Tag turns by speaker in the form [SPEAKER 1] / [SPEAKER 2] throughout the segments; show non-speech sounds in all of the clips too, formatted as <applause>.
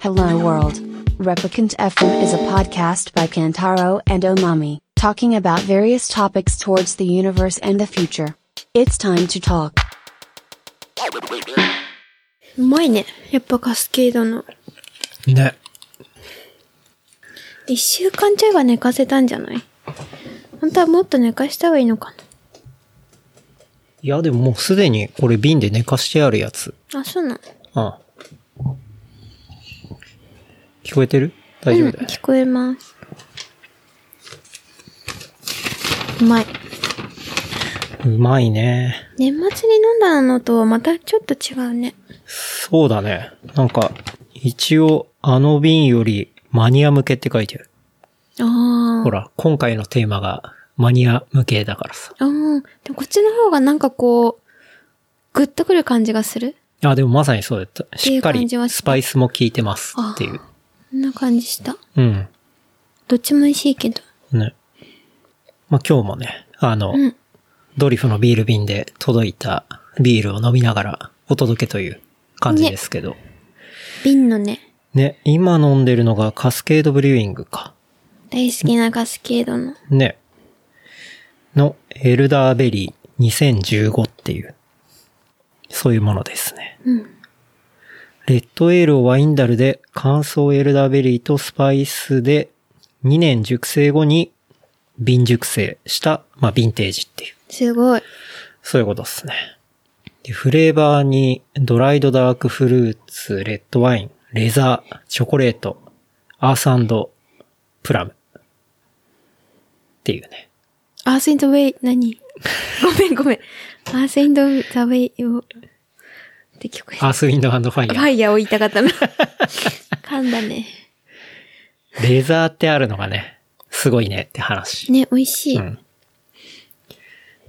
[SPEAKER 1] Hello World. Replicant FM is a podcast by Kantaro and Omami, talking about various topics towards the universe and the future. It's time to talk.
[SPEAKER 2] うまいね。やっぱカスケードの。
[SPEAKER 3] ね。
[SPEAKER 2] 一週間ちょいは寝かせたんじゃない本当はもっと寝かした方がいいのか
[SPEAKER 3] いや、でももうすでにこれ瓶で寝かしてあるやつ。
[SPEAKER 2] な。あ、そうなの。
[SPEAKER 3] うん。聞こえてる
[SPEAKER 2] う
[SPEAKER 3] 大丈
[SPEAKER 2] ん、
[SPEAKER 3] 夫だよ。
[SPEAKER 2] 聞こえます。うまい。
[SPEAKER 3] うまいね。
[SPEAKER 2] 年末に飲んだのとはまたちょっと違うね。
[SPEAKER 3] そうだね。なんか、一応、あの瓶よりマニア向けって書いてある。
[SPEAKER 2] あ
[SPEAKER 3] ほ
[SPEAKER 2] あ。
[SPEAKER 3] ら、今回のテーマがマニア向けだからさ。
[SPEAKER 2] あん。でもこっちの方がなんかこう、グッとくる感じがする。
[SPEAKER 3] あ、でもまさにそうだった。
[SPEAKER 2] て
[SPEAKER 3] し
[SPEAKER 2] い
[SPEAKER 3] っ
[SPEAKER 2] う
[SPEAKER 3] か
[SPEAKER 2] 感
[SPEAKER 3] り
[SPEAKER 2] じはした
[SPEAKER 3] スパイスも効いてますっていう。
[SPEAKER 2] こんな感じした。
[SPEAKER 3] うん。
[SPEAKER 2] どっちも美味しいけど。
[SPEAKER 3] ね。まあ、今日もね、あの、
[SPEAKER 2] うん。
[SPEAKER 3] ドリフのビール瓶で届いたビールを飲みながらお届けという感じですけど。
[SPEAKER 2] 瓶のね、
[SPEAKER 3] ね、今飲んでるのがカスケードブリューイングか。
[SPEAKER 2] 大好きなカスケードの。
[SPEAKER 3] ね。の、エルダーベリー2015っていう、そういうものですね。
[SPEAKER 2] うん。
[SPEAKER 3] レッドエールをワインダルで乾燥エルダーベリーとスパイスで2年熟成後に瓶熟成した、まあ、ヴィンテージっていう。
[SPEAKER 2] すごい。
[SPEAKER 3] そういうことですね。でフレーバーにドライドダークフルーツ、レッドワイン、レザー、チョコレート、アースプラム。っていうね。
[SPEAKER 2] アースインドウェイ、
[SPEAKER 3] <laughs>
[SPEAKER 2] 何ごめんごめん。アースインドザウェイを、って曲
[SPEAKER 3] アースウィンドウファイ
[SPEAKER 2] フ
[SPEAKER 3] ヤ
[SPEAKER 2] ァイヤーを言いたか
[SPEAKER 3] <laughs>
[SPEAKER 2] ったな。噛んだね。
[SPEAKER 3] ー。レザーってあるのがね、すごいねって話。
[SPEAKER 2] ね、美味しい。
[SPEAKER 3] うん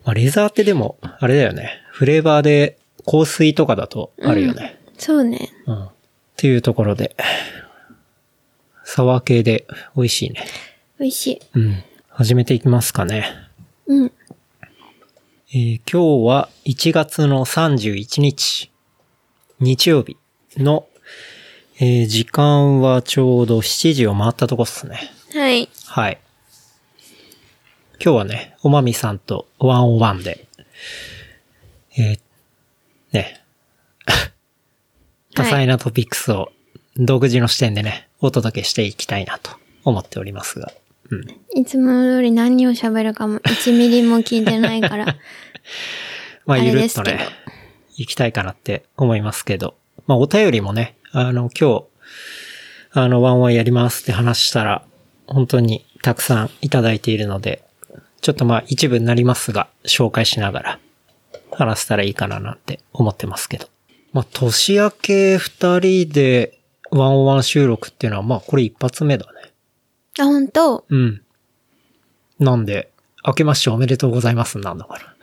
[SPEAKER 3] まあ、レザーってでも、あれだよね。フレーバーで香水とかだとあるよね。
[SPEAKER 2] そうね。
[SPEAKER 3] うん。っていうところで、サワー系で美味しいね。
[SPEAKER 2] 美味しい。
[SPEAKER 3] うん。始めていきますかね。
[SPEAKER 2] うん。
[SPEAKER 3] えー今日は1月の31日、日曜日の、えー時間はちょうど7時を回ったとこっすね。
[SPEAKER 2] はい。
[SPEAKER 3] はい。今日はね、おまみさんとワンオンワンで、えーね、多彩なトピックスを独自の視点でね、お届けしていきたいなと思っておりますが。うん。
[SPEAKER 2] いつも通り何を喋るかも、1ミリも聞いてない
[SPEAKER 3] <laughs>
[SPEAKER 2] から。
[SPEAKER 3] ま
[SPEAKER 2] あ
[SPEAKER 3] あ、
[SPEAKER 2] れ
[SPEAKER 3] ゆる
[SPEAKER 2] で
[SPEAKER 3] っ
[SPEAKER 2] す
[SPEAKER 3] と
[SPEAKER 2] けど
[SPEAKER 3] ね、行きたいかなって思いますけど。まあ、お便りもね、あの、今日、あの、ワンワンやりますって話したら、本当にたくさんいただいているので、ちょっとまあ、一部になりますが、紹介しながら、話せたらいいかななんて思ってますけど。まあ、年明け二人で、ワンワン収録っていうのは、まあ、これ一発目だね。
[SPEAKER 2] あ、ほんと
[SPEAKER 3] うん。なんで、明けましておめでとうございますなんだから。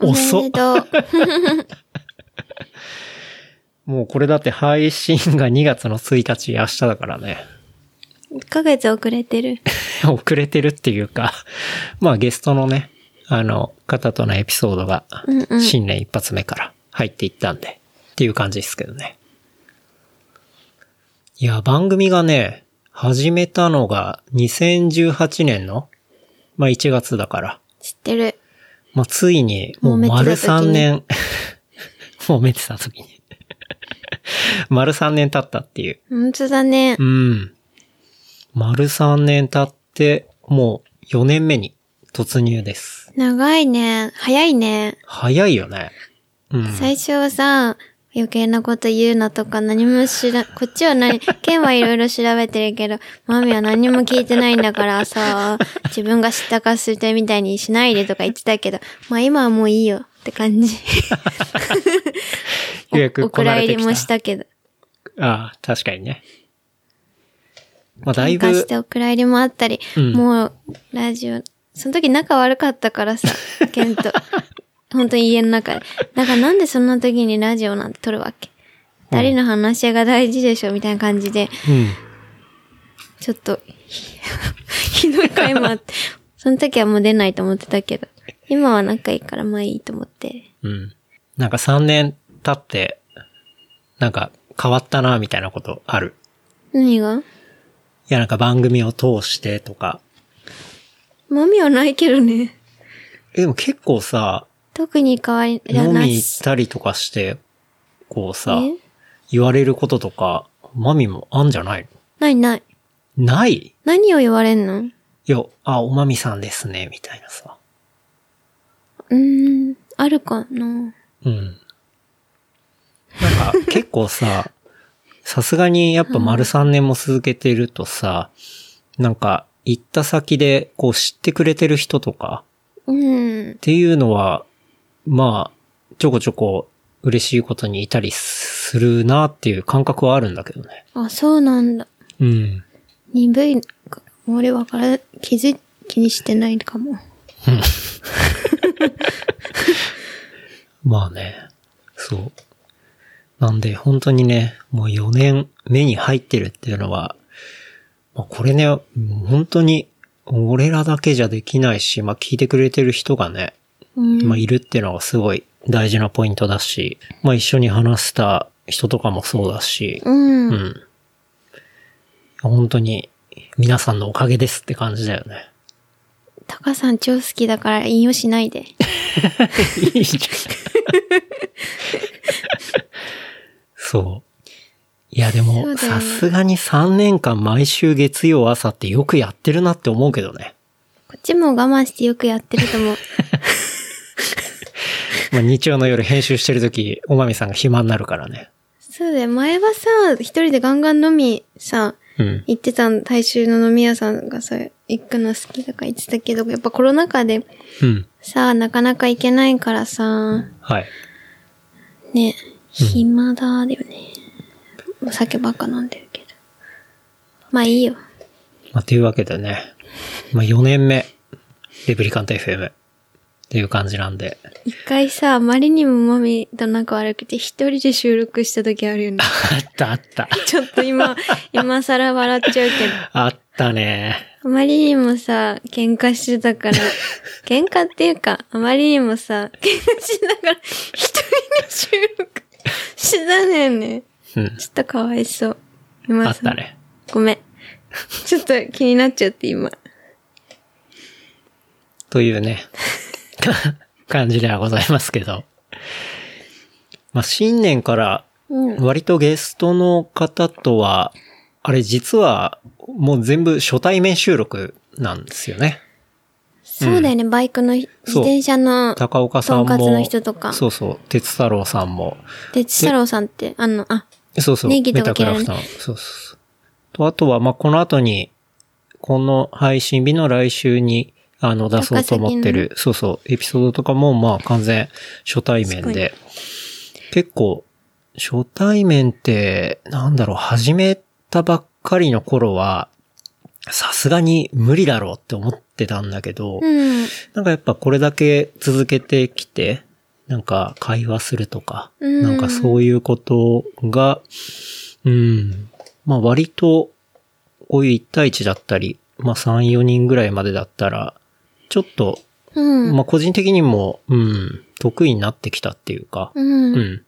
[SPEAKER 2] お
[SPEAKER 3] 遅
[SPEAKER 2] めで。
[SPEAKER 3] っ
[SPEAKER 2] とう。
[SPEAKER 3] もうこれだって配信が2月の1日、明日だからね。 <laughs>
[SPEAKER 2] 1ヶ月遅れてる。
[SPEAKER 3] 遅れてるっていうか、まあゲストのね、あの、方とのエピソードが
[SPEAKER 2] うんうん、
[SPEAKER 3] 新年一発目から入っていったんで、っていう感じですけどね。いや、番組がね、始めたのが2018年の、まあ1月だから、
[SPEAKER 2] 知ってる。
[SPEAKER 3] まあついに、も
[SPEAKER 2] 揉
[SPEAKER 3] う
[SPEAKER 2] めてた
[SPEAKER 3] 丸
[SPEAKER 2] 時に
[SPEAKER 3] 3年、 <laughs> もうめてた時に。 <laughs> 丸3年経ったっていう。
[SPEAKER 2] ほんとだね
[SPEAKER 3] う。ん。丸3年経って、もう4年目に突入です。
[SPEAKER 2] 長いね。早いね。
[SPEAKER 3] 早いよね。うん。
[SPEAKER 2] 最初はさ、余計なこと言うのとか何も知
[SPEAKER 3] <laughs>
[SPEAKER 2] ら、こっちは何、ケンはいろいろ調べてるけど、マミは何も聞いてないんだからさ、自分が知ったかすてみたいにしないでとか言ってたけど、まあ今はもういいよって感じ。
[SPEAKER 3] ようやく
[SPEAKER 2] お
[SPEAKER 3] こ
[SPEAKER 2] 蔵
[SPEAKER 3] な
[SPEAKER 2] 入
[SPEAKER 3] れて
[SPEAKER 2] り
[SPEAKER 3] き
[SPEAKER 2] も
[SPEAKER 3] た。
[SPEAKER 2] したけど。
[SPEAKER 3] ああ、確かにね。まあ、だい
[SPEAKER 2] 喧嘩し
[SPEAKER 3] ぶ、
[SPEAKER 2] てお蔵入りもあったり、
[SPEAKER 3] うん
[SPEAKER 2] もう、ラジオ、その時仲悪かったからさ、ケン
[SPEAKER 3] <laughs>
[SPEAKER 2] と。本当に家の中で。だからなんでそんな時にラジオなんて撮るわけ誰の話し合いが大事でしょみたいな感じで、
[SPEAKER 3] うん。
[SPEAKER 2] ちょっと、 <laughs> ひひどい回もあって。その時はもう出ないと思ってたけど、今は仲いいからまあいいと思って。
[SPEAKER 3] うん。なんか3年経って、なんか変わったな、みたいなことある。
[SPEAKER 2] 何が
[SPEAKER 3] いや、なんか番組を通してとか。
[SPEAKER 2] マミはないけどね。
[SPEAKER 3] え、でも結構さ、
[SPEAKER 2] 特に変わりは
[SPEAKER 3] 飲
[SPEAKER 2] な
[SPEAKER 3] み
[SPEAKER 2] い
[SPEAKER 3] 行ったりとかして、こうさ、
[SPEAKER 2] え
[SPEAKER 3] 言われることとか、マミもあんじゃない
[SPEAKER 2] ないない。
[SPEAKER 3] のない
[SPEAKER 2] 何を言われんのう
[SPEAKER 3] よ、あ、おまみさんですね、みたいなさ。
[SPEAKER 2] ーん、あるかな。
[SPEAKER 3] うん。なんか、結構 <laughs> さ、さすがにやっぱ丸3年も続けてるとさ、なんか、行った先で、こう知ってくれてる人とか、
[SPEAKER 2] うん
[SPEAKER 3] っ。ていうのは、まあ、ちょこちょこ嬉しいことにいたりするなっていう感覚はあるんだけどね。
[SPEAKER 2] あ、そうなんだ。
[SPEAKER 3] うん。
[SPEAKER 2] 鈍いか。俺はから、気づ、気にしてないかも。
[SPEAKER 3] まあね。そう。なんで、本当にね、もう4年目に入ってるっていうのは、まあ、これね、もう本当に、俺らだけじゃできないし、まあ、聞いてくれてる人がね、
[SPEAKER 2] うん。
[SPEAKER 3] まあ、いるっていうのがすごい大事なポイントだし、まあ、一緒に話した人とかもそうだし、
[SPEAKER 2] うん。
[SPEAKER 3] うん。本当に皆さんのおかげですって感じだよね。
[SPEAKER 2] タカさん超好きだから引用しないで。
[SPEAKER 3] いいじゃん。 <laughs> そう。いやで
[SPEAKER 2] そう
[SPEAKER 3] も、
[SPEAKER 2] だよ
[SPEAKER 3] さ
[SPEAKER 2] ね
[SPEAKER 3] すがに3年間毎週月曜朝ってよくやってるなって思うけどね。 <laughs>
[SPEAKER 2] こっちも我慢してよくやってると思う。
[SPEAKER 3] まあ、日曜の夜編集してる時、おまみさんが暇になるからね。
[SPEAKER 2] そうだよ。前はさ、一人でガンガン飲みさ、
[SPEAKER 3] うん。
[SPEAKER 2] 行ってた大衆の飲み屋さんがさ、行くの好きとか言ってたけど、やっぱコロナ禍で
[SPEAKER 3] うん。
[SPEAKER 2] さ、なかなか行けないからさ、
[SPEAKER 3] はい。
[SPEAKER 2] ね、暇だだよね。お酒ばっか飲んでるけど。まあいいよ。
[SPEAKER 3] まあ、というわけでね。まあ、4年目。レプリカント FM。っていう感じなんで。
[SPEAKER 2] 一回さ、あまりにもマミと仲悪くて一人で収録した時あるよね。
[SPEAKER 3] <laughs> あったあった。
[SPEAKER 2] ちょっと今、今更笑っちゃうけど。
[SPEAKER 3] <laughs> あったね。
[SPEAKER 2] あまりにもさ、喧嘩してた
[SPEAKER 3] <laughs>
[SPEAKER 2] から、喧嘩っていうか、あまりにもさ、喧嘩しながら、一人で収録してたんだよね。
[SPEAKER 3] うん。
[SPEAKER 2] ちょっとかわいそう。今さ
[SPEAKER 3] あった。ね。
[SPEAKER 2] ごめん。ちょっと気になっちゃって今。
[SPEAKER 3] というね、 <laughs> か感じではございますけど。まあ、新年から、
[SPEAKER 2] うん。
[SPEAKER 3] 割とゲストの方とは、あれ実は、もう全部初対面収録なんですよね。
[SPEAKER 2] そうだよね、バイクの、自
[SPEAKER 3] そう
[SPEAKER 2] 転車の、
[SPEAKER 3] 高岡さんも。
[SPEAKER 2] とんかつの人とか
[SPEAKER 3] そうそう。鉄太郎さんも。
[SPEAKER 2] で、ちさろうさんって、あの、あ、
[SPEAKER 3] そうそう。
[SPEAKER 2] ネギと
[SPEAKER 3] メタクラフトの。そうそうそう。と、あとは、まあ、この後に、この配信日の来週に、あの、出そうと思ってる、そうそう、エピソードとかも、まあ、完全初対面で、結構、初対面って、なんだろう、始めたばっかりの頃は、さすがに無理だろうって思ってたんだけど、
[SPEAKER 2] うん、
[SPEAKER 3] なんかやっぱこれだけ続けてきて、なんか会話するとか、
[SPEAKER 2] うん
[SPEAKER 3] なんかそういうことが、うん、まあ割と、こういう1対1だったり、まあ3、4人ぐらいまでだったら、ちょっと、
[SPEAKER 2] うん、
[SPEAKER 3] まあ個人的にも、うん、得意になってきたっていうか、
[SPEAKER 2] う。
[SPEAKER 3] うんん。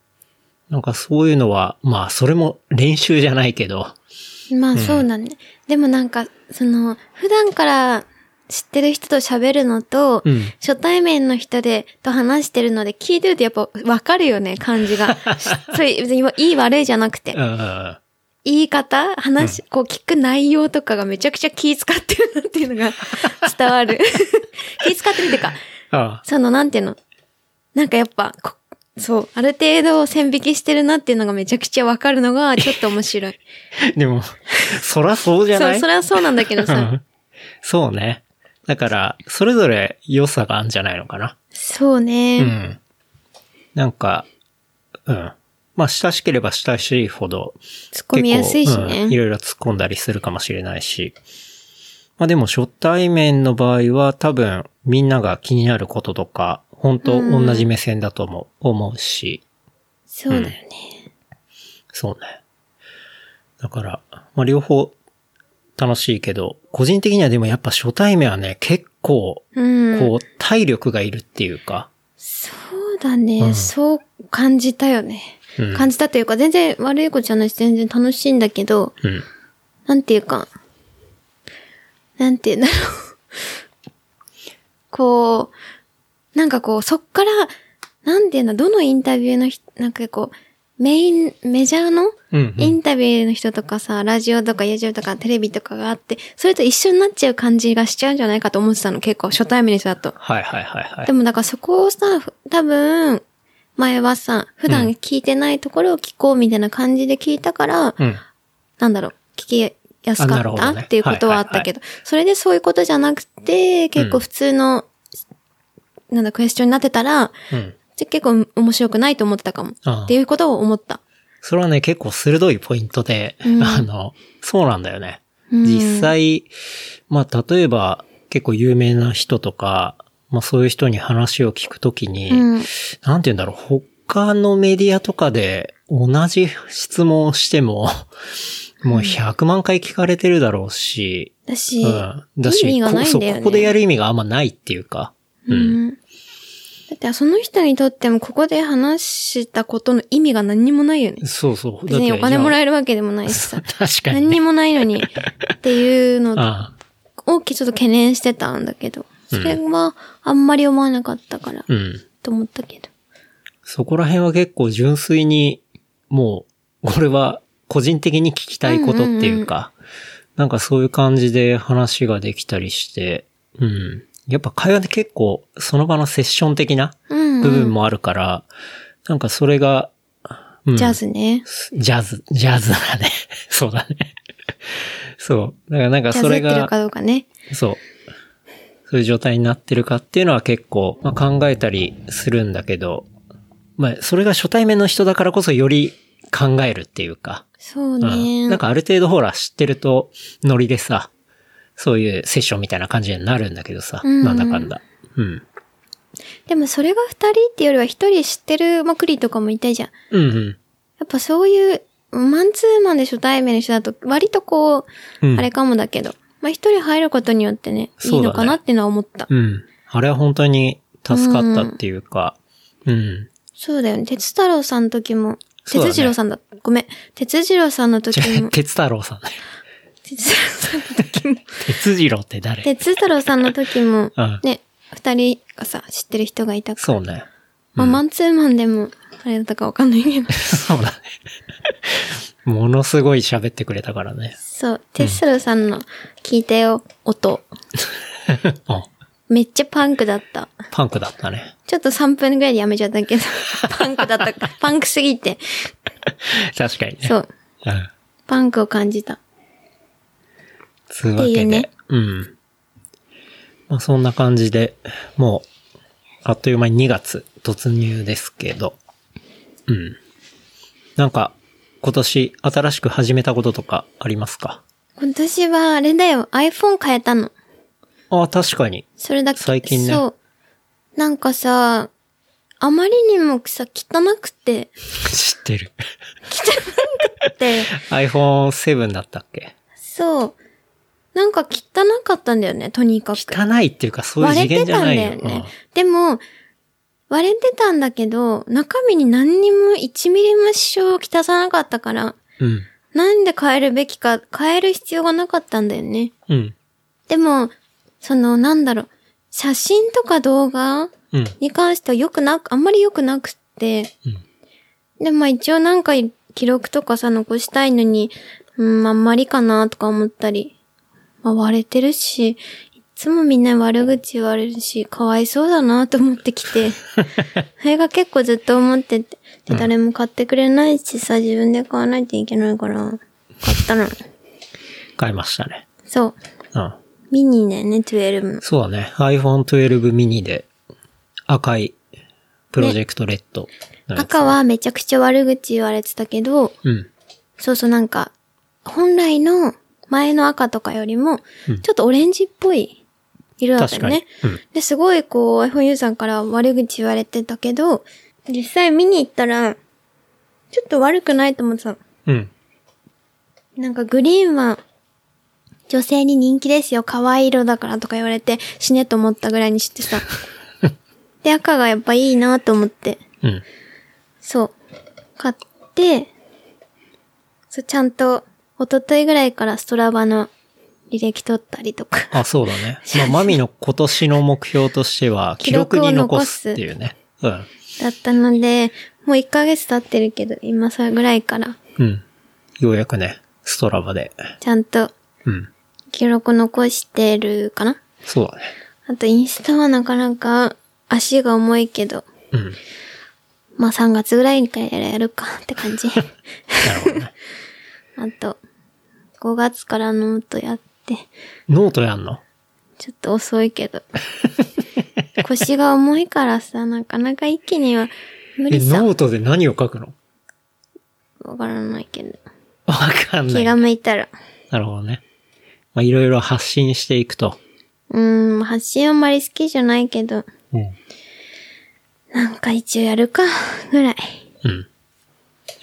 [SPEAKER 3] なんかそういうのは、まあそれも練習じゃないけど、
[SPEAKER 2] まあそうだね。でもなんか、その、普段から知ってる人と喋るのと、
[SPEAKER 3] うん。
[SPEAKER 2] 初対面の人で、と話してるので、聞いてるとやっぱわかるよね、感じ
[SPEAKER 3] <laughs>
[SPEAKER 2] が。それ、別にいい悪いじゃなくて
[SPEAKER 3] う。ん
[SPEAKER 2] 言い方話、こう聞く内容とかがめちゃくちゃ気使ってるなっていうのが伝わ
[SPEAKER 3] <laughs>
[SPEAKER 2] る。気使ってるっていうか、
[SPEAKER 3] ああ
[SPEAKER 2] その、なんていうのなんかやっぱ、こそう、ある程度線引きしてるなっていうのがめちゃくちゃわかるのがちょっと面白い。
[SPEAKER 3] でも、そらそう <laughs> じゃ
[SPEAKER 2] そ
[SPEAKER 3] な
[SPEAKER 2] う、
[SPEAKER 3] い
[SPEAKER 2] それはそうなんだけど
[SPEAKER 3] う
[SPEAKER 2] さ。
[SPEAKER 3] んそうね。だから、それぞれ良さがあるんじゃないのかな。
[SPEAKER 2] そう
[SPEAKER 3] う
[SPEAKER 2] ね。
[SPEAKER 3] ん。なんか、うん。まあ、親しければ親しいほど、
[SPEAKER 2] 突っ込みやすいし
[SPEAKER 3] 結構うんい
[SPEAKER 2] ね。
[SPEAKER 3] ろいろ突っ込んだりするかもしれないし。まあでも初対面の場合は多分みんなが気になることとか、本当
[SPEAKER 2] うん
[SPEAKER 3] 同じ目線だとも思うし、
[SPEAKER 2] そうだよね。
[SPEAKER 3] そうね。だから、まあ両方楽しいけど、個人的にはでもやっぱ初対面はね、結構
[SPEAKER 2] うん。
[SPEAKER 3] こう、体力がいるっていうか、
[SPEAKER 2] そうだね、そう感じたよね。
[SPEAKER 3] うん
[SPEAKER 2] 感じたというか、全然悪いことじゃないし、全然楽しいんだけど、
[SPEAKER 3] うん。
[SPEAKER 2] なんていうか、なんていうんだろう。 <laughs> こう、なんかこう、そっから、なんていうの、どのインタビューの人、なんかこう、メイン、メジャーの
[SPEAKER 3] うん、う
[SPEAKER 2] イ
[SPEAKER 3] ん。
[SPEAKER 2] ンタビューの人とかさ、ラジオとか YouTube とかテレビとかがあって、それと一緒になっちゃう感じがしちゃうんじゃないかと思ってたの、結構、初対面の人だと。
[SPEAKER 3] はいはいはいはい
[SPEAKER 2] で。もだからそこをさ、ふ多分、前はさ、普段聞いてないところを聞こうみたいな感じで聞いたから、
[SPEAKER 3] うん。
[SPEAKER 2] なんだろう、聞きやす
[SPEAKER 3] あ
[SPEAKER 2] か
[SPEAKER 3] なる
[SPEAKER 2] っ
[SPEAKER 3] ほ
[SPEAKER 2] た、
[SPEAKER 3] どね
[SPEAKER 2] っていうことはあったけど、それでそういうことじゃなくて、結構普通の、なんだ、クエスチョンになってたら、
[SPEAKER 3] うん。
[SPEAKER 2] じゃ結構面白くないと思ってたかも。
[SPEAKER 3] ああ
[SPEAKER 2] っていうことを思った。
[SPEAKER 3] それはね、結構鋭いポイントで、
[SPEAKER 2] うん
[SPEAKER 3] <laughs> あの、そうなんだよね。
[SPEAKER 2] うん
[SPEAKER 3] 実際、まあ、例えば、結構有名な人とか、まあ、そういう人に話を聞くときに、
[SPEAKER 2] うん。
[SPEAKER 3] なんて言うんだろう、他のメディアとかで同じ質問をし
[SPEAKER 2] <laughs>
[SPEAKER 3] ても、もう100万回聞かれてるだろうし、
[SPEAKER 2] だ
[SPEAKER 3] う
[SPEAKER 2] し、
[SPEAKER 3] ん。だし、
[SPEAKER 2] 意味がないんだよね
[SPEAKER 3] こそうここでやる意味があんまないっていうか、
[SPEAKER 2] う
[SPEAKER 3] うん
[SPEAKER 2] ん。だってその人にとってもここで話したことの意味が何にもないよね。
[SPEAKER 3] そうそう。
[SPEAKER 2] 別にお金もら
[SPEAKER 3] え
[SPEAKER 2] えるわけでもないしさ。
[SPEAKER 3] 確かに、ね。
[SPEAKER 2] 何にもないのにっていうの
[SPEAKER 3] ああ
[SPEAKER 2] をちょっと懸念してたんだけど、それはあんまり思わなかったから、
[SPEAKER 3] うん。
[SPEAKER 2] と思ったけど。
[SPEAKER 3] そこら辺は結構純粋に、もう、これは個人的に聞きたいことっていうか、なんかそういう感じで話ができたりして、うん。やっぱ会話で結構その場のセッション的な
[SPEAKER 2] うん、
[SPEAKER 3] 部分
[SPEAKER 2] も。
[SPEAKER 3] もあるから、なんかそれが、うん、
[SPEAKER 2] ジャズね。
[SPEAKER 3] ジャズ、ジャズだね。 <laughs> そうだね。そう。だからなんか
[SPEAKER 2] ジャズ
[SPEAKER 3] そ
[SPEAKER 2] って
[SPEAKER 3] れ
[SPEAKER 2] る
[SPEAKER 3] が、
[SPEAKER 2] かどうかね。
[SPEAKER 3] そう。そういう状態になってるかっていうのは結構、まあ、考えたりするんだけど、まあ、それが初対面の人だからこそより考えるっていうか、
[SPEAKER 2] そう
[SPEAKER 3] う
[SPEAKER 2] ね。
[SPEAKER 3] ん、なんかある程度ほら知ってるとノリでさ、そういうセッションみたいな感じになるんだけどさ、
[SPEAKER 2] うんうん
[SPEAKER 3] なんだかんだ。うん。
[SPEAKER 2] でもそれが二人っていうよりは一人知ってるまくりとかもいたじゃん。
[SPEAKER 3] うんうん。
[SPEAKER 2] やっぱそういう、マンツーマンで初対面の人だと、割とこう、
[SPEAKER 3] うん
[SPEAKER 2] あれかもだけど。まあ、一人入ることによってね、い
[SPEAKER 3] そうだ
[SPEAKER 2] い
[SPEAKER 3] ね
[SPEAKER 2] のかなっていうのは思った。
[SPEAKER 3] うん。あれは本当に助かったっていうか、うん。
[SPEAKER 2] そうだよね。鉄太郎さんの時も、
[SPEAKER 3] そうだね
[SPEAKER 2] 鉄次郎さんだ。ごめん。鉄次郎さんの時
[SPEAKER 3] じゃあ <laughs>
[SPEAKER 2] も、
[SPEAKER 3] 鉄太郎さんね。
[SPEAKER 2] 鉄次郎さんの時も、
[SPEAKER 3] 鉄次郎って誰
[SPEAKER 2] 鉄太郎さんの時も
[SPEAKER 3] <laughs> うん、
[SPEAKER 2] ね、二人がさ、知ってる人がいたから。
[SPEAKER 3] そうね。
[SPEAKER 2] まあ、マンツーマンでも、あれだったかわかんない
[SPEAKER 3] <laughs>
[SPEAKER 2] けど。
[SPEAKER 3] そうだね。ものすごい喋ってくれたからね。
[SPEAKER 2] そう、鉄太郎さんの聞いたよ、音。
[SPEAKER 3] うん。
[SPEAKER 2] めっちゃパンクだった。
[SPEAKER 3] パンクだったね。
[SPEAKER 2] ちょっと3分ぐらいでやめちゃった
[SPEAKER 3] <laughs>
[SPEAKER 2] けど、パンクだった。パンクすぎて。
[SPEAKER 3] 確かにね。
[SPEAKER 2] そう、
[SPEAKER 3] うん。
[SPEAKER 2] パンクを感じた。
[SPEAKER 3] つうわけ
[SPEAKER 2] ってい
[SPEAKER 3] で。
[SPEAKER 2] うね
[SPEAKER 3] うん。まあそんな感じで、もう、あっという間に2月突入ですけど。うん。なんか、今年新しく始めたこととかありますか
[SPEAKER 2] 今年はあれだよ、iPhone 変えたの。
[SPEAKER 3] ああ、確かに。
[SPEAKER 2] それだけ。
[SPEAKER 3] 最近ね
[SPEAKER 2] そう。なんかさ、あまりにもさ、汚くて、
[SPEAKER 3] 知ってる。 <laughs>
[SPEAKER 2] で、
[SPEAKER 3] iPhone7 だったっけ
[SPEAKER 2] そう。なんか汚かったんだよね、とにかく。
[SPEAKER 3] 汚いっていうかそういう
[SPEAKER 2] 割
[SPEAKER 3] 次
[SPEAKER 2] れ
[SPEAKER 3] 元
[SPEAKER 2] て
[SPEAKER 3] じゃ
[SPEAKER 2] たん
[SPEAKER 3] な
[SPEAKER 2] だ
[SPEAKER 3] い
[SPEAKER 2] よね。でも、割れてたんだけど、中身に何にも1ミリも支障をきたさなかったから、
[SPEAKER 3] うん。うん
[SPEAKER 2] なんで変えるべきか、変える必要がなかったんだよね。
[SPEAKER 3] うん。
[SPEAKER 2] でも、その、なんだろう、写真とか動画
[SPEAKER 3] うん。
[SPEAKER 2] に関しては良くなく、あんまり良くなくって。で、まあ一応なんか記録とかさ、残したいのに、うん、あんまりかなとか思ったり。まあ割れてるし、いつもみんな悪口言われるし、かわいそうだなと思ってきて。それが結構ずっと思ってて。で、誰も買ってくれないしさ、自分で買わないといけないから、買ったの。
[SPEAKER 3] 買いましたね。
[SPEAKER 2] そう。
[SPEAKER 3] うん。
[SPEAKER 2] ミニだよね、12の。
[SPEAKER 3] そうだね。iPhone 12 mini で赤いプロジェクトレッドのやつ。
[SPEAKER 2] 赤はめちゃくちゃ悪口言われてたけど、
[SPEAKER 3] うん。
[SPEAKER 2] そうそう、なんか、本来の前の赤とかよりも、ちょっとオレンジっぽい色だったよね。
[SPEAKER 3] 確かにうん
[SPEAKER 2] で、すごいこう、iPhone ユーザーから悪口言われてたけど、実際見に行ったら、ちょっと悪くないと思ってたの。
[SPEAKER 3] うん。
[SPEAKER 2] なんかグリーンは、女性に人気ですよ、可愛い色だからとか言われて、死ねと思ったぐらいにして
[SPEAKER 3] <laughs>
[SPEAKER 2] さ。で、赤がやっぱいいなと思って。
[SPEAKER 3] うん。
[SPEAKER 2] そう。買って、そう、ちゃんと一昨日ぐらいからストラバの履歴取ったりとか。 <laughs>
[SPEAKER 3] あ、そうだね。まあ、マミの今年の目標としては、記録に残すっていうね。うん。
[SPEAKER 2] だったので、もう1ヶ月経ってるけど、今それぐらいから、
[SPEAKER 3] うん。ようやくね、ストラバで。
[SPEAKER 2] ちゃんと
[SPEAKER 3] うん。
[SPEAKER 2] 記録残してるかな
[SPEAKER 3] そうだね。
[SPEAKER 2] あとインスタはなかなか足が重いけど、
[SPEAKER 3] うん。
[SPEAKER 2] まあ3月ぐらいからやるかって感じ。
[SPEAKER 3] <laughs> なるほどね。
[SPEAKER 2] <laughs> あと、5月からノートやって、
[SPEAKER 3] ノートやんの
[SPEAKER 2] ちょっと遅い
[SPEAKER 3] <laughs>
[SPEAKER 2] けど。腰が重いからさ、なかなか一気には無
[SPEAKER 3] え、
[SPEAKER 2] 理さ。
[SPEAKER 3] ノートで何を書くの
[SPEAKER 2] わからないけど。
[SPEAKER 3] わかんな
[SPEAKER 2] 気
[SPEAKER 3] い。
[SPEAKER 2] が
[SPEAKER 3] な
[SPEAKER 2] 向いたら。
[SPEAKER 3] るほどね。まあ、いろいろ発信していくと。
[SPEAKER 2] うーん、発信あんまり好きじゃないけど、
[SPEAKER 3] うん。
[SPEAKER 2] なんか一応やるか、ぐらい。
[SPEAKER 3] うん。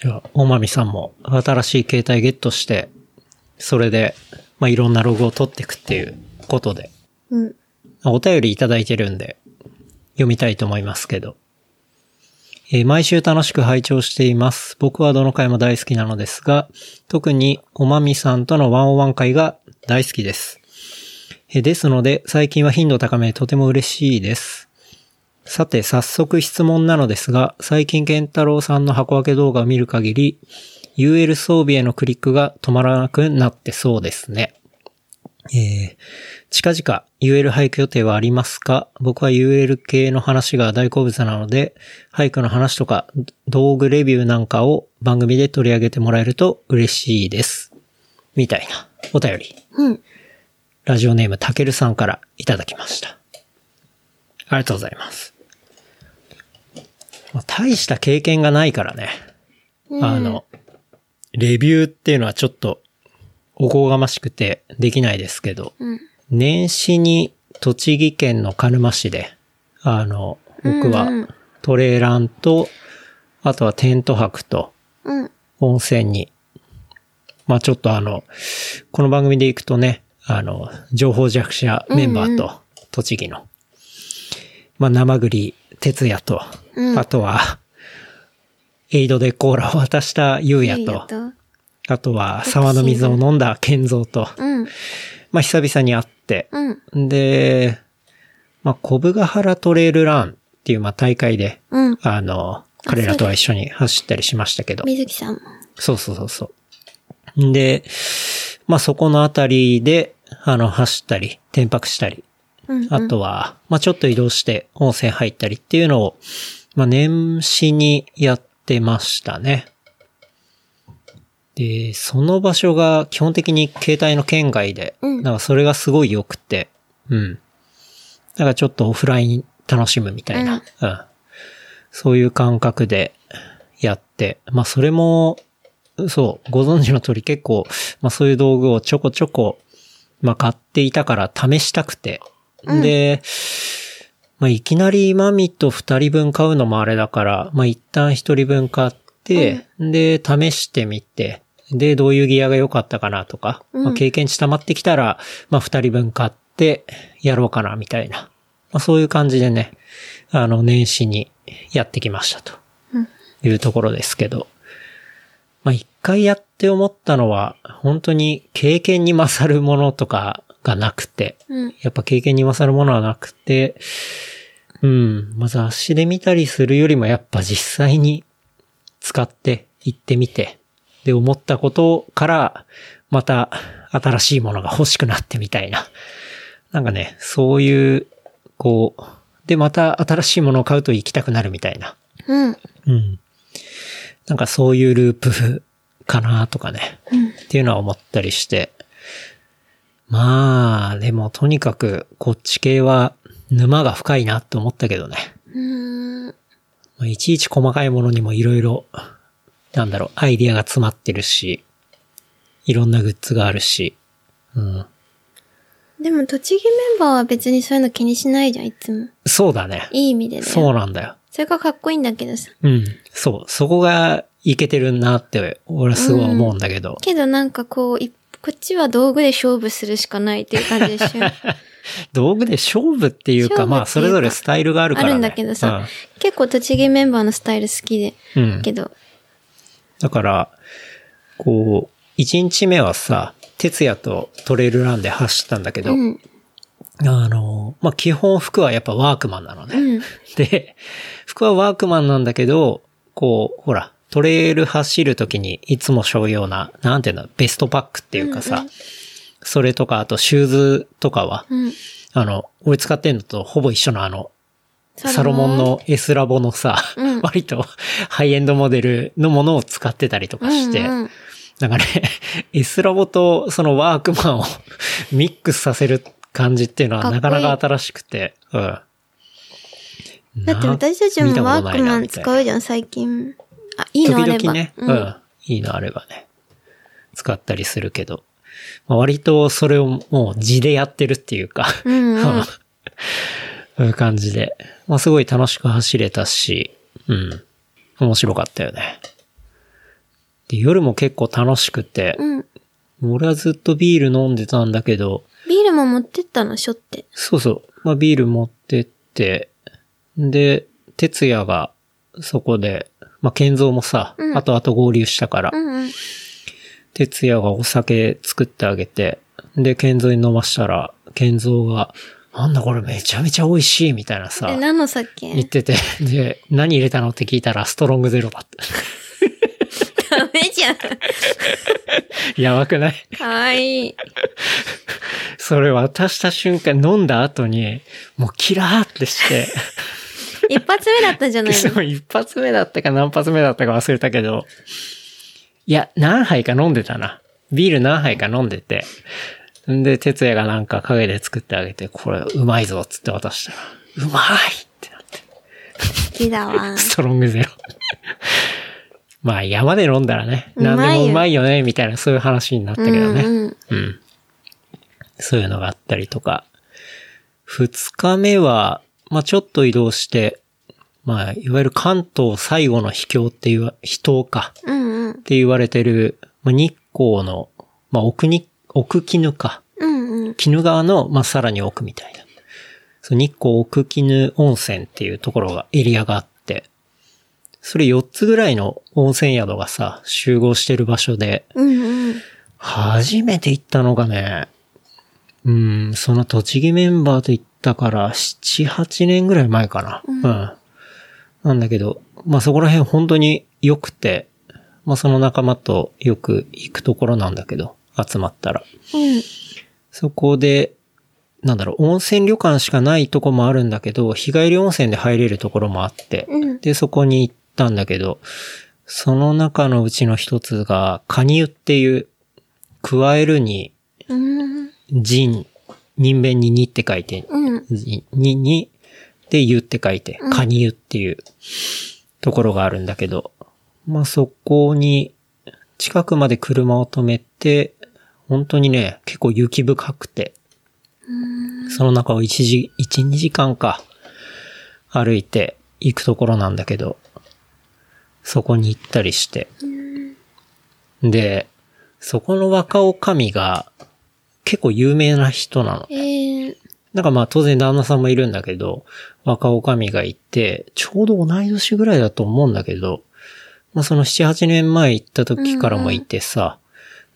[SPEAKER 3] じゃあ、おまみさんも新しい携帯ゲットして、それで、まあ、いろんなログを取っていくっていうことで、
[SPEAKER 2] うん。
[SPEAKER 3] お便りいただいてるんで、読みたいと思いますけど。えー毎週楽しく拝聴しています。僕はどの回も大好きなのですが、特におまみさんとのワンオワン回が大好きです。えーですので、最近は頻度高めでとても嬉しいです。さて、早速質問なのですが、最近健太郎さんの箱開け動画を見る限り、UL 装備へのクリックが止まらなくなってそうですね。えー近々 UL 俳句予定はありますか僕は UL 系の話が大好物なので、俳句の話とか道具レビューなんかを番組で取り上げてもらえると嬉しいです。みたいなお便り。
[SPEAKER 2] うん。
[SPEAKER 3] ラジオネームたけるさんからいただきました。ありがとうございます。まあ大した経験がないからね。あの、レビューっていうのはちょっとおこがましくてできないですけど、
[SPEAKER 2] うん。
[SPEAKER 3] 年始に栃木県の鹿沼市で、あの、僕
[SPEAKER 2] う
[SPEAKER 3] は
[SPEAKER 2] ん
[SPEAKER 3] トレーランと、あとはテント泊と
[SPEAKER 2] うん。
[SPEAKER 3] 温泉に、まあちょっとあの、この番組で行くとね、あの、情報弱者メンバー
[SPEAKER 2] うん
[SPEAKER 3] と、栃木の、まあ生栗哲也と、
[SPEAKER 2] うん
[SPEAKER 3] あとは、エイドでコーラを渡した優
[SPEAKER 2] あ
[SPEAKER 3] 也
[SPEAKER 2] り
[SPEAKER 3] と、
[SPEAKER 2] がとう。
[SPEAKER 3] あとは沢の水を飲んだ健三と、
[SPEAKER 2] うん。
[SPEAKER 3] まあ久々に会って、
[SPEAKER 2] うん。
[SPEAKER 3] で、まあ、コブガハラトレイルランっていう、まあ、大会で、
[SPEAKER 2] うん。
[SPEAKER 3] あの、彼らとは一緒に走ったりしましたけど。
[SPEAKER 2] 水木さんも。
[SPEAKER 3] そうそうそうそう。んで、まあ、そこのあたりで、あの、走ったり、転泊したり、
[SPEAKER 2] うん、うん。
[SPEAKER 3] あとは、まあ、ちょっと移動して温泉入ったりっていうのを、まあ、年始にやってましたね。で、その場所が基本的に携帯の県外で、
[SPEAKER 2] うん
[SPEAKER 3] なんかそれがすごい良くて、うん。だからちょっとオフライン楽しむみたいな、うん。そういう感覚でやって、まあ、それも、そう、ご存知の通り結構、まあ、そういう道具をちょこちょこ、まあ、買っていたから試したくて、で、まあ、いきなりマミと二人分買うのもあれだから、まあ、一旦一人分買って、で、試してみて、で、どういうギアが良かったかなとか、
[SPEAKER 2] うん
[SPEAKER 3] まあ、経験値溜まってきたら、まあ、二人分買って、やろうかな、みたいな。まあ、そういう感じでね、あの、年始にやってきましたと
[SPEAKER 2] うん。
[SPEAKER 3] いうところですけど。まあ、一回やって思ったのは、本当に経験に勝るものとかがなくて、
[SPEAKER 2] うん。
[SPEAKER 3] やっぱ経験に勝るものはなくて、うん、まず足で見たりするよりもやっぱ実際に使って行ってみて、で思ったことから、また新しいものが欲しくなってみたいな。なんかね、そういう、こう、でまた新しいものを買うと行きたくなるみたいな。
[SPEAKER 2] うん。
[SPEAKER 3] うん。なんかそういうループ <laughs> かなとかね。っていうのは思ったりして。まあ、でもとにかくこっち系は沼が深いなと思ったけどね。
[SPEAKER 2] うん。
[SPEAKER 3] まあいちいち細かいものにもいろいろ、なんだろう、アイディアが詰まってるし、いろんなグッズがあるし。うん。
[SPEAKER 2] でも、栃木メンバーは別にそういうの気にしないじゃん、いつも。
[SPEAKER 3] そうだね。
[SPEAKER 2] いい意味でね。
[SPEAKER 3] そうなんだよ。
[SPEAKER 2] それがかっこいいんだけどさ。
[SPEAKER 3] うん。そう。そこがいけてるなって、俺はすごい思うんだけど。
[SPEAKER 2] けどなんかこう、いこっちは道具で勝負するしかないっていう感じでしょ。
[SPEAKER 3] 道具で勝負ってい
[SPEAKER 2] 勝負っ
[SPEAKER 3] うか、
[SPEAKER 2] ていうか
[SPEAKER 3] まあ、それぞれスタイル <laughs> があるから、
[SPEAKER 2] あ
[SPEAKER 3] ね。
[SPEAKER 2] るんだけどさ、結構栃木メンバーのスタイル好きで、
[SPEAKER 3] うん。うん。
[SPEAKER 2] けど、
[SPEAKER 3] だから、こう、 1日目はさ、哲也とトレイルランで走ったんだけど、
[SPEAKER 2] うん。
[SPEAKER 3] あの、まあ、基本服はやっぱワークマンなのね。
[SPEAKER 2] うん。
[SPEAKER 3] で、服はワークマンなんだけど、こう、ほら、トレイル走るときにいつもしょうような、なんていうの、ベストパックっていうかさ、それとか、あとシューズとかは、
[SPEAKER 2] うん。
[SPEAKER 3] あの、俺使ってんのとほぼ一緒のあの、サロモン。の S ラボのさ、
[SPEAKER 2] うん
[SPEAKER 3] 割とハイエンドモデルのものを使ってたりとかして、
[SPEAKER 2] うんうん
[SPEAKER 3] なんかね、S ラボとそのワークマンを <laughs> ミックスさせる感じっていうのは
[SPEAKER 2] かっこい
[SPEAKER 3] ないかなか新しくて、うん。
[SPEAKER 2] だって私たち
[SPEAKER 3] な見
[SPEAKER 2] も
[SPEAKER 3] た
[SPEAKER 2] ワ
[SPEAKER 3] こと
[SPEAKER 2] ー
[SPEAKER 3] ない
[SPEAKER 2] ク
[SPEAKER 3] な
[SPEAKER 2] マ
[SPEAKER 3] み
[SPEAKER 2] ン
[SPEAKER 3] たいな
[SPEAKER 2] 使うじゃん、最近。あ、いいのあれ
[SPEAKER 3] 時
[SPEAKER 2] ば。
[SPEAKER 3] 々ね、
[SPEAKER 2] う
[SPEAKER 3] うんん。いいのあればね、使ったりするけど、まあ、割とそれをもう字でやってるっていうか、
[SPEAKER 2] うんうん
[SPEAKER 3] そういう感じで、まあ、すごい楽しく走れたし、うん。面白かったよね。で夜も結構楽しくて、
[SPEAKER 2] うん。
[SPEAKER 3] 俺はずっとビール飲んでたんだけど、
[SPEAKER 2] ビールも持ってったの、しょって。
[SPEAKER 3] そうそう。まあ、ビール持ってって、で、哲也がそこで、まあ、健三もさ、
[SPEAKER 2] うん
[SPEAKER 3] あとあと合流したから
[SPEAKER 2] う、んうん。
[SPEAKER 3] 哲也がお酒作ってあげて、で、健三に飲ましたら、健三が、なんだこれめちゃめちゃ美味しいみたいなさ、
[SPEAKER 2] え、何の
[SPEAKER 3] 言っ
[SPEAKER 2] 酒
[SPEAKER 3] てて、 <laughs> で、何入れたのって聞いたら、ストロングゼロだっ
[SPEAKER 2] ダメじゃん。
[SPEAKER 3] た。 <laughs> やばくない <laughs>
[SPEAKER 2] かわいい。
[SPEAKER 3] それ渡した瞬間、飲んだ後に、もうキラーってして、
[SPEAKER 2] 一発目だったじゃない
[SPEAKER 3] <laughs> そ
[SPEAKER 2] の。
[SPEAKER 3] う、一発目だったか何発目だったか忘れたけど、いや、何杯か飲んでたな。ビール何杯か飲んでて。んで、哲也がなんか影で作ってあげて、これうまいぞっつって渡したら、うまいってなって、
[SPEAKER 2] 好きだ <laughs> わ。
[SPEAKER 3] ストロングゼロ。 <laughs> まあ、山で飲んだらね、
[SPEAKER 2] うまいよ
[SPEAKER 3] 何でもうまいよね、みたいなそういう話になったけどね。
[SPEAKER 2] うんうん。
[SPEAKER 3] うん。そういうのがあったりとか。二日目は、まあちょっと移動して、まあいわゆる関東最後の秘境っていう、秘湯かっ
[SPEAKER 2] うんうん。
[SPEAKER 3] て言われてる、まあ、日光の、まあ奥に、奥絹か。
[SPEAKER 2] うんうん。
[SPEAKER 3] 絹川の、まあさらに奥みたいな。そう日光奥絹温泉っていうところが、エリアがあって、それ4つぐらいの温泉宿がさ、集合してる場所で、
[SPEAKER 2] うんうん。
[SPEAKER 3] 初めて行ったのがね、うん、その栃木メンバーと行ったから、7、8年ぐらい前かな。うん。なんだけど、まあそこら辺本当に良くて、まあその仲間とよく行くところなんだけど、集まったら。
[SPEAKER 2] うん。
[SPEAKER 3] そこで、なんだろう、温泉旅館しかないとこもあるんだけど、日帰り温泉で入れるところもあって、
[SPEAKER 2] うん
[SPEAKER 3] で、そこに行ったんだけど、その中のうちの一つが、カニ湯っていう、加えるに、
[SPEAKER 2] うん。
[SPEAKER 3] 人、人弁ににって書いて、
[SPEAKER 2] うん。
[SPEAKER 3] に、にに、で、湯って書いて、カニ湯っていうところがあるんだけど、まあそこに、近くまで車を止めて、本当にね、結構雪深くて、その中を1時、一2時間か、歩いて行くところなんだけど、そこに行ったりして。で、そこの若おかみが、結構有名な人なの。
[SPEAKER 2] えー、
[SPEAKER 3] なんかまあ当然旦那さんもいるんだけど、若女将がいて、ちょうど同い年ぐらいだと思うんだけど、まあその7、8年前行った時からもいてさ、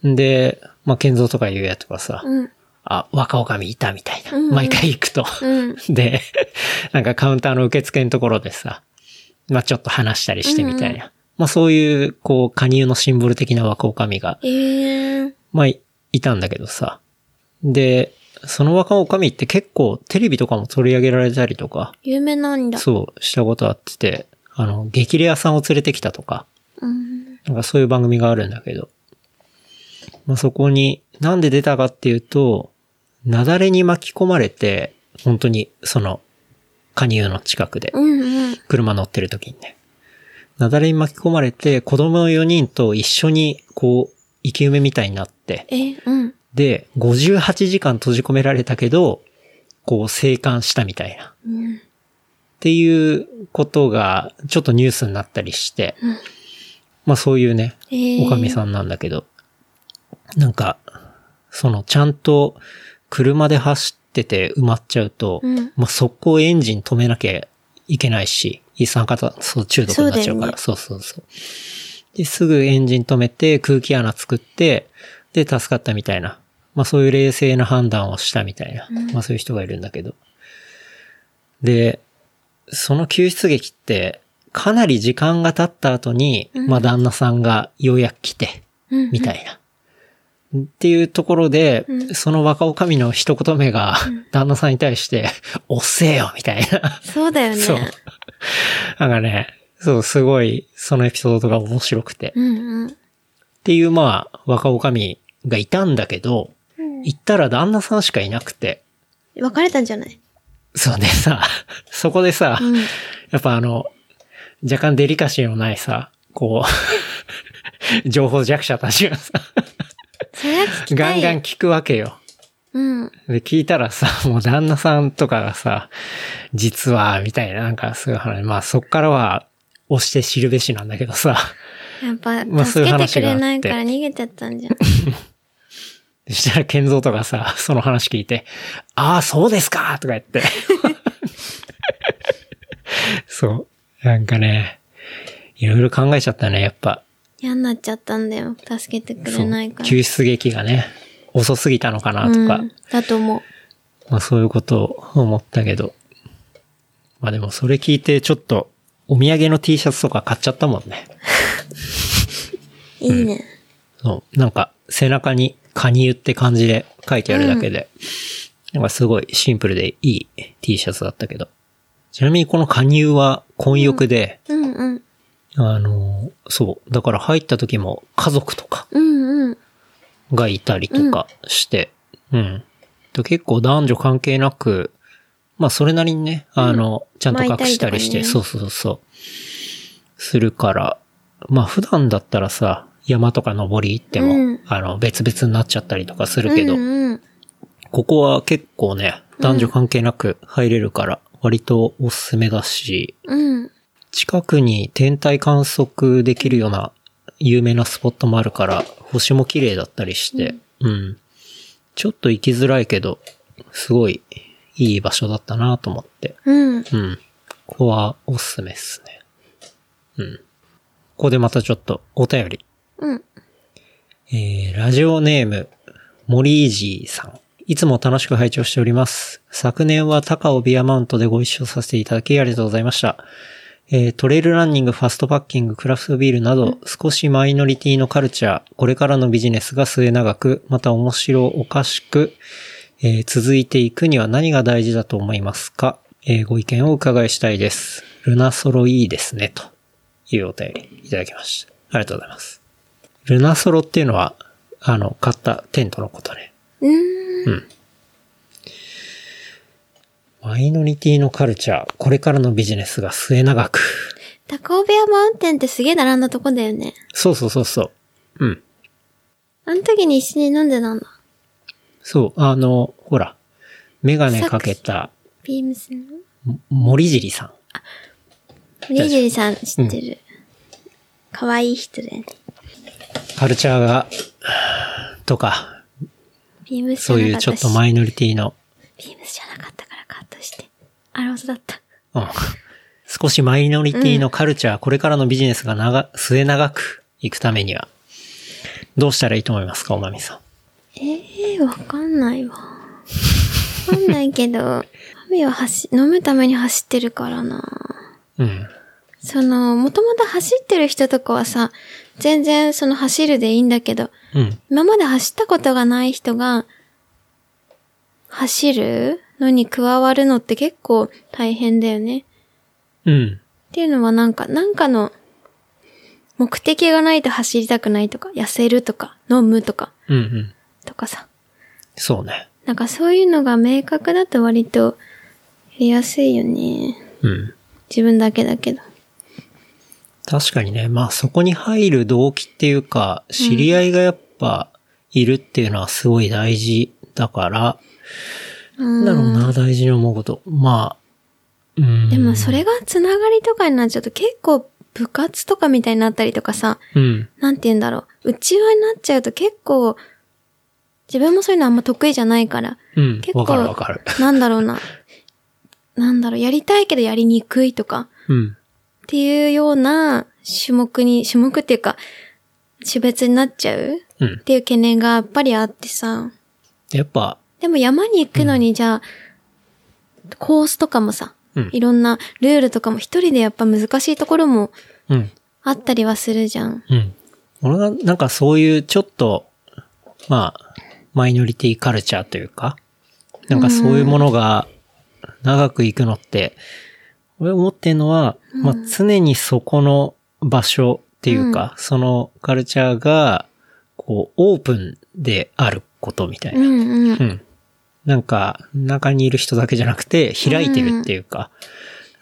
[SPEAKER 3] で、まあ健三とかゆうやとかさ、
[SPEAKER 2] うん。
[SPEAKER 3] あ、若女将いたみたいな。
[SPEAKER 2] うんうん
[SPEAKER 3] 毎回行くと。 <laughs>
[SPEAKER 2] うん。
[SPEAKER 3] で、なんかカウンターの受付のところでさ、まあちょっと話したりしてみたいな。まあそういう、こう、加入のシンボル的な若女将が
[SPEAKER 2] えー、
[SPEAKER 3] まあ、いいたんだけどさ。で、その若女将って結構テレビとかも取り上げられたりとか、
[SPEAKER 2] 有名なんだ。
[SPEAKER 3] そう、したことあってて、あの、激レアさんを連れてきたとか、
[SPEAKER 2] うん。
[SPEAKER 3] なんかそういう番組があるんだけど、まあ、そこに、なんで出たかっていうと、雪崩に巻き込まれて、本当に、その、加入の近くで、
[SPEAKER 2] うんうん。
[SPEAKER 3] 車乗ってる時にね。雪崩に巻き込まれて、子供4人と一緒に、こう、生き埋めみたいになって、
[SPEAKER 2] え、うん。
[SPEAKER 3] で、58時間閉じ込められたけど、こう、生還したみたいな。
[SPEAKER 2] うん。
[SPEAKER 3] っていうことが、ちょっとニュースになったりして、
[SPEAKER 2] うん
[SPEAKER 3] まあそういうね、
[SPEAKER 2] えー、
[SPEAKER 3] おかみさんなんだけど、なんか、その、ちゃんと、車で走ってて埋まっちゃうと、
[SPEAKER 2] うん
[SPEAKER 3] まあ速攻エンジン止めなきゃいけないし、一酸化炭素中毒になっちゃうから、そうそうそう。で、すぐエンジン止めて空気穴作って、で、助かったみたいな。まあそういう冷静な判断をしたみたいな。まあそういう人がいるんだけど。で、その救出劇って、かなり時間が経った後に、まあ旦那さんがようやく来て、
[SPEAKER 2] うん
[SPEAKER 3] みたいな。っていうところで、その若女将の一言目が、旦那さんに対して、 <laughs> 押せよみたいな。
[SPEAKER 2] そうだよね。
[SPEAKER 3] そう。 <laughs> なんかね、そう、すごい、そのエピソードが面白くて。っ
[SPEAKER 2] うんうん。
[SPEAKER 3] ていう、まあ、若女将がいたんだけど、行ったら旦那さんしかいなくて。
[SPEAKER 2] 別れたんじゃない
[SPEAKER 3] そうでさ、 <laughs> そこでさ、
[SPEAKER 2] うん。
[SPEAKER 3] やっぱあの、若干デリカシーのないさ、こう、 <laughs> 情報弱者たちがさ、
[SPEAKER 2] それは聞き
[SPEAKER 3] ガ
[SPEAKER 2] た
[SPEAKER 3] ン
[SPEAKER 2] い。
[SPEAKER 3] ガン聞くわけよ。
[SPEAKER 2] うん。
[SPEAKER 3] で、聞いたらさ、もう旦那さんとかがさ、実は、みたいな、なんかそういう話。まあそっからは、押して知るべしなんだけどさ、
[SPEAKER 2] やっ
[SPEAKER 3] まあ
[SPEAKER 2] ぱ、
[SPEAKER 3] そ
[SPEAKER 2] 助け
[SPEAKER 3] ういう
[SPEAKER 2] て
[SPEAKER 3] 話
[SPEAKER 2] く
[SPEAKER 3] があっ
[SPEAKER 2] れ
[SPEAKER 3] て
[SPEAKER 2] ないから逃げちゃったんじゃん。
[SPEAKER 3] そしたら、健三とかさ、その話聞いて、ああ、そうですかとか言って。そう。なんかね、いろいろ考えちゃったね、やっぱ。
[SPEAKER 2] 嫌になっちゃったんだよ。助けてく
[SPEAKER 3] そ
[SPEAKER 2] れ
[SPEAKER 3] う
[SPEAKER 2] ないから。
[SPEAKER 3] 救出劇がね、遅すぎたのかなとか、
[SPEAKER 2] うん。だと思う。
[SPEAKER 3] まあそういうことを思ったけど。まあでもそれ聞いてちょっと、お土産の T シャツとか買っちゃったもんね。
[SPEAKER 2] いいね。
[SPEAKER 3] そう。なんか、背中にカニ湯って感じで書いてあるだけで、なんかすごいシンプルでいい T シャツだったけど。ちなみにこのカニ湯は混浴で、
[SPEAKER 2] うんうん。
[SPEAKER 3] あの、そう。だから入った時も家族とか
[SPEAKER 2] うんうん。
[SPEAKER 3] がいたりとかして、うん。と結構男女関係なく、まあそれなりにね、あの、ちゃんと隠したり
[SPEAKER 2] 巻いたりと
[SPEAKER 3] して、
[SPEAKER 2] かね
[SPEAKER 3] そうそうそう、するから、まあ普段だったらさ、山とか登り行っても、
[SPEAKER 2] うん
[SPEAKER 3] あの、別々になっちゃったりとかするけど、
[SPEAKER 2] うんうん。
[SPEAKER 3] ここは結構ね、男女関係なく入れるから、割とおすすめだし、
[SPEAKER 2] うん。
[SPEAKER 3] 近くに天体観測できるような有名なスポットもあるから、星も綺麗だったりして、うん。ちょっと行きづらいけど、すごいいい場所だったなと思って。
[SPEAKER 2] うん。
[SPEAKER 3] うん。ここはおすすめっすね。うん。ここでまたちょっとお便り。
[SPEAKER 2] うん。
[SPEAKER 3] えー、ラジオネーム、森イジーさん。いつも楽しく拝聴しております。昨年は高尾ビアマウントでご一緒させていただきありがとうございました。えートレイルランニング、ファストパッキング、クラフトビールなど、少しマイノリティのカルチャー、これからのビジネスが末長く、また面白おかしく、えー続いていくには何が大事だと思いますか、えーご意見をお伺いしたいです。ルナソロいいですね、というお便りいただきました。ありがとうございます。ルナソロっていうのは、あの、買ったテントのことね。
[SPEAKER 2] うん。
[SPEAKER 3] マイノリティのカルチャー、これからのビジネスが末長く。
[SPEAKER 2] 高尾部屋マウンテンってすげえ並んだとこだよね。
[SPEAKER 3] そうそうそうそう。うん。
[SPEAKER 2] あの時に一緒に飲んでたんだ。
[SPEAKER 3] そう、あの、ほら、メガネかけた
[SPEAKER 2] ビームスの。
[SPEAKER 3] も森尻さん。
[SPEAKER 2] リージリさん知ってる。可愛、いい人だよね。
[SPEAKER 3] カルチャーが、とか、
[SPEAKER 2] ビームスじ
[SPEAKER 3] そ
[SPEAKER 2] ゃ
[SPEAKER 3] う
[SPEAKER 2] な
[SPEAKER 3] いう
[SPEAKER 2] かっ
[SPEAKER 3] ちょ
[SPEAKER 2] た
[SPEAKER 3] っ
[SPEAKER 2] し。
[SPEAKER 3] とマイノリティの、
[SPEAKER 2] ビームスじゃなかったからカットして。アローズだった。
[SPEAKER 3] うん。少しマイノリティのカルチャー、これからのビジネスが長、末長くいくためには、どうしたらいいと思いますか、おまみさん。
[SPEAKER 2] ええー、わかんないわ。わかんないけど、 <laughs> 雨は走、飲むために走ってるからな。
[SPEAKER 3] うん。
[SPEAKER 2] その、もともと走ってる人とかはさ、全然その走るでいいんだけど、
[SPEAKER 3] うん。
[SPEAKER 2] 今まで走ったことがない人が、走るのに加わるのって結構大変だよね。
[SPEAKER 3] うん。
[SPEAKER 2] っていうのはなんか、なんかの、目的がないと走りたくないとか、痩せるとか、飲むとか、
[SPEAKER 3] うんうん。
[SPEAKER 2] とかさ。
[SPEAKER 3] そうね。
[SPEAKER 2] なんかそういうのが明確だと割と、やりやすいよね。
[SPEAKER 3] うん。
[SPEAKER 2] 自分だけだけど。
[SPEAKER 3] 確かにね、まあそこに入る動機っていうか、知り合いがやっぱいるっていうのはすごい大事だから、
[SPEAKER 2] うん
[SPEAKER 3] なんだろうな、大事に思うこと。まあ、うん。
[SPEAKER 2] でもそれがつながりとかになっちゃうと結構部活とかみたいになったりとかさ、
[SPEAKER 3] うん。
[SPEAKER 2] なんて言うんだろう。内輪になっちゃうと結構、自分もそういうのあんま得意じゃないから、
[SPEAKER 3] うん
[SPEAKER 2] 結。構
[SPEAKER 3] わかるわかる。
[SPEAKER 2] なんだろうな。なんだろう、やりたいけどやりにくいとか、
[SPEAKER 3] う
[SPEAKER 2] っ
[SPEAKER 3] ん。
[SPEAKER 2] ていうような種目に、種目っていうか、種別になっちゃう
[SPEAKER 3] う
[SPEAKER 2] っ
[SPEAKER 3] ん。
[SPEAKER 2] ていう懸念がやっぱりあってさ。
[SPEAKER 3] やっぱ、
[SPEAKER 2] でも山に行くのにじゃあ、コースとかもさ、
[SPEAKER 3] うん
[SPEAKER 2] いろんなルールとかも一人でやっぱ難しいところも
[SPEAKER 3] うん。
[SPEAKER 2] あったりはするじゃん。
[SPEAKER 3] うん。俺が、なんかそういうちょっと、まあ、マイノリティカルチャーというか、なんかそういうものが長くいくのって、俺思ってんのは、まあ常にそこの場所っていうか、そのカルチャーが、こう、オープンであることみたいう
[SPEAKER 2] ん
[SPEAKER 3] な。
[SPEAKER 2] うん。
[SPEAKER 3] うん。なんか、中にいる人だけじゃなくて、開いてるっていうか、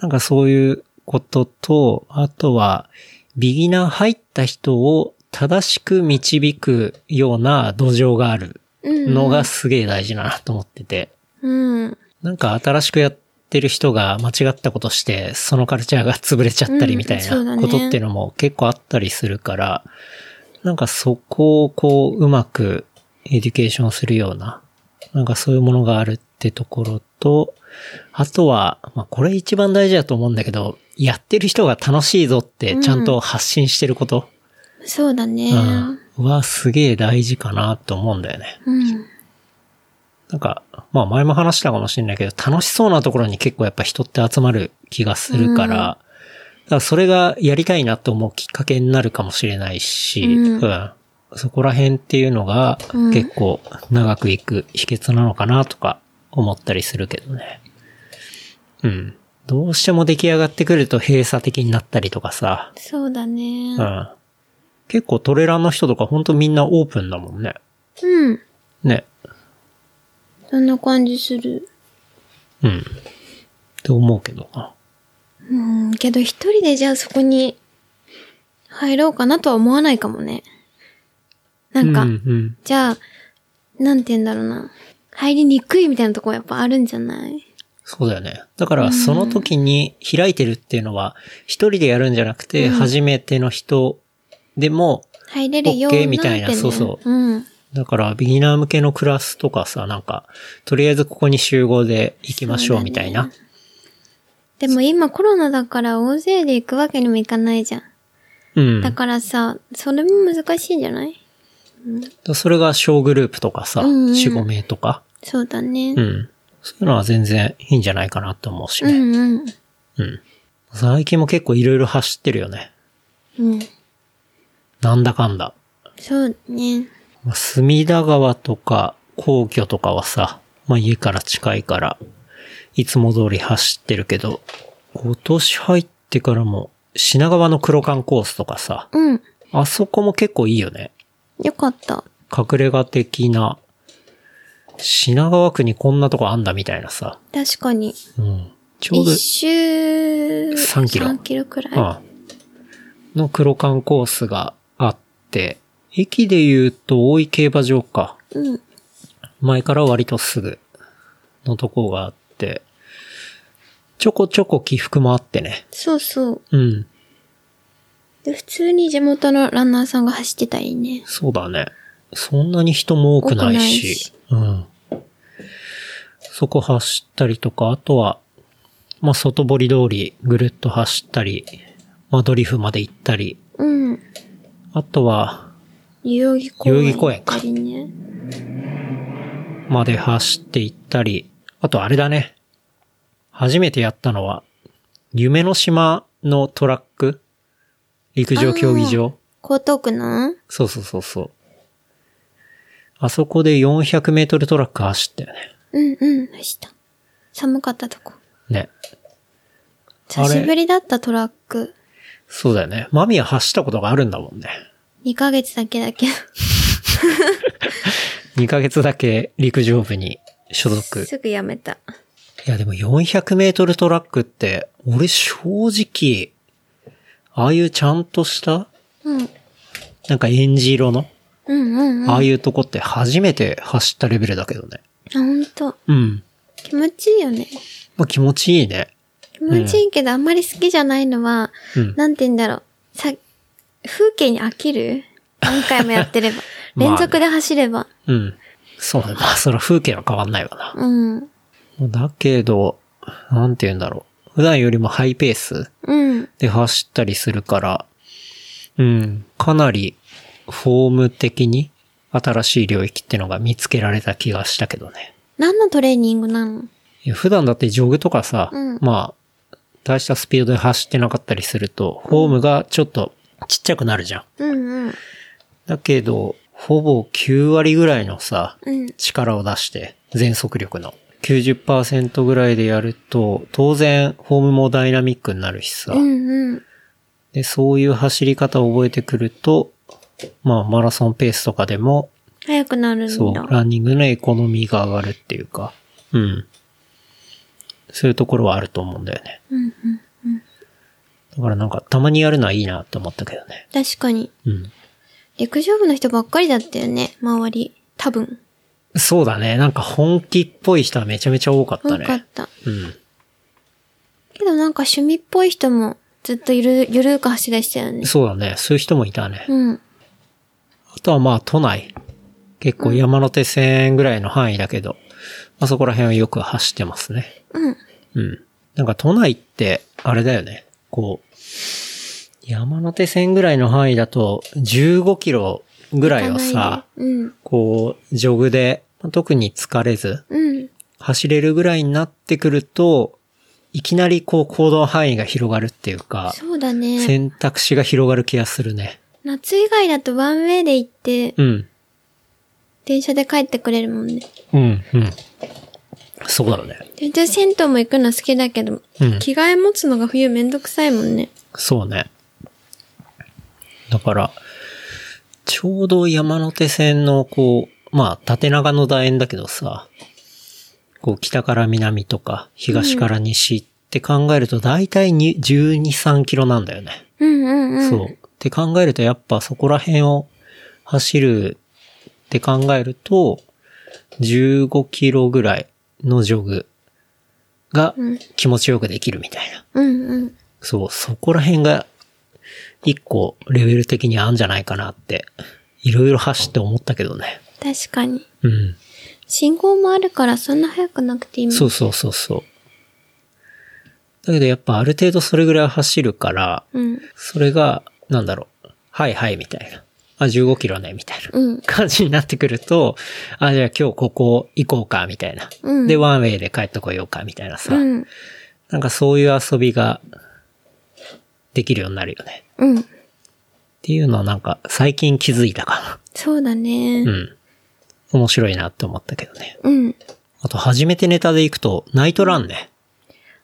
[SPEAKER 3] なんかそういうことと、あとは、ビギナー入った人を正しく導くような土壌がある
[SPEAKER 2] うん。
[SPEAKER 3] のがすげえ大事だなと思ってて、
[SPEAKER 2] うん。
[SPEAKER 3] なんか新しくやってる人が間違ったことして、そのカルチャーが潰れちゃったりみたい
[SPEAKER 2] うんそうだ
[SPEAKER 3] な
[SPEAKER 2] ね
[SPEAKER 3] ことっていうのも結構あったりするから、なんかそこをこううまくエデュケーションするような、なんかそういうものがあるってところと、あとは、まあこれ一番大事だと思うんだけど、やってる人が楽しいぞってちゃんと発信してること、
[SPEAKER 2] そうだね。
[SPEAKER 3] うん、はすげえ大事かなと思うんだよね。
[SPEAKER 2] うん。
[SPEAKER 3] なんか、まあ前も話したかもしれないけど、楽しそうなところに結構やっぱ人って集まる気がするから、
[SPEAKER 2] うん
[SPEAKER 3] だからそれがやりたいなと思うきっかけになるかもしれないし、
[SPEAKER 2] うん
[SPEAKER 3] うんそこら辺っていうのが
[SPEAKER 2] うん
[SPEAKER 3] 結構長くいく秘訣なのかなとか思ったりするけどね。うん。どうしても出来上がってくると閉鎖的になったりとかさ、
[SPEAKER 2] そうだね。
[SPEAKER 3] うん。結構トレランの人とかほんとみんなオープンだもんね。
[SPEAKER 2] うん。
[SPEAKER 3] ね。
[SPEAKER 2] そんな感じする。
[SPEAKER 3] うん。って思うけどな。
[SPEAKER 2] うん。けど一人でじゃあそこに入ろうかなとは思わないかもね。なんか、
[SPEAKER 3] うんうん、
[SPEAKER 2] じゃあ、なんて言うんだろうな。入りにくいみたいなとこやっぱあるんじゃない
[SPEAKER 3] そうだよね。だから、その時に開いてるっていうのは、一人でやるんじゃなくて、初めての人でも、
[SPEAKER 2] 入れるような
[SPEAKER 3] OK みたいな
[SPEAKER 2] ってね。
[SPEAKER 3] そうそう
[SPEAKER 2] うん。
[SPEAKER 3] だから、ビギナー向けのクラスとかさ、なんか、とりあえずここに集合で行きましょうみたいな。
[SPEAKER 2] でも今コロナだから大勢で行くわけにもいかないじゃん。
[SPEAKER 3] うん。
[SPEAKER 2] だ
[SPEAKER 3] だか
[SPEAKER 2] からさ、それも難しいんじゃない
[SPEAKER 3] らそれが小グループとかさ、
[SPEAKER 2] うんうん
[SPEAKER 3] 4、5名とか。
[SPEAKER 2] そうだね。
[SPEAKER 3] うん。そういうのは全然いいんじゃないかなと思うし
[SPEAKER 2] う
[SPEAKER 3] ね。
[SPEAKER 2] んうん。
[SPEAKER 3] うん。最近も結構いろいろ走ってるよね。
[SPEAKER 2] うん。
[SPEAKER 3] なんだかんだ。
[SPEAKER 2] そうね。
[SPEAKER 3] まあ隅田川とか皇居とかはさ、まあ家から近いから、いつも通り走ってるけど、今年入ってからも、品川の黒缶コースとかさ、
[SPEAKER 2] うん。
[SPEAKER 3] あそこも結構いいよね。
[SPEAKER 2] よかった。
[SPEAKER 3] 隠れ家的な、品川区にこんなとこあんだみたいなさ。
[SPEAKER 2] 確かに。
[SPEAKER 3] うん。ちょうど
[SPEAKER 2] 一、周、
[SPEAKER 3] 3キロ
[SPEAKER 2] 3キロくらい。
[SPEAKER 3] うん。の黒缶コースがあって、駅で言うと大井競馬場か。
[SPEAKER 2] うん。
[SPEAKER 3] 前から割とすぐのとこがあって、ちょこちょこ起伏もあってね。
[SPEAKER 2] そうそう。
[SPEAKER 3] うん。
[SPEAKER 2] で、普通に地元のランナーさんが走ってたりね。
[SPEAKER 3] そうだね。そんなに人も多くないし。うん。そこ走ったりとか、あとは、まあ、外堀通りぐるっと走ったり、まあ、ドリフまで行ったり、
[SPEAKER 2] うん。
[SPEAKER 3] あとは、
[SPEAKER 2] 代々木公園。
[SPEAKER 3] 代々木公園か
[SPEAKER 2] 行ったりね。
[SPEAKER 3] まで走って行ったり、あとあれだね。初めてやったのは、夢の島のトラック陸上競技場
[SPEAKER 2] 江東区の
[SPEAKER 3] そうそうそうそう。あそこで400メートルトラック走ったよね。
[SPEAKER 2] うんうん、走った。寒かったとこ。
[SPEAKER 3] ね。あ
[SPEAKER 2] 久し
[SPEAKER 3] れ
[SPEAKER 2] ぶりだったトラック。
[SPEAKER 3] そうだよね。マミは走ったことがあるんだもんね。
[SPEAKER 2] 2ヶ月だけだけど。
[SPEAKER 3] 2ヶ月だけ陸上部に所属。
[SPEAKER 2] <laughs> すぐやめた。
[SPEAKER 3] いやでも400メートルトラックって、俺正直、ああいうちゃんとした、
[SPEAKER 2] うん。
[SPEAKER 3] なんかエンジ色の、
[SPEAKER 2] うんうんうん。
[SPEAKER 3] あ
[SPEAKER 2] あ、
[SPEAKER 3] あいうとこって初めて走ったレベルだけどね。
[SPEAKER 2] ほんと。
[SPEAKER 3] うん。
[SPEAKER 2] 気持ちいいよね。
[SPEAKER 3] まあ、気持ちいいね。
[SPEAKER 2] 気持ちいいけど、あんまり好きじゃないのは、
[SPEAKER 3] うん。
[SPEAKER 2] なんて言うんだろう。さ、風景に飽きる何回もやってれば。
[SPEAKER 3] <laughs> まあね
[SPEAKER 2] 連続で走れば。
[SPEAKER 3] うん。そうだね。まあ、それは風景は変わんないわな。
[SPEAKER 2] うん。
[SPEAKER 3] だけど、なんて言うんだろう。普段よりもハイペース
[SPEAKER 2] うん。
[SPEAKER 3] で走ったりするから、うん。かなり、フォーム的に新しい領域ってのが見つけられた気がしたけどね。
[SPEAKER 2] 何のトレーニングなの
[SPEAKER 3] いや普段だってジョグとかさ、
[SPEAKER 2] うん
[SPEAKER 3] まあ、大したスピードで走ってなかったりすると、フォームがちょっとちっちゃくなるじゃん。
[SPEAKER 2] うんうん。
[SPEAKER 3] だけど、ほぼ9割ぐらいのさ、
[SPEAKER 2] うん。
[SPEAKER 3] 力を出して、全速力の。90%ぐらいでやると、当然、フォームもダイナミックになるしさ。
[SPEAKER 2] うんうん。
[SPEAKER 3] で、そういう走り方を覚えてくると、まあ、マラソンペースとかでも、
[SPEAKER 2] 早くなるんだ。
[SPEAKER 3] そう、ランニングのエコノミーが上がるっていうか、うん。そういうところはあると思うんだよね。
[SPEAKER 2] うんうん。
[SPEAKER 3] だからなんか、たまにやるのはいいなって思ったけどね。
[SPEAKER 2] 確かに。
[SPEAKER 3] うん。
[SPEAKER 2] 陸上部の人ばっかりだったよね、周り。多分。
[SPEAKER 3] そうだね。なんか本気っぽい人はめちゃめちゃ多かった
[SPEAKER 2] 多
[SPEAKER 3] ね。
[SPEAKER 2] かった。
[SPEAKER 3] うん。
[SPEAKER 2] けどなんか趣味っぽい人もずっとゆる、ゆるーく走らしたよね。
[SPEAKER 3] そうだね。そういう人もいたね。
[SPEAKER 2] うん。
[SPEAKER 3] あとはまあ都内。結構山手線ぐらいの範囲だけど、まあそこら辺はよく走ってますね。
[SPEAKER 2] うん。
[SPEAKER 3] うん。なんか都内って、あれだよね。こう、山手線ぐらいの範囲だと、15キロぐらいはさ、
[SPEAKER 2] 行かないでうん。
[SPEAKER 3] こう、ジョグで、まあ特に疲れず、
[SPEAKER 2] うん。
[SPEAKER 3] 走れるぐらいになってくると、いきなりこう行動範囲が広がるっていうか、
[SPEAKER 2] そうだね。
[SPEAKER 3] 選択肢が広がる気がするね。
[SPEAKER 2] 夏以外だとワンウェイで行って、
[SPEAKER 3] うん。
[SPEAKER 2] 電車で帰ってくれるもんね。
[SPEAKER 3] うん、うん。そうだね。
[SPEAKER 2] 全然銭湯も行くの好きだけど、
[SPEAKER 3] うん
[SPEAKER 2] 着替え持つのが冬めんどくさいもんね。
[SPEAKER 3] そうね。だから、ちょうど山手線の、こう、まあ、縦長の楕円だけどさ、こう、北から南とか、東から西って考えると、だいたい12、3キロなんだよね。
[SPEAKER 2] うんうんうん。
[SPEAKER 3] そう。って考えると、やっぱそこら辺を走るって考えると、15キロぐらいのジョグが
[SPEAKER 2] うん
[SPEAKER 3] 気持ちよくできるみたいな。
[SPEAKER 2] うんうん。
[SPEAKER 3] そう、そこら辺が一個レベル的にあんじゃないかなって、いろいろ走って思ったけどね。
[SPEAKER 2] 確かに。
[SPEAKER 3] うん。
[SPEAKER 2] 信号もあるからそんな早くなくていいもん
[SPEAKER 3] そうそうそうそう。だけどやっぱある程度それぐらい走るから、
[SPEAKER 2] うん。
[SPEAKER 3] それが、なんだろう、はいはいみたいな。あ、15キロね、みたいな。
[SPEAKER 2] うん。
[SPEAKER 3] 感じになってくると、あ、じゃあ今日ここ行こうか、みたいな。
[SPEAKER 2] うん
[SPEAKER 3] で、ワンウェイで帰ってこようか、みたいなさ。
[SPEAKER 2] うん。
[SPEAKER 3] なんかそういう遊びができるようになるよね。
[SPEAKER 2] うん。
[SPEAKER 3] っていうのはなんか最近気づいたか
[SPEAKER 2] そうだね
[SPEAKER 3] な。う。ん。面白いなって思ったけどね。
[SPEAKER 2] うん。
[SPEAKER 3] あと、初めてネタで行くと、ナイトランね。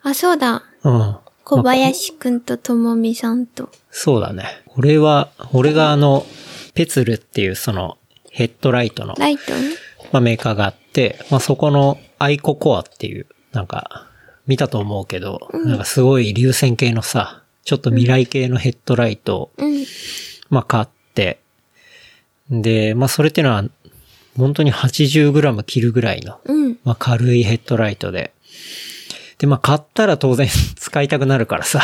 [SPEAKER 2] あ、そうだ。
[SPEAKER 3] うん。
[SPEAKER 2] 小林くんとともみさんと。
[SPEAKER 3] そうだね。俺は、俺があの、ペツルっていうその、ヘッドライトの、
[SPEAKER 2] ライトね
[SPEAKER 3] まあ、メーカーがあって、まあ、そこのアイココアっていう、なんか、見たと思うけど、なんかすごい流線系のさ、ちょっと未来系のヘッドライトを
[SPEAKER 2] うん。
[SPEAKER 3] まあ、買って、で、まあ、それってのは、本当に 80g 切るぐらいの、
[SPEAKER 2] うん。
[SPEAKER 3] まあ、軽いヘッドライトで。で、まあ、買ったら当然 <laughs> 使いたくなるからさ。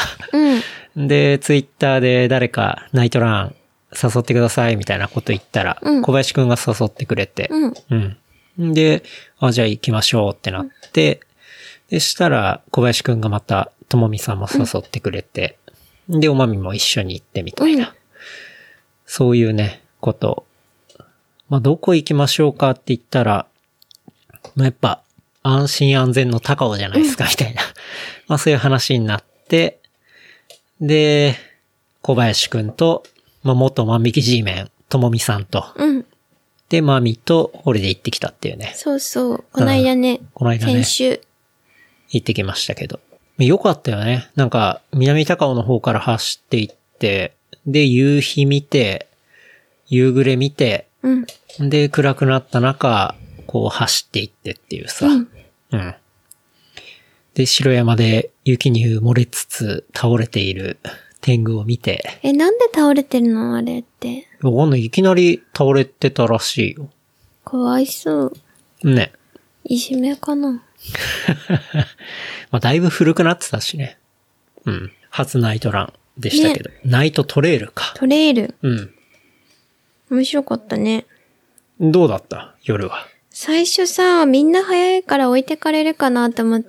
[SPEAKER 2] うん。
[SPEAKER 3] で、ツイッターで誰かナイトラン誘ってくださいみたいなこと言ったら、
[SPEAKER 2] うん
[SPEAKER 3] 小林くんが誘ってくれて、
[SPEAKER 2] うん。
[SPEAKER 3] うん。で、あ、じゃあ行きましょうってなって、で、したら、小林くんがまた、ともみさんも誘ってくれて、で、おまみも一緒に行ってみたいな。
[SPEAKER 2] うん
[SPEAKER 3] そういうね、ことを。まあ、どこ行きましょうかって言ったら、まあ、やっぱ、安心安全の高尾じゃないですか、みたいな。まあ、そういう話になって、で、小林くんと、まあ、元万引き G メン、ともみさんと、
[SPEAKER 2] うん。
[SPEAKER 3] で、マミと俺で行ってきたっていうね。
[SPEAKER 2] そうそう。こないだね。
[SPEAKER 3] この間ね
[SPEAKER 2] 先週。
[SPEAKER 3] 行ってきましたけど。よかったよね。なんか、南高尾の方から走って行って、で、夕日見て、夕暮れ見て、
[SPEAKER 2] うん。
[SPEAKER 3] で、暗くなった中、こう走って行ってっていうさ。
[SPEAKER 2] うん
[SPEAKER 3] うんで、白山で雪に埋もれつつ倒れている天狗を見て、
[SPEAKER 2] え、なんで倒れてるのあれって。
[SPEAKER 3] わかんない。いきなり倒れてたらしいよ。
[SPEAKER 2] かわいそう。
[SPEAKER 3] ね。
[SPEAKER 2] いじめかな。
[SPEAKER 3] まあ、だいぶ古くなってたしね。うん。初ナイトランでしたけど。ナイトトレイルか。
[SPEAKER 2] トレイル。
[SPEAKER 3] うん。
[SPEAKER 2] 面白かったね。
[SPEAKER 3] どうだった夜は。
[SPEAKER 2] 最初さ、みんな早いから置いてかれるかなと思って。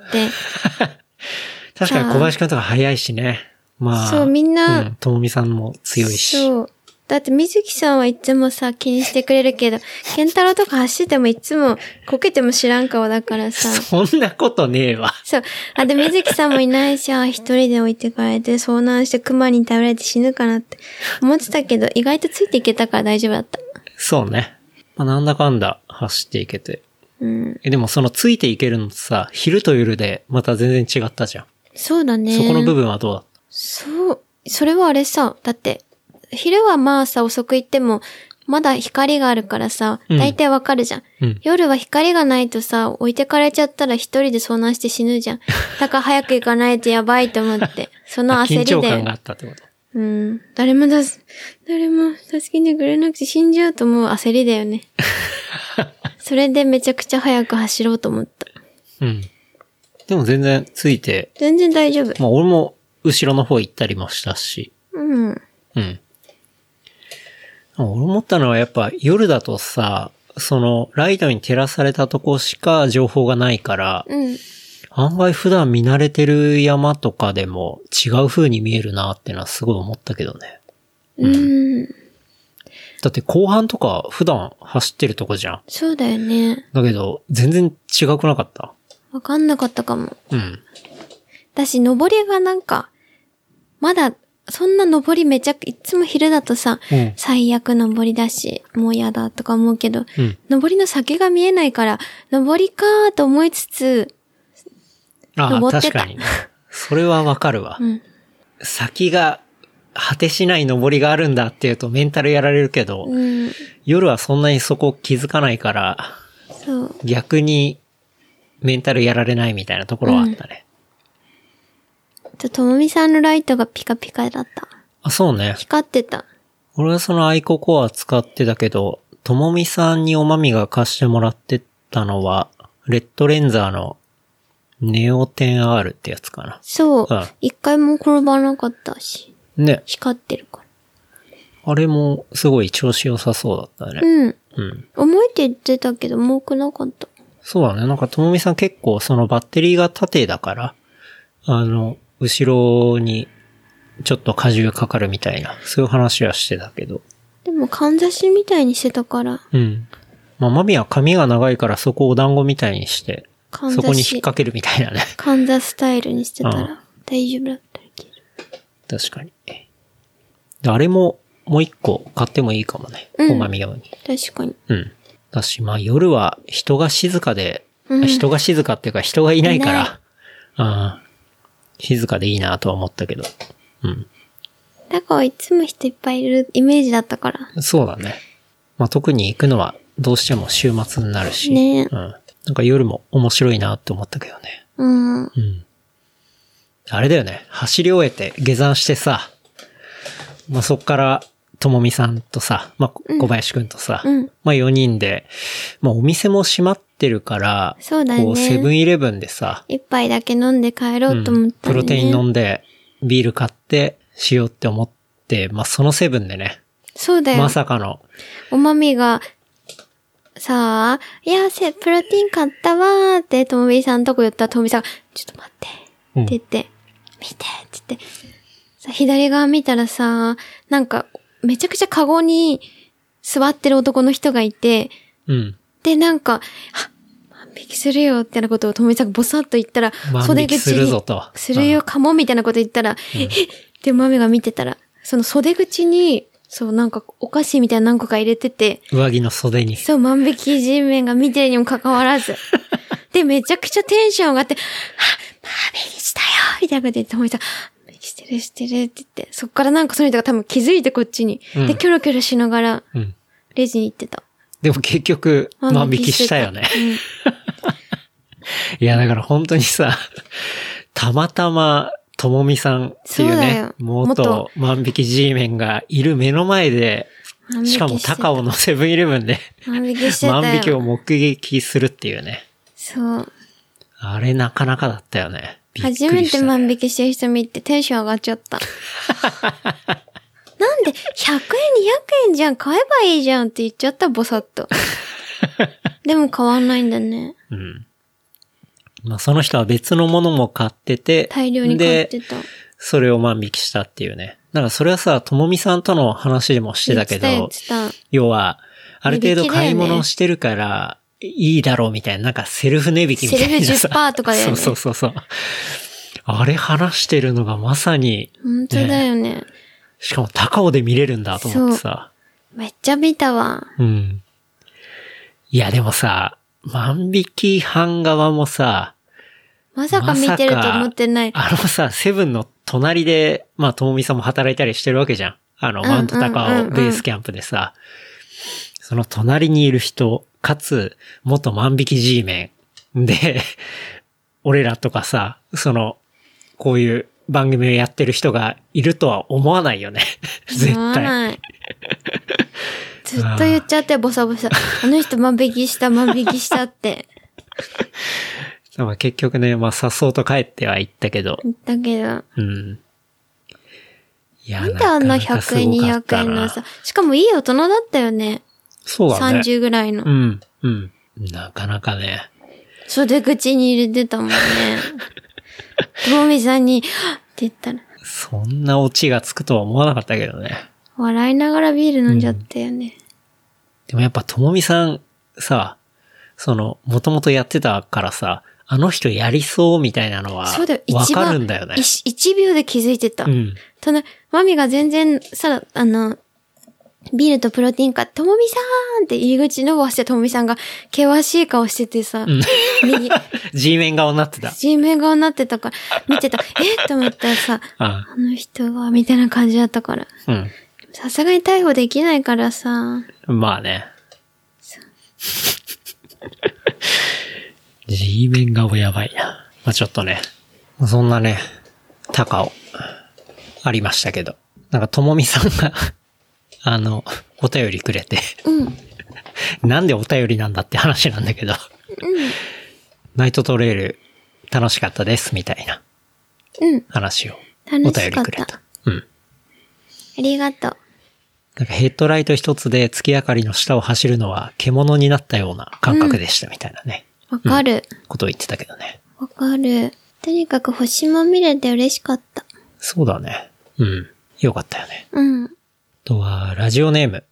[SPEAKER 3] 確かに小林くんとか早いしね。まあ、
[SPEAKER 2] そうみんな
[SPEAKER 3] うん、ともみさんも強いし。
[SPEAKER 2] そう。だって、水木さんはいつもさ、気にしてくれるけど、ケンタロウとか走ってもいつも、こけても知らん顔だからさ。
[SPEAKER 3] <laughs> そんなことねえわ。 <laughs>
[SPEAKER 2] そう。あ、で、水木さんもいないし、あ、一人で置いてかれて、遭難して熊に食べられて死ぬかなって思ってたけど、意外とついていけたから大丈夫だった。
[SPEAKER 3] そうね。まあ、なんだかんだ走っていけて。
[SPEAKER 2] うん。
[SPEAKER 3] え、でもそのついていけるのとさ、昼と夜でまた全然違ったじゃん。
[SPEAKER 2] そうだね。
[SPEAKER 3] そこの部分はどうだった
[SPEAKER 2] そう。それはあれさ、だって、昼はまあさ、遅く行っても、まだ光があるからさ、
[SPEAKER 3] うん
[SPEAKER 2] 大体わかるじゃん。
[SPEAKER 3] うん
[SPEAKER 2] 夜は光がないとさ、置いてかれちゃったら一人で遭難して死ぬじ
[SPEAKER 3] <laughs>
[SPEAKER 2] ゃん。だから早く行かないとやばいと思って、その
[SPEAKER 3] あ
[SPEAKER 2] 焦
[SPEAKER 3] 緊
[SPEAKER 2] り
[SPEAKER 3] 張感が
[SPEAKER 2] で
[SPEAKER 3] あ、ったってこと。
[SPEAKER 2] うん、誰も出す、誰も助けてくれなくて死んじゃうと思う焦りだよ
[SPEAKER 3] <laughs>
[SPEAKER 2] ね。それでめちゃくちゃ早く走ろうと思った。
[SPEAKER 3] うん。でも全然ついて、
[SPEAKER 2] 全然大丈夫。
[SPEAKER 3] まあ俺も後ろの方行ったりもしたし。
[SPEAKER 2] うん。
[SPEAKER 3] うん。俺思ったのはやっぱ夜だとさ、そのライトに照らされたとこしか情報がないから、
[SPEAKER 2] うん。
[SPEAKER 3] 案外普段見慣れてる山とかでも違う風に見えるなってのはすごい思ったけどね。
[SPEAKER 2] うん。
[SPEAKER 3] だって後半とか普段走ってるとこじゃん。
[SPEAKER 2] そうだよね。
[SPEAKER 3] だけど全然違くなかった。
[SPEAKER 2] わかんなかったかも。
[SPEAKER 3] うん。
[SPEAKER 2] だし、登りがなんか、まだ、そんな登りめちゃく、いつも昼だとさ、
[SPEAKER 3] うん
[SPEAKER 2] 最悪登りだし、もう嫌だとか思うけど、
[SPEAKER 3] うん
[SPEAKER 2] 登りの先が見えないから、登りかーと思いつつ、
[SPEAKER 3] ああ、
[SPEAKER 2] 登って
[SPEAKER 3] 確
[SPEAKER 2] た
[SPEAKER 3] かにね。それはわかるわ。
[SPEAKER 2] うん
[SPEAKER 3] 先が果てしない登りがあるんだっていうとメンタルやられるけど、
[SPEAKER 2] うん、
[SPEAKER 3] 夜はそんなにそこ気づかないから、
[SPEAKER 2] そう、
[SPEAKER 3] 逆にメンタルやられないみたいなところはあったね。
[SPEAKER 2] と、ともみさんのライトがピカピカだった。
[SPEAKER 3] あ、そうね。
[SPEAKER 2] 光ってた。
[SPEAKER 3] 俺はそのアイココア使ってたけど、ともみさんにおまみが貸してもらってたのは、レッドレンザーのネオ 10R ってやつかな。
[SPEAKER 2] そう
[SPEAKER 3] うん、
[SPEAKER 2] 一、回も転ばなかったし、
[SPEAKER 3] ね。
[SPEAKER 2] 光ってるか
[SPEAKER 3] あれもすごい調子良さそうだった
[SPEAKER 2] ら。
[SPEAKER 3] ね。
[SPEAKER 2] うん、
[SPEAKER 3] うん。
[SPEAKER 2] 重いって言ってたけど、重くなかった。
[SPEAKER 3] そうだね。なんかともみさん結構そのバッテリーが縦だから、あの、後ろにちょっと荷重かかるみたいな、そういう話はしてたけど。
[SPEAKER 2] でも、かんざしみたいにしてたから、
[SPEAKER 3] うん。まあ、マミは髪が長いからそこをお団子みたいにして、
[SPEAKER 2] かん
[SPEAKER 3] そ
[SPEAKER 2] ざし。
[SPEAKER 3] こに引っ掛けるみたいなね。 <laughs>
[SPEAKER 2] カンザスタイルにしてた
[SPEAKER 3] うん
[SPEAKER 2] ら大丈夫だったけど。
[SPEAKER 3] 確かに。であれも、もう一個買ってもいいかもね。
[SPEAKER 2] うん
[SPEAKER 3] おまみ用に。
[SPEAKER 2] 確かに。
[SPEAKER 3] うん。だし、まあ夜は人が静かで、
[SPEAKER 2] うん
[SPEAKER 3] 人が静かっていうか人がいないか
[SPEAKER 2] い
[SPEAKER 3] ら、ああ静かでいいなとは思ったけど。うん。
[SPEAKER 2] だからいつも人いっぱいいるイメージだったから。
[SPEAKER 3] そうだね。まあ特に行くのはどうしても週末になるし。
[SPEAKER 2] ね
[SPEAKER 3] うん。なんか夜も面白いなって思ったけどね。
[SPEAKER 2] うん。
[SPEAKER 3] うん。あれだよね。走り終えて下山してさ、まあ、そっから、ともみさんとさ、まあ、こ小林くんとさ、
[SPEAKER 2] うん
[SPEAKER 3] まあ、4人で、まあ、お店も閉まってるから、
[SPEAKER 2] そうだね
[SPEAKER 3] こう、セブンイレブンでさ、
[SPEAKER 2] 一杯だけ飲んで帰ろうと思った
[SPEAKER 3] プ
[SPEAKER 2] の
[SPEAKER 3] ロ
[SPEAKER 2] に
[SPEAKER 3] テイン飲んで、ビール買って、しようって思って、まあ、そのセブンでね、
[SPEAKER 2] そうだよ。
[SPEAKER 3] まさかの、
[SPEAKER 2] おまみが、さあ、いや、せ、プロテイン買ったわーって、ともみさんのとこ寄ったら、ともみさんが、ちょっと待って、
[SPEAKER 3] うん
[SPEAKER 2] って言って、見て、って言って、さ、左側見たらさ、なんか、めちゃくちゃカゴに座ってる男の人がいて、
[SPEAKER 3] うん。
[SPEAKER 2] で、なんか、あ万引きするよ、みたいなことをともみさんがボサッと言ったら、
[SPEAKER 3] 万
[SPEAKER 2] 袖
[SPEAKER 3] 引
[SPEAKER 2] 口
[SPEAKER 3] き
[SPEAKER 2] に
[SPEAKER 3] するぞと。
[SPEAKER 2] するよ、かも、みたいなこと言ったら、えっってマミが見てたら、その袖口に、そう、なんか、お菓子みたいな何個か入れてて、
[SPEAKER 3] うん。上着の袖に。
[SPEAKER 2] そう、万引き G メンが見てるにもかかわら
[SPEAKER 3] <laughs>
[SPEAKER 2] ず。で、めちゃくちゃテンション上がって、あ、万引きしたよみたいなこと言って、ともみさん、万引きしてるしてるって言って、そっからなんかその人が多分気づいてこっちに。
[SPEAKER 3] うん
[SPEAKER 2] で、キョロキョロしながら、
[SPEAKER 3] うん。
[SPEAKER 2] レジに行ってた。
[SPEAKER 3] でも結局、万引きしたよね。 <laughs> いや、だから本当にさ、たまたま、ともみさんっていう
[SPEAKER 2] そうだ
[SPEAKER 3] ね
[SPEAKER 2] よ、
[SPEAKER 3] 元万引き G メンがいる目の前で、
[SPEAKER 2] うん。
[SPEAKER 3] しかも高尾のセブンイレブンで
[SPEAKER 2] 万引きしてたよ。
[SPEAKER 3] 万引きを目撃するっていうね。
[SPEAKER 2] そう。
[SPEAKER 3] あれなかなかだったよね。びっくりし
[SPEAKER 2] 初
[SPEAKER 3] た
[SPEAKER 2] めて万引きしてる人見てテンション上がっちゃ
[SPEAKER 3] <laughs>
[SPEAKER 2] った。なんで、100円200円じゃん、買えばいいじゃんって言っちゃった、ぼさっ
[SPEAKER 3] <laughs>
[SPEAKER 2] と。でも買わないんだね。
[SPEAKER 3] うん。まあその人は別のものも買ってて、
[SPEAKER 2] 大量に買って
[SPEAKER 3] で、
[SPEAKER 2] た。
[SPEAKER 3] それを万引きしたっていうね。だからそれはさ、ともみさんとの話でもしてたけ
[SPEAKER 2] 言っ
[SPEAKER 3] ど
[SPEAKER 2] て、た言って
[SPEAKER 3] 要は、ある程
[SPEAKER 2] 値
[SPEAKER 3] 度
[SPEAKER 2] 引きだよね
[SPEAKER 3] 買い物をしてるから、いいだろうみたいな、なんかセルフ値引きみたいなさ。
[SPEAKER 2] セルフ10%とかだよね
[SPEAKER 3] そうそうそうそう。あれ話してるのがまさに、
[SPEAKER 2] た本当だよね。
[SPEAKER 3] しかも高尾で見れるんだと思ってさ。
[SPEAKER 2] めっちゃ見たわ。
[SPEAKER 3] うん。いやでもさ、万引き犯側もさ、
[SPEAKER 2] まさか見てると思ってない。
[SPEAKER 3] <laughs> あのさ、セブンの隣で、まあ、ともみさんも働いたりしてるわけじゃん。あの、
[SPEAKER 2] うん
[SPEAKER 3] マウントタカ
[SPEAKER 2] うん
[SPEAKER 3] オ
[SPEAKER 2] うんうん
[SPEAKER 3] ベースキャンプでさ、その隣にいる人、かつ、元万引き G メンで、 <laughs> 俺らとかさ、その、こういう番組をやってる人がいるとは思わないよね。 <laughs> 絶
[SPEAKER 2] 思わ
[SPEAKER 3] 対。 <laughs>
[SPEAKER 2] ない。ずっと言っちゃって、ボサボサ。あの人万引きした、万引きしたって。
[SPEAKER 3] まあ結局ね、まあ、さっそうと帰っては行ったけど、
[SPEAKER 2] だけど、
[SPEAKER 3] うん。いや
[SPEAKER 2] なんであんな100円、200円の。
[SPEAKER 3] かなかすごかったな
[SPEAKER 2] さ、しかもいい大人だったよね。
[SPEAKER 3] そうだね。
[SPEAKER 2] 30ぐらいの
[SPEAKER 3] う。ん、うん。なかなかね。
[SPEAKER 2] 袖口に入れてた
[SPEAKER 3] <laughs>
[SPEAKER 2] もんね。ともみさんに、はっって言ったら、
[SPEAKER 3] そんなオチがつくとは思わなかったけどね。
[SPEAKER 2] 笑いながらビール飲んじゃったよね。
[SPEAKER 3] でもやっぱともみさん、さ、その、もともとやってたからさ、あの人やりそうみたいなのは
[SPEAKER 2] そうだよ、、
[SPEAKER 3] わ
[SPEAKER 2] 一番
[SPEAKER 3] かるんだよね。
[SPEAKER 2] 一一秒で気づいてた。
[SPEAKER 3] うん。
[SPEAKER 2] ただ、マミが全然、さ、あの、ビールとプロテインか、ともみさーんって入り口伸ばしてともみさんが、険しい顔しててさ、
[SPEAKER 3] <laughs>
[SPEAKER 2] 右、
[SPEAKER 3] G メン顔になってた。
[SPEAKER 2] G メ顔になってたから、見てた、えーって思ったらさ、
[SPEAKER 3] あ
[SPEAKER 2] あの人は、みたいな感じだったから。
[SPEAKER 3] う
[SPEAKER 2] さすがに逮捕できないからさ、
[SPEAKER 3] ん。まあね。G メン顔やばいな。まあちょっとね。そんなね、高尾、ありましたけど。なんかともみさんが、 <laughs> あの、お便りくれて。
[SPEAKER 2] うん、
[SPEAKER 3] <laughs> なんでお便りなんだって話なんだけど。ナイトトレイル楽しかったですみたいな
[SPEAKER 2] うん、
[SPEAKER 3] 話をお便
[SPEAKER 2] 楽し
[SPEAKER 3] り
[SPEAKER 2] かっ
[SPEAKER 3] くれ
[SPEAKER 2] た。
[SPEAKER 3] た。うん。
[SPEAKER 2] ありがとう。
[SPEAKER 3] なんかヘッドライト一つで月明かりの下を走るのは獣になったような感覚でしたみたいなね、
[SPEAKER 2] わかる。
[SPEAKER 3] ことを言ってたけどね。
[SPEAKER 2] わかる。とにかく星も見れて嬉しかった。
[SPEAKER 3] そうだね。うん。よかったよね。
[SPEAKER 2] うん。
[SPEAKER 3] あとは、ラジオネーム、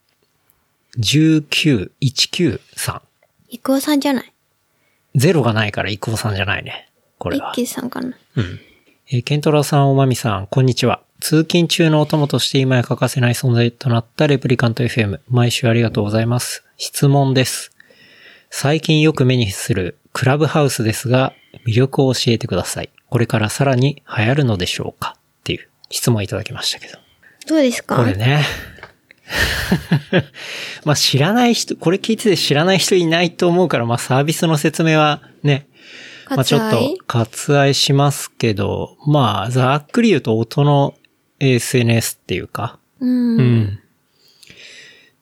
[SPEAKER 3] 1919さん。
[SPEAKER 2] イクオさんじゃない。
[SPEAKER 3] ゼロがないからイクオさんじゃないね。これ
[SPEAKER 2] リ
[SPEAKER 3] は
[SPEAKER 2] ッ。キーさんかな。
[SPEAKER 3] うん。えーケントラさん、おまみさん、こんにちは。通勤中のお供として今や欠かせない存在となったレプリカント FM。毎週ありがとうございます。質問です。最近よく目にするクラブハウスですが、魅力を教えてください。これからさらに流行るのでしょうかっていう質問いただきましたけど。
[SPEAKER 2] どうですか
[SPEAKER 3] これね。 <laughs> まあ知らない人、これ聞いてて知らない人いないと思うから、まあサービスの説明はね、まあち
[SPEAKER 2] 割
[SPEAKER 3] ょっと
[SPEAKER 2] 愛
[SPEAKER 3] 割愛しますけど、まあざっくり言うと音の SNS っていうか、
[SPEAKER 2] うん。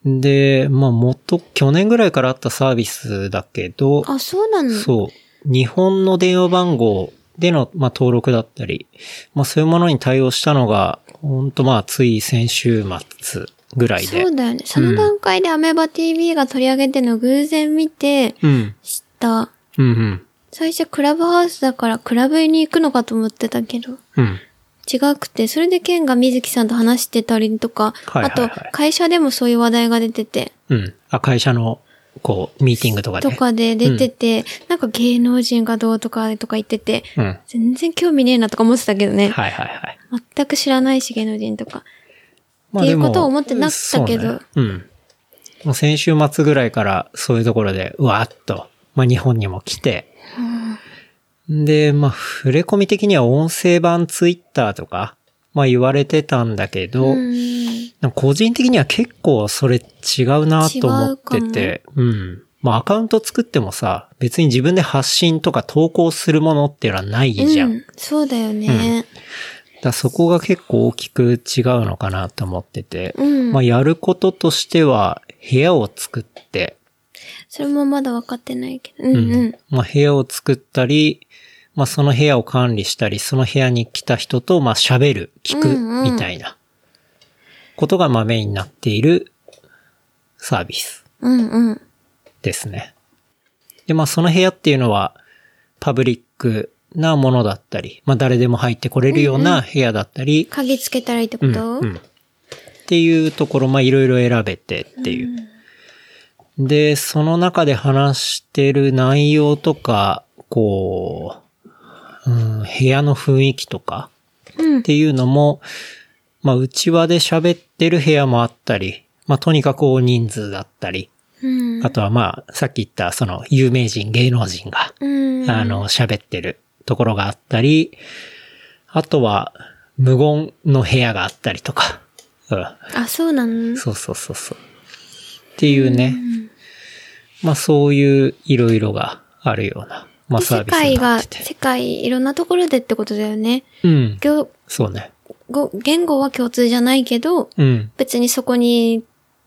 [SPEAKER 3] うん。で、まあ元、去年ぐらいからあったサービスだけど、
[SPEAKER 2] あ、そうなの
[SPEAKER 3] そう。日本の電話番号での、まあ、登録だったり、まあ、そういうものに対応したのが、ほんとまあ、つい先週末ぐらいで。
[SPEAKER 2] そうだよね。その段階でアメバ TV が取り上げてるのを偶然見て
[SPEAKER 3] うん。
[SPEAKER 2] 知った。
[SPEAKER 3] うんうん。
[SPEAKER 2] 最初クラブハウスだからクラブに行くのかと思ってたけど。
[SPEAKER 3] うん。
[SPEAKER 2] 違くて、それでケンが水木さんと話してたりとか、
[SPEAKER 3] はいはいはい
[SPEAKER 2] あと会社でもそういう話題が出てて、
[SPEAKER 3] うん。あ、会社の、こう、ミーティングとかで。
[SPEAKER 2] とかで出てて、なんか芸能人がどうとかとか言ってて、
[SPEAKER 3] うん。はい
[SPEAKER 2] 全然興味ねえなとか思ってたけどね。
[SPEAKER 3] はいはい。
[SPEAKER 2] 全く知らないし芸能人とか。
[SPEAKER 3] ま
[SPEAKER 2] ってい
[SPEAKER 3] で
[SPEAKER 2] う
[SPEAKER 3] も
[SPEAKER 2] ことを思ってなかったけど
[SPEAKER 3] そうねうん。もう先週末ぐらいからそういうところで、うわーっと、まあ、日本にも来て、で、まあ、触れ込み的には音声版ツイッターとか、まあ言われてたんだけど、
[SPEAKER 2] うん。
[SPEAKER 3] なんか個人的には結構それ違うなと思ってて、うん。まあアカウント作ってもさ、別に自分で発信とか投稿するものっていうのはないじゃん。
[SPEAKER 2] う
[SPEAKER 3] だか
[SPEAKER 2] ん、そうだよね。
[SPEAKER 3] らそこが結構大きく違うのかなと思ってて、
[SPEAKER 2] うん
[SPEAKER 3] まあやることとしては部屋を作って、
[SPEAKER 2] それもまだ分かってないけど。うんうん。
[SPEAKER 3] まあ部屋を作ったり、まあその部屋を管理したり、その部屋に来た人と、まあ喋る、聞く、
[SPEAKER 2] うんうん
[SPEAKER 3] みたいなことがまあメインになっているサービス
[SPEAKER 2] うんうん。
[SPEAKER 3] ですね。で、まあその部屋っていうのは、パブリックなものだったり、まあ誰でも入ってこれるような部屋だったり、
[SPEAKER 2] 鍵つけたらいいってこと、
[SPEAKER 3] うんうん、っていうところ、まあいろいろ選べてっていう。で、その中で話してる内容とか、こう、うん、部屋の雰囲気とか
[SPEAKER 2] うん
[SPEAKER 3] っていうのも、まあ内輪で喋ってる部屋もあったり、まあとにかく大人数だったり、
[SPEAKER 2] うん。
[SPEAKER 3] あとはまあさっき言ったその有名人、芸能人が、
[SPEAKER 2] うん。
[SPEAKER 3] あの、喋ってるところがあったり、あとは、無言の部屋があったりとか。う
[SPEAKER 2] あ、そうなの
[SPEAKER 3] ん。そうそうそうそう。っていうね。まあそういういろいろがあるような、まあ
[SPEAKER 2] で
[SPEAKER 3] サー
[SPEAKER 2] 世
[SPEAKER 3] ビスに
[SPEAKER 2] 界
[SPEAKER 3] な
[SPEAKER 2] が、
[SPEAKER 3] ってて。
[SPEAKER 2] 世界いろんなところでってことだよね。
[SPEAKER 3] うん。
[SPEAKER 2] ぎょ
[SPEAKER 3] そうね。
[SPEAKER 2] ご言語は共通じゃないけど、
[SPEAKER 3] うん。
[SPEAKER 2] 別にそこに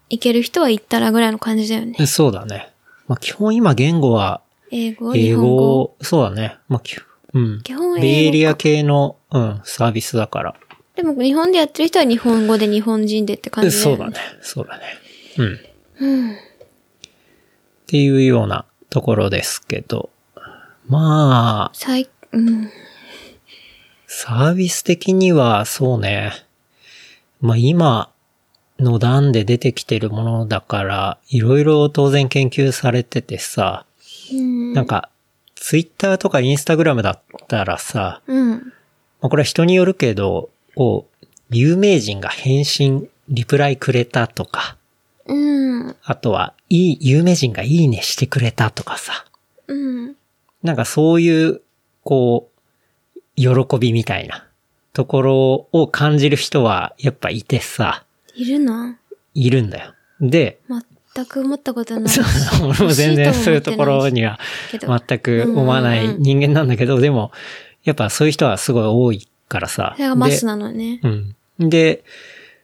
[SPEAKER 2] 行ける人は行ったらぐらいの感じだよね。
[SPEAKER 3] そうだね。まあ基本今言語は
[SPEAKER 2] 英語、日
[SPEAKER 3] 英
[SPEAKER 2] 本語。
[SPEAKER 3] 語、そうだね。まあ基本、うん。
[SPEAKER 2] 基本英語か
[SPEAKER 3] ベイエリア系の、うん、サービスだから。
[SPEAKER 2] でも日本でやってる人は日本語で日本人でって感じだ
[SPEAKER 3] そ
[SPEAKER 2] よ
[SPEAKER 3] うだ
[SPEAKER 2] ね。
[SPEAKER 3] ね。そうだね。うん。っていうようなところですけど。まあ、
[SPEAKER 2] 最、うん。
[SPEAKER 3] サービス的にはそうね。まあ今の段で出てきてるものだから、いろいろ当然研究されててさ、
[SPEAKER 2] うん。
[SPEAKER 3] なんか、ツイッターとかインスタグラムだったらさ、
[SPEAKER 2] うん。
[SPEAKER 3] まあ、これは人によるけど、こう、有名人が返信、リプライくれたとか、
[SPEAKER 2] うん。
[SPEAKER 3] あとは、いい、有名人がいいねしてくれたとかさ。
[SPEAKER 2] うん。
[SPEAKER 3] なんかそういう、こう、喜びみたいなところを感じる人はやっぱいてさ、
[SPEAKER 2] いるない
[SPEAKER 3] るんだよ。で、
[SPEAKER 2] <laughs> 全く思ったことない。
[SPEAKER 3] 俺も全然そういうところには
[SPEAKER 2] けど。
[SPEAKER 3] 全く思わない人間なんだけど、でも、やっぱそういう人はすごい多いからさ。
[SPEAKER 2] それがマスなのね。
[SPEAKER 3] うん。で、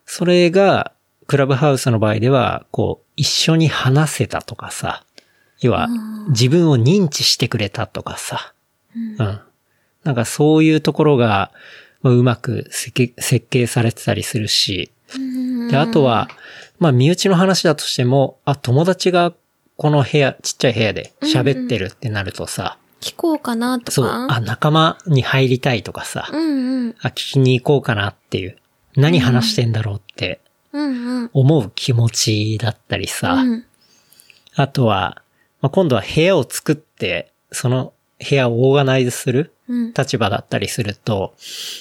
[SPEAKER 3] それが、クラブハウスの場合では、こう、一緒に話せたとかさ、要は、自分を認知してくれたとかさ、うん。なんかそういうところが、まあうまく設計設計されてたりするし、
[SPEAKER 2] うん
[SPEAKER 3] で、あとは、まあ、身内の話だとしても、あ、友達がこの部屋、ちっちゃい部屋で喋ってるってなるとさ、
[SPEAKER 2] 聞こうかなとか。
[SPEAKER 3] そう、あ、仲間に入りたいとかさ、
[SPEAKER 2] うんうん。
[SPEAKER 3] あ、聞きに行こうかなっていう、何話してんだろうって
[SPEAKER 2] うんうん。
[SPEAKER 3] 思う気持ちだったりさ、
[SPEAKER 2] うん
[SPEAKER 3] あとは、まあ、今度は部屋を作って、その部屋をオーガナイズする
[SPEAKER 2] うん。
[SPEAKER 3] 立場だったりすると、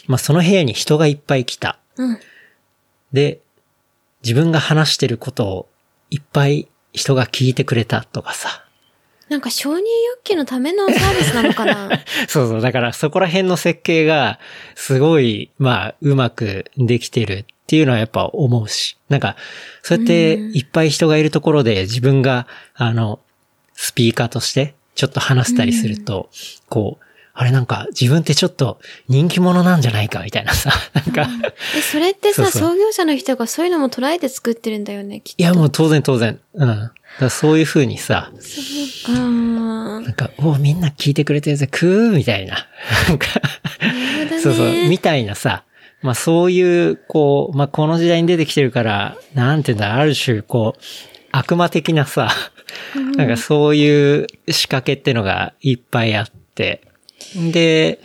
[SPEAKER 3] まあ、その部屋に人がいっぱい来た。
[SPEAKER 2] うん。
[SPEAKER 3] で、自分が話してることをいっぱい人が聞いてくれたとかさ。
[SPEAKER 2] なんか承認欲求のためのサービスなのかな
[SPEAKER 3] <laughs> そうそう。だからそこら辺の設計がすごい、まあ、うまくできてるっていうのはやっぱ思うし。なんか、そうやっていっぱい人がいるところで自分が、あの、スピーカーとしてちょっと話したりすると、こう、あれなんか自分ってちょっと人気者なんじゃないかみたいなさ。 <laughs> なんか、
[SPEAKER 2] え、それってさ
[SPEAKER 3] そうそ
[SPEAKER 2] 創業者の人がそういうのも捉えて作ってるんだよね、きっ
[SPEAKER 3] いやもう当然当然。うん。だからそういう風にさ、
[SPEAKER 2] と。ああ。
[SPEAKER 3] なんか、おうみんな聞いてくれてるぜ、くーみたいな。なんか、
[SPEAKER 2] なるほどね。
[SPEAKER 3] そうそう、みたいなさ。まあそういう、こう、まあこの時代に出てきてるから、なんていうんだ、ある種、こう、悪魔的なさ、なんかそういう仕掛けってのがいっぱいあって。で、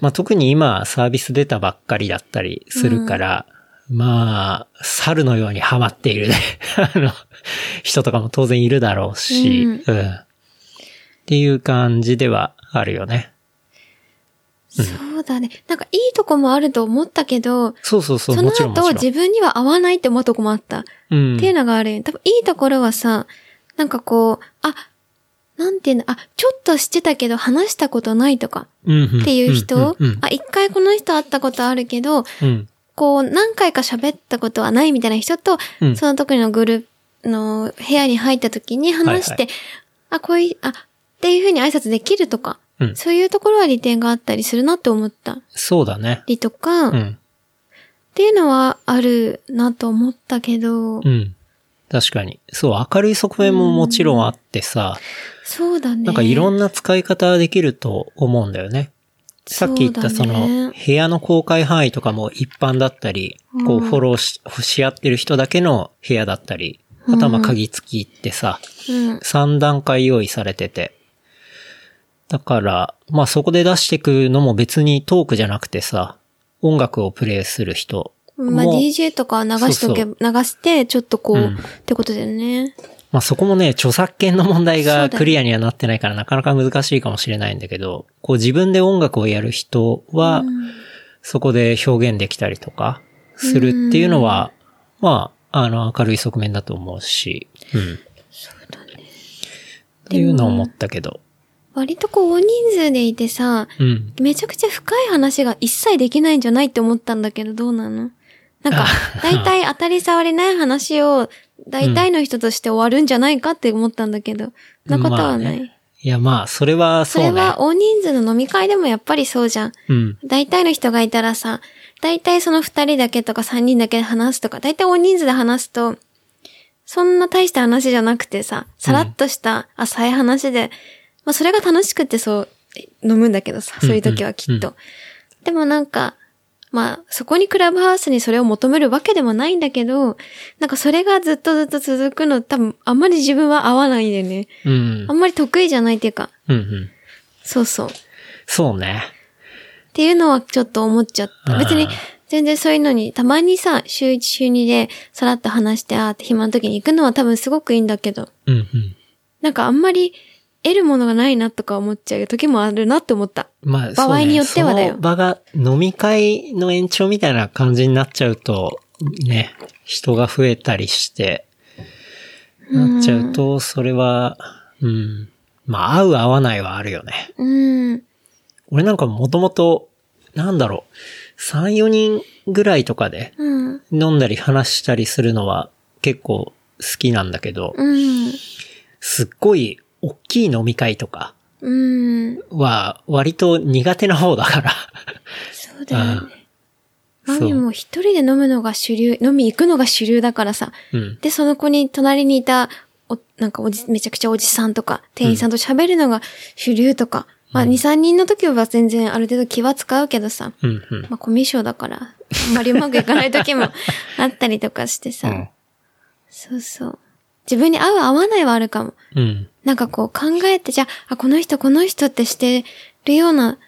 [SPEAKER 3] まあ特に今サービス出たばっかりだったりするから、まあ、猿のようにハマっているね。 <laughs> あの、人とかも当然いるだろうし、
[SPEAKER 2] うん
[SPEAKER 3] うん。っていう感じではあるよね。
[SPEAKER 2] そうだね。なんかいいとこもあると思ったけど、
[SPEAKER 3] そうそうそ
[SPEAKER 2] そ
[SPEAKER 3] う、も
[SPEAKER 2] の
[SPEAKER 3] ちろんもちろ
[SPEAKER 2] 後
[SPEAKER 3] ん。
[SPEAKER 2] 自分には合わないって思うとこもあった。
[SPEAKER 3] うん、
[SPEAKER 2] っていうのがあるよね。多分いいところはさ、なんかこう、あ、なんていうの、あ、ちょっとしてたけど話したことないとか
[SPEAKER 3] っ
[SPEAKER 2] っていう人、
[SPEAKER 3] うんうん
[SPEAKER 2] あ、一回この人会ったことあるけど、
[SPEAKER 3] うん
[SPEAKER 2] こう何回か喋ったことはないみたいな人と、
[SPEAKER 3] うん
[SPEAKER 2] その時のグループの部屋に入った時に話して、
[SPEAKER 3] は
[SPEAKER 2] あ、こういう、あ、っていうふうに挨拶できるとか、
[SPEAKER 3] うん
[SPEAKER 2] そういうところは利点があったりするなって思った
[SPEAKER 3] そうだね。
[SPEAKER 2] りとか、
[SPEAKER 3] う
[SPEAKER 2] っ
[SPEAKER 3] ん。
[SPEAKER 2] ていうのはあるなと思ったけど、
[SPEAKER 3] うん。確かに。そう、明るい側面ももちろんあってさ、
[SPEAKER 2] そうだね。
[SPEAKER 3] なんかいろんな使い方できると思うんだよね。さっき言った
[SPEAKER 2] そ
[SPEAKER 3] そう
[SPEAKER 2] だね
[SPEAKER 3] の、部屋の公開範囲とかも一般だったり、こうフォローし、し合ってる人だけの部屋だったり、あとはまあ鍵付きってさ、
[SPEAKER 2] うん、
[SPEAKER 3] 3段階用意されてて。っだから、まあそこで出してくのも別にトークじゃなくてさ、音楽をプレイする人も、
[SPEAKER 2] まあ DJ とかは流しとけ、
[SPEAKER 3] そう
[SPEAKER 2] 流して、ちょっとこう、
[SPEAKER 3] うん
[SPEAKER 2] ってことだよね。
[SPEAKER 3] まあそこもね、著作権の問
[SPEAKER 2] そ
[SPEAKER 3] 題
[SPEAKER 2] う
[SPEAKER 3] が
[SPEAKER 2] だよ
[SPEAKER 3] クリアにはなってないからなかなか難しいかもしれないんだけど、こう自分で音楽をやる人は、そこで表現できたりとかするっていうのは、まあ、あの、明るい側面だと思うし、うん。そうだね。っていうのを思ったけど、
[SPEAKER 2] 割とこう、大人数でいてさ、
[SPEAKER 3] うん。
[SPEAKER 2] めちゃくちゃ深い話が一切できないんじゃないって思ったんだけど、どうなのなんか、大体当たり障りない話を、大体の人として終わるんじゃないかって思ったんだけど、そんなことはない。
[SPEAKER 3] まあねいや、まあ、それは
[SPEAKER 2] そ
[SPEAKER 3] そう
[SPEAKER 2] れ
[SPEAKER 3] ね。
[SPEAKER 2] は大人数の飲み会でもやっぱりそうじゃん。
[SPEAKER 3] うん。
[SPEAKER 2] 大体の人がいたらさ、大体その二人だけとか三人だけで話すとか、大体大人数で話すと、そんな大した話じゃなくてさ、さらっとした浅い話で、まあそれが楽しくてそう、飲むんだけどさ、そういう時はきっと。
[SPEAKER 3] うん
[SPEAKER 2] でもなんか、まあそこにクラブハウスにそれを求めるわけでもないんだけど、なんかそれがずっとずっと続くの多分あんまり自分は合わないんだよね。
[SPEAKER 3] うん
[SPEAKER 2] あ。んまり得意じゃないっていうか、
[SPEAKER 3] うんうん。
[SPEAKER 2] そうそう。
[SPEAKER 3] そうね。
[SPEAKER 2] っていうのはちょっと思っちゃった。別に
[SPEAKER 3] あー、
[SPEAKER 2] 全然そういうのに、たまにさ、週1、週2で、さらっと話して、あーって暇の時に行くのは多分すごくいいんだけど、
[SPEAKER 3] うんうん。
[SPEAKER 2] なんかあんまり得るものがないなとか思っちゃう時もあるなって思った。
[SPEAKER 3] まあ、
[SPEAKER 2] 場合
[SPEAKER 3] そうね
[SPEAKER 2] によってはだよ
[SPEAKER 3] その場が飲み会の延長みたいな感じになっちゃうと、ね、人が増えたりして、なっちゃうと、それは、うん。まあ、合う合わないはあるよね。
[SPEAKER 2] うーん。
[SPEAKER 3] 俺なんかもともと、なんだろう、3、4人ぐらいとかで
[SPEAKER 2] うん。
[SPEAKER 3] 飲んだり話したりするのは結構好きなんだけど、
[SPEAKER 2] うん。
[SPEAKER 3] すっごい大きい飲み会とか
[SPEAKER 2] うん。
[SPEAKER 3] は割と苦手な方だから。
[SPEAKER 2] そうだよね。
[SPEAKER 3] うん
[SPEAKER 2] マミ
[SPEAKER 3] そう
[SPEAKER 2] も一人で飲むのが主流、飲み行くのが主流だからさ、
[SPEAKER 3] うん。
[SPEAKER 2] で、その子に隣にいた、お、なんかおじ、めちゃくちゃおじさんとか、店員さんと喋るのが主流とか、まあ、2、3人の時は全然ある程度気は使うけどさ、
[SPEAKER 3] うんうん。
[SPEAKER 2] まあ、コミュ障だから、あんまりうまくいかない時
[SPEAKER 3] <laughs>
[SPEAKER 2] もあったりとかしてさ、
[SPEAKER 3] うん
[SPEAKER 2] そうそう。自分に合う合わないはあるかも。
[SPEAKER 3] うん。
[SPEAKER 2] なんかこう考えて、じゃあ、あ、この人この人ってしてるような、あん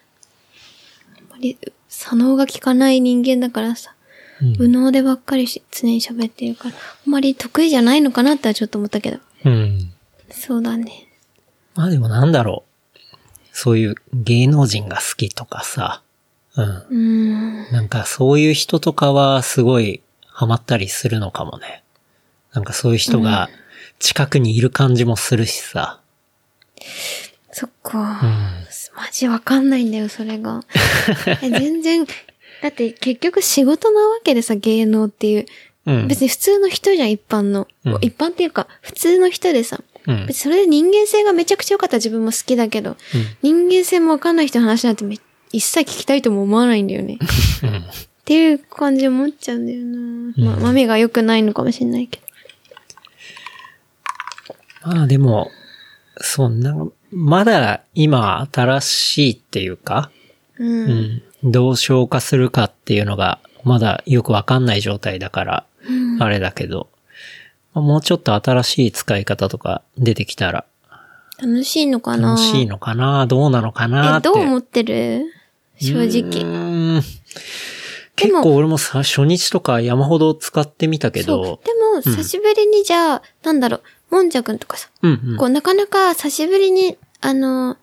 [SPEAKER 2] まり、左脳が効かない人間だからさ、
[SPEAKER 3] うん
[SPEAKER 2] 右脳でばっかりし常に喋ってるから、あんまり得意じゃないのかなってはちょっと思ったけど。
[SPEAKER 3] うん。
[SPEAKER 2] そうだね。
[SPEAKER 3] まあでもなんだろう。そういう芸能人が好きとかさ。うん。
[SPEAKER 2] うーん。
[SPEAKER 3] なんかそういう人とかはすごいハマったりするのかもね。なんかそういう人が近くにいる感じもするしさ。
[SPEAKER 2] そっ
[SPEAKER 3] うん。
[SPEAKER 2] か。マジわかんないんだよ、それ
[SPEAKER 3] <laughs>
[SPEAKER 2] が。え全然、だって結局仕事なわけでさ、芸能っていう。
[SPEAKER 3] うん。
[SPEAKER 2] 別に普通の人じゃん、一般の。
[SPEAKER 3] うん
[SPEAKER 2] 一般っていうか、普通の人でさ。
[SPEAKER 3] うん
[SPEAKER 2] 別に。それで人間性がめちゃくちゃ良かった自分も好きだけど、人間性もわかんない人の話なんてめ一切聞きたいとも思わないんだよね。
[SPEAKER 3] うん。
[SPEAKER 2] っていう感じ思っちゃうんだよな。まあ、豆が良くないのかもしれないけど。
[SPEAKER 3] まあでも、そんな、まだ今新しいっていうか、
[SPEAKER 2] うん。
[SPEAKER 3] うん、どう消化するかっていうのが、まだよくわかんない状態だから、あれだけど、まあもうちょっと新しい使い方とか出てきたら
[SPEAKER 2] 楽しいのかな
[SPEAKER 3] 楽しいのかな、どうなのかな
[SPEAKER 2] え、
[SPEAKER 3] って。
[SPEAKER 2] どう思ってる正
[SPEAKER 3] う
[SPEAKER 2] 直。
[SPEAKER 3] ーん結構俺もさ、初日とか山ほど使ってみたけ
[SPEAKER 2] そう。
[SPEAKER 3] ど、
[SPEAKER 2] でも、久しぶりにじゃあ、なんだろう、もんじゃくんとかさ、
[SPEAKER 3] うんうん
[SPEAKER 2] こう、なかなか久しぶりに、あの、な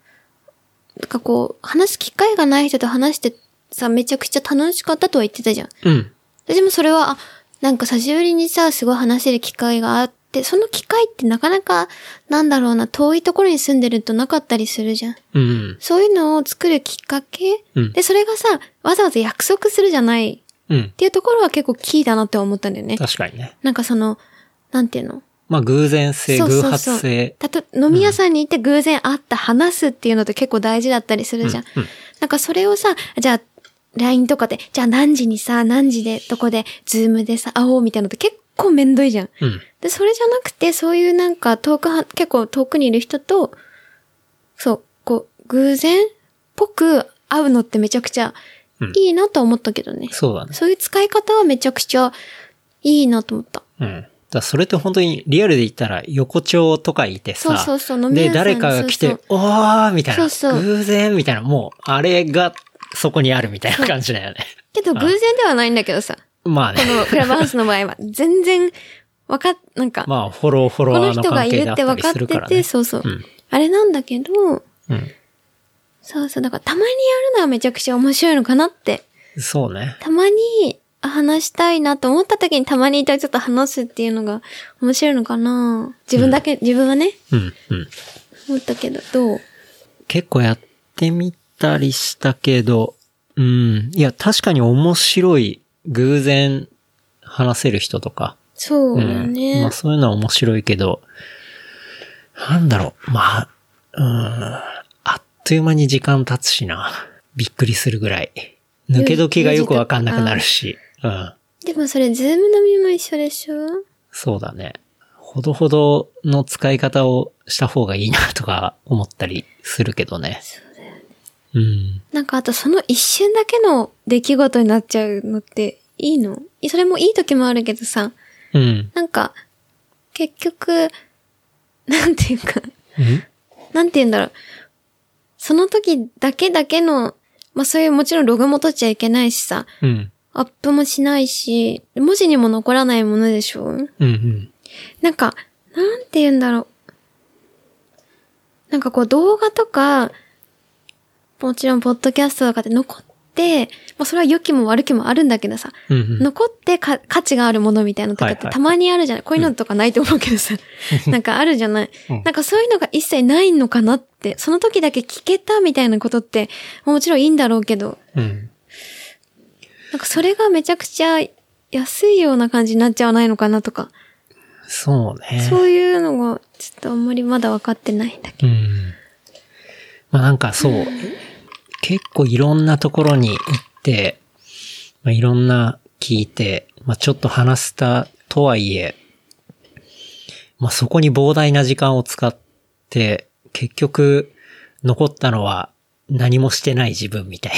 [SPEAKER 2] んかこう、話す機会がない人と話してさ、めちゃくちゃ楽しかったとは言ってたじゃん。
[SPEAKER 3] うん。
[SPEAKER 2] 私もそれは、あ、なんか久しぶりにさ、すごい話せる機会があって、その機会ってなかなか、なんだろうな、遠いところに住んでるとなかったりするじゃん。
[SPEAKER 3] うん。
[SPEAKER 2] そういうのを作るきっかけ、
[SPEAKER 3] うん
[SPEAKER 2] で、それがさ、わざわざ約束するじゃない
[SPEAKER 3] うん
[SPEAKER 2] っ。ていうところは結構キーだなって思ったんだよね。
[SPEAKER 3] 確かにね。
[SPEAKER 2] なんかその、なんていうの
[SPEAKER 3] まあ偶然性、
[SPEAKER 2] そうそう
[SPEAKER 3] 偶
[SPEAKER 2] そう
[SPEAKER 3] 発性。
[SPEAKER 2] たと、飲み屋さんに行って偶然会った話すっていうのって結構大事だったりするじゃん。
[SPEAKER 3] うんうん
[SPEAKER 2] なんかそれをさ、じゃあ、LINE とかで、じゃあ何時にさ、何時で、どこで、ズームでさ、会おうみたいなのって結構めんどいじゃん。
[SPEAKER 3] うん。
[SPEAKER 2] で、それじゃなくて、そういうなんか遠くは、結構遠くにいる人と、そう、こう、偶然っぽく会うのってめちゃくちゃ
[SPEAKER 3] うん
[SPEAKER 2] いいなとは思ったけどね。
[SPEAKER 3] そうだね。
[SPEAKER 2] そういう使い方はめちゃくちゃいいなと思った。
[SPEAKER 3] うん。だからそれって本当にリアルで言ったら横丁とかいてさ、
[SPEAKER 2] そうそうそう飲み屋
[SPEAKER 3] で、
[SPEAKER 2] さん
[SPEAKER 3] 誰かが来て、
[SPEAKER 2] そう
[SPEAKER 3] おーみたいな
[SPEAKER 2] そうそう
[SPEAKER 3] 偶然みたいな、もう、あれがそこにあるみたいな感じだよね。 <laughs>
[SPEAKER 2] けど偶然ではないんだけどさ、
[SPEAKER 3] まあね
[SPEAKER 2] こ。のクラブハウスの場合は、全然、わかっ、なんか、
[SPEAKER 3] まあ、フォロー、フォロ
[SPEAKER 2] この
[SPEAKER 3] ワーの
[SPEAKER 2] 人が
[SPEAKER 3] 関
[SPEAKER 2] い
[SPEAKER 3] 係
[SPEAKER 2] る
[SPEAKER 3] だ
[SPEAKER 2] っ
[SPEAKER 3] ってた
[SPEAKER 2] 分
[SPEAKER 3] り
[SPEAKER 2] かっ
[SPEAKER 3] する
[SPEAKER 2] て
[SPEAKER 3] から
[SPEAKER 2] て、
[SPEAKER 3] ね。
[SPEAKER 2] そうそう、
[SPEAKER 3] うん
[SPEAKER 2] あれなんだけど、
[SPEAKER 3] うん。
[SPEAKER 2] そうそう、だからたまにやるのはめちゃくちゃ面白いのかなって。
[SPEAKER 3] そうね。
[SPEAKER 2] たまに話したいなと思った時にたまにいたらちょっと話すっていうのが面白いのかな自分だけ、自分はね、
[SPEAKER 3] うん、うん。
[SPEAKER 2] 思ったけど、どう
[SPEAKER 3] 結構やってみたりしたけど、うん。いや、確かに面白い、偶然話せる人とか。
[SPEAKER 2] そうだ
[SPEAKER 3] ん。ま
[SPEAKER 2] ね
[SPEAKER 3] あ、。そういうのは面白いけど、なんだろう。まあ、うん。あっという間に時間経つしな。びっくりするぐらい。抜け時がよくわかんなくなるし。うん。
[SPEAKER 2] でもそれ、ズームのみも一緒でしょ
[SPEAKER 3] そうだね。ほどほどの使い方をした方がいいなとか思ったりするけどね。そうだよね。
[SPEAKER 2] なんかあとその一瞬だけの出来事になっちゃうのっていいのそれもいい時もあるけどさ、
[SPEAKER 3] うん。うん。
[SPEAKER 2] なんか、結局、なんていうか、
[SPEAKER 3] うん
[SPEAKER 2] なんて言うんだろう。その時だけだけの、まあそういうもちろんログも取っちゃいけないしさ、
[SPEAKER 3] うん。
[SPEAKER 2] アップもしないし、文字にも残らないものでしょ
[SPEAKER 3] うんうん。
[SPEAKER 2] なんか、なんて言うんだろう。なんかこう動画とか、もちろんポッドキャストとかで残って、まあそれは良きも悪きもあるんだけどさ、
[SPEAKER 3] うんうん。
[SPEAKER 2] 残ってか価値があるものみたいなのとかっ
[SPEAKER 3] はい
[SPEAKER 2] て
[SPEAKER 3] はい
[SPEAKER 2] たまにあるじゃない、こういうのとかないと思うけどさ。なんかあるじゃない、
[SPEAKER 3] うん
[SPEAKER 2] なんかそういうのが一切ないのかなって、その時だけ聞けたみたいなことって、もちろんいいんだろうけど、
[SPEAKER 3] うん。
[SPEAKER 2] なんかそれがめちゃくちゃ安いような感じになっちゃわないのかなとか、
[SPEAKER 3] そうね。
[SPEAKER 2] そういうのがちょっとあんまりまだ分かってないんだけど。
[SPEAKER 3] うん。まあなんかそう、結構いろんなところに行って、まあ、いろんな聞いて、まあちょっと話したとはいえ、まあそこに膨大な時間を使って、結局残ったのは何もしてない自分みたい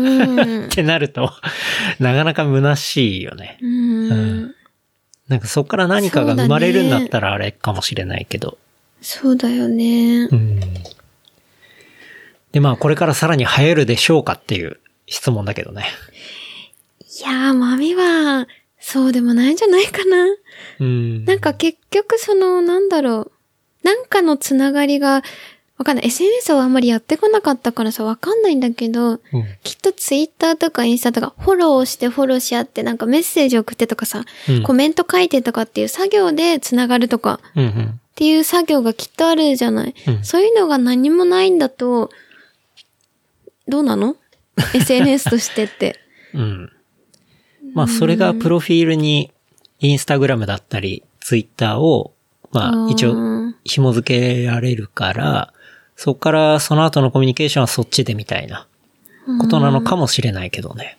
[SPEAKER 3] な。
[SPEAKER 2] うん
[SPEAKER 3] っ。てなる <laughs> と、なかなか虚しいよね。
[SPEAKER 2] うん。
[SPEAKER 3] なんかそこから何かが生まれるんだったらあれかもしれないけど。
[SPEAKER 2] そうだよね。
[SPEAKER 3] うんで、まあ、これからさらに流行るでしょうかっていう質問だけどね。
[SPEAKER 2] いやー、マミは、そうでもないんじゃないかな。
[SPEAKER 3] うん。
[SPEAKER 2] なんか結局その、なんだろう。なんかのつながりが、わかんない。SNS をあんまりやってこなかったからさ、わかんないんだけど、
[SPEAKER 3] うん、
[SPEAKER 2] きっとツイッターとかインスタとか、フォローしてフォローし合って、なんかメッセージ送ってとかさ、
[SPEAKER 3] うん
[SPEAKER 2] コメント書いてとかっていう作業でつながるとか、
[SPEAKER 3] うん、うん。
[SPEAKER 2] っていう作業がきっとあるじゃない。
[SPEAKER 3] うん
[SPEAKER 2] そういうのが何もないんだと、どうなの ?SNS としてって。
[SPEAKER 3] うん。まあ、それがプロフィールに、インスタグラムだったり、ツイッターを、 <laughs> ま
[SPEAKER 2] う
[SPEAKER 3] あ、
[SPEAKER 2] ん
[SPEAKER 3] 一応、紐付けられるから、そこからその後のコミュニケーションはそっちでみたいなことなのかもしれないけどね。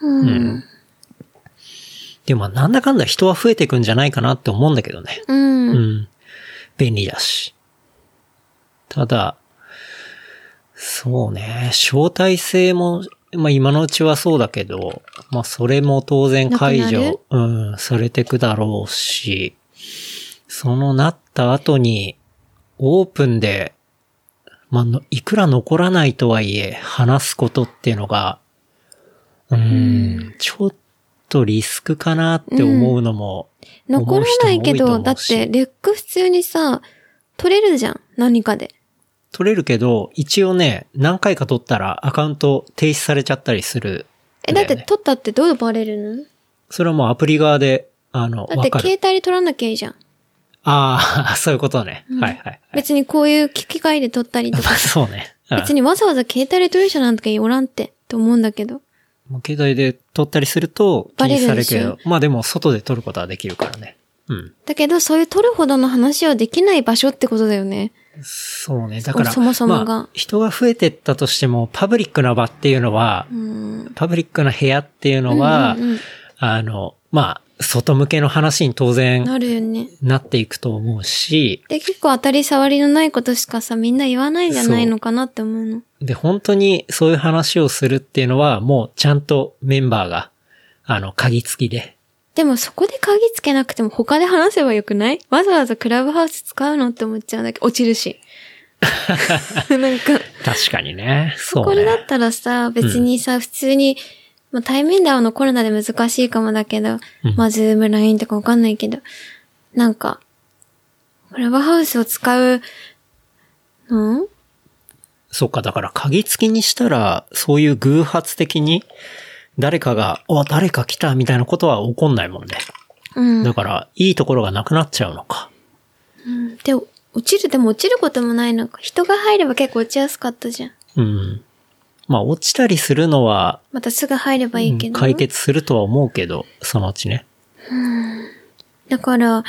[SPEAKER 2] うん。
[SPEAKER 3] でも、まあなんだかんだ人は増えていくんじゃないかなって思うんだけどね。
[SPEAKER 2] うん。
[SPEAKER 3] うん。便利だし。ただ、そうね、招待制も、まあ今のうちはそうだけど、まあそれも当然解
[SPEAKER 2] な
[SPEAKER 3] 除、うん、されてくだろうし、そのなった後に、オープンで、まあの、いくら残らないとはいえ、話すことっていうのが、うん、ちょっとリスクかなって思うのも、
[SPEAKER 2] 残らないけ
[SPEAKER 3] 思
[SPEAKER 2] ど、
[SPEAKER 3] う人も多いと思うし
[SPEAKER 2] だって、レック普通にさ、取れるじゃん。何かで。
[SPEAKER 3] 取れるけど、一応ね、何回か取ったらアカウント停止されちゃったりする、
[SPEAKER 2] え、だって、取ったってどうバレる
[SPEAKER 3] それはもうアプリ側で、あの、
[SPEAKER 2] のだっ
[SPEAKER 3] わ
[SPEAKER 2] て
[SPEAKER 3] か、る。
[SPEAKER 2] 携帯で取らなきゃいいじゃん。
[SPEAKER 3] あ <laughs> あ、そういうことね。はいはいはい。
[SPEAKER 2] 別にこういう機械で取ったりと
[SPEAKER 3] ま
[SPEAKER 2] か
[SPEAKER 3] あ。 <laughs> そうね。うん
[SPEAKER 2] 別にわざわざ携帯で取る人なんておらんって、と思うんだけど。
[SPEAKER 3] もう携帯で取ったりすると気にされるけ
[SPEAKER 2] バレる
[SPEAKER 3] ど、まあでも外で取ることはできるからね。うん。
[SPEAKER 2] だけど、そういう取るほどの話はできない場所ってことだよね。
[SPEAKER 3] そうね。だから、
[SPEAKER 2] そもそもが
[SPEAKER 3] まあ、人が増えてったとしても、パブリックな場っていうのは、
[SPEAKER 2] うん。
[SPEAKER 3] パブリックな部屋っていうのは、
[SPEAKER 2] うんうんうん
[SPEAKER 3] あの、まあ、外向けの話に当然
[SPEAKER 2] なるよね。
[SPEAKER 3] なっていくと思うし、
[SPEAKER 2] で、結構当たり障りのないことしかさ、みんな言わないんじゃないのかなって思うの。
[SPEAKER 3] で、本当にそういう話をするっていうのは、もうちゃんとメンバーが、あの、鍵付きで、
[SPEAKER 2] でもそこで鍵つけなくても他で話せばよくないわざわざクラブハウス使うのって思っちゃうんだけど、落ちる
[SPEAKER 3] <laughs>
[SPEAKER 2] し。なんか、
[SPEAKER 3] 確かにね。そ
[SPEAKER 2] こ
[SPEAKER 3] う
[SPEAKER 2] れだ
[SPEAKER 3] ね
[SPEAKER 2] っ。たらさ、別にさ、普通に、まあ、対面で会うのコロナで難しいかもだけど、
[SPEAKER 3] うん
[SPEAKER 2] まあ、ズーム、LINE とかわかんないけど、なんか、クラブハウスを使うの
[SPEAKER 3] そっか、だから鍵付きにしたら、そういう偶発的に、誰かが、お、誰か来たみたいなことは起こんないもんね。
[SPEAKER 2] うん。
[SPEAKER 3] だから、いいところがなくなっちゃうのか。
[SPEAKER 2] うんで、落ちる、でも落ちることもないのか。人が入れば結構落ちやすかったじゃん。
[SPEAKER 3] うん。まあ、落ちたりするのは、
[SPEAKER 2] またすぐ入ればいいけど。
[SPEAKER 3] 解決するとは思うけど、そのうちね。
[SPEAKER 2] だから、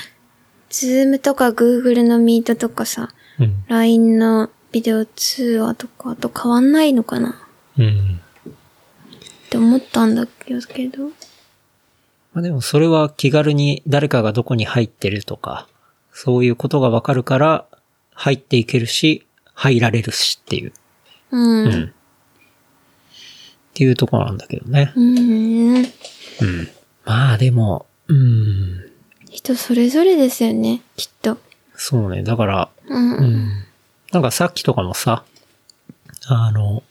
[SPEAKER 2] ズームとか Google のミートとかさ、
[SPEAKER 3] うん。
[SPEAKER 2] LINE のビデオ通話とかと変わんないのかな
[SPEAKER 3] うん。
[SPEAKER 2] って思ったんだけど。
[SPEAKER 3] まあでもそれは気軽に誰かがどこに入ってるとか、そういうことがわかるから、入っていけるし、入られるしっていう。
[SPEAKER 2] うん。
[SPEAKER 3] うん。っていうところなんだけどね。
[SPEAKER 2] うん。
[SPEAKER 3] うん。まあでも、うん。
[SPEAKER 2] 人それぞれですよね、きっと。
[SPEAKER 3] そうね。だから、
[SPEAKER 2] うん。
[SPEAKER 3] うん。なんかさっきとかもさ、あの、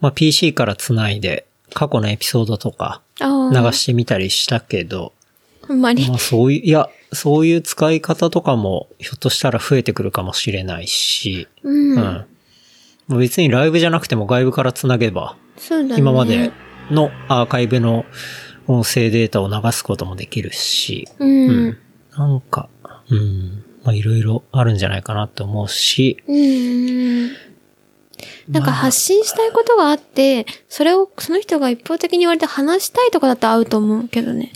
[SPEAKER 3] まあ PC から繋いで過去のエピソードとか
[SPEAKER 2] あ
[SPEAKER 3] 流
[SPEAKER 2] あ。
[SPEAKER 3] してみたりしたけど、
[SPEAKER 2] あんまり
[SPEAKER 3] ま。あそういう、いや、そういう使い方とかもひょっとしたら増えてくるかもしれないし、
[SPEAKER 2] うん。
[SPEAKER 3] うん。もう別にライブじゃなくても外部から繋げば、
[SPEAKER 2] そうだね。
[SPEAKER 3] 今まで。のアーカイブの音声データを流すこともできるし、
[SPEAKER 2] うん。
[SPEAKER 3] う
[SPEAKER 2] うんん。。
[SPEAKER 3] なんか、うん。まあいろいろあるんじゃないかなって思うし、
[SPEAKER 2] うんなんか発信したいことがあって、それをその人が一方的に言われて話したいとかだと合うと思うけどね。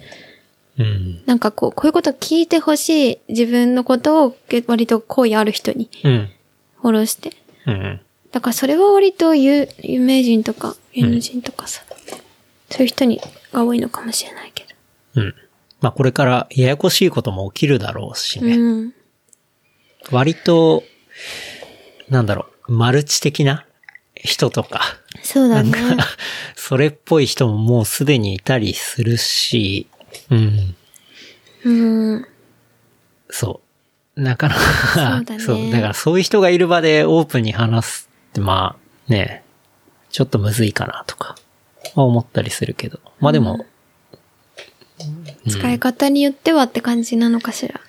[SPEAKER 3] うん。
[SPEAKER 2] なんかこう、こういうこと聞いてほしい自分のことをけ割と好意ある人に
[SPEAKER 3] うん。
[SPEAKER 2] フォローして。
[SPEAKER 3] うん。
[SPEAKER 2] だからそれは割と有有名人とか芸能人とかさ、そういう人にが多いのかもしれないけど。
[SPEAKER 3] うん。まあこれからややこしいことも起きるだろうしね。
[SPEAKER 2] うん。
[SPEAKER 3] 割と、なんだろう、マルチ的な人とか、
[SPEAKER 2] そうだね。
[SPEAKER 3] <laughs> それっぽい人ももうすでにいたりするし、うん。
[SPEAKER 2] うん。
[SPEAKER 3] そう。なかなか
[SPEAKER 2] そうだね
[SPEAKER 3] だからそういう人がいる場でオープンに話すって、まあ、ね、ちょっとむずいかなとか、まあ思ったりするけど。まあでも、
[SPEAKER 2] 使い方によってはって感じなのかしら。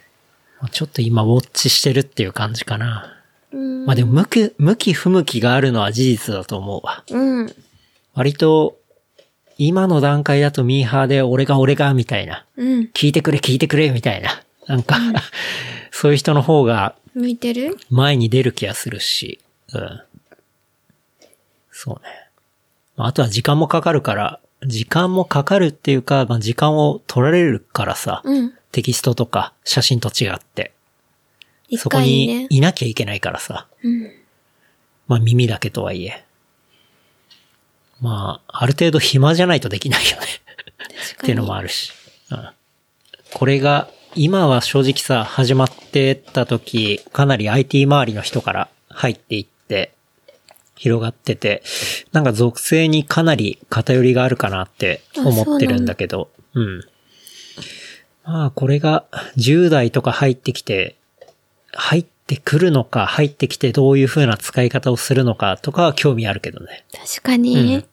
[SPEAKER 3] まあちょっと今ウォッチしてるっていう感じかな。
[SPEAKER 2] うん。
[SPEAKER 3] まあでも、向き、向き不向きがあるのは事実だと思うわ。
[SPEAKER 2] うん。
[SPEAKER 3] 割と、今の段階だとミーハーで俺が俺がみたいな。
[SPEAKER 2] うん。
[SPEAKER 3] 聞いてくれ聞いてくれみたいな。なんか、 <laughs> そういう人の方が
[SPEAKER 2] 向いてる
[SPEAKER 3] 前に出る気がするし。うん。そうね。まああとは時間もかかるから、時間もかかるっていうか、まあ時間を取られるからさ、
[SPEAKER 2] うん。
[SPEAKER 3] テキストとか写真と違って。
[SPEAKER 2] 一
[SPEAKER 3] そこ
[SPEAKER 2] 回に
[SPEAKER 3] に
[SPEAKER 2] ね。
[SPEAKER 3] いなきゃいけないからさ。
[SPEAKER 2] うん。
[SPEAKER 3] まあ耳だけとはいえ。まあ、ある程度暇じゃないとできないよ
[SPEAKER 2] 確
[SPEAKER 3] ね。っ
[SPEAKER 2] か
[SPEAKER 3] てい
[SPEAKER 2] に。
[SPEAKER 3] うのもあるし。うん。これが、今は正直さ、始まってた時、かなり IT 周りの人から入っていって、広がってて、なんか属性にかなり偏りがあるかなって思ってるんだけど、うん。まあ、これが10代とか入ってきて、入ってくるのか、入ってきてどういう風な使い方をするのかとかは興味あるけどね。
[SPEAKER 2] 確かに。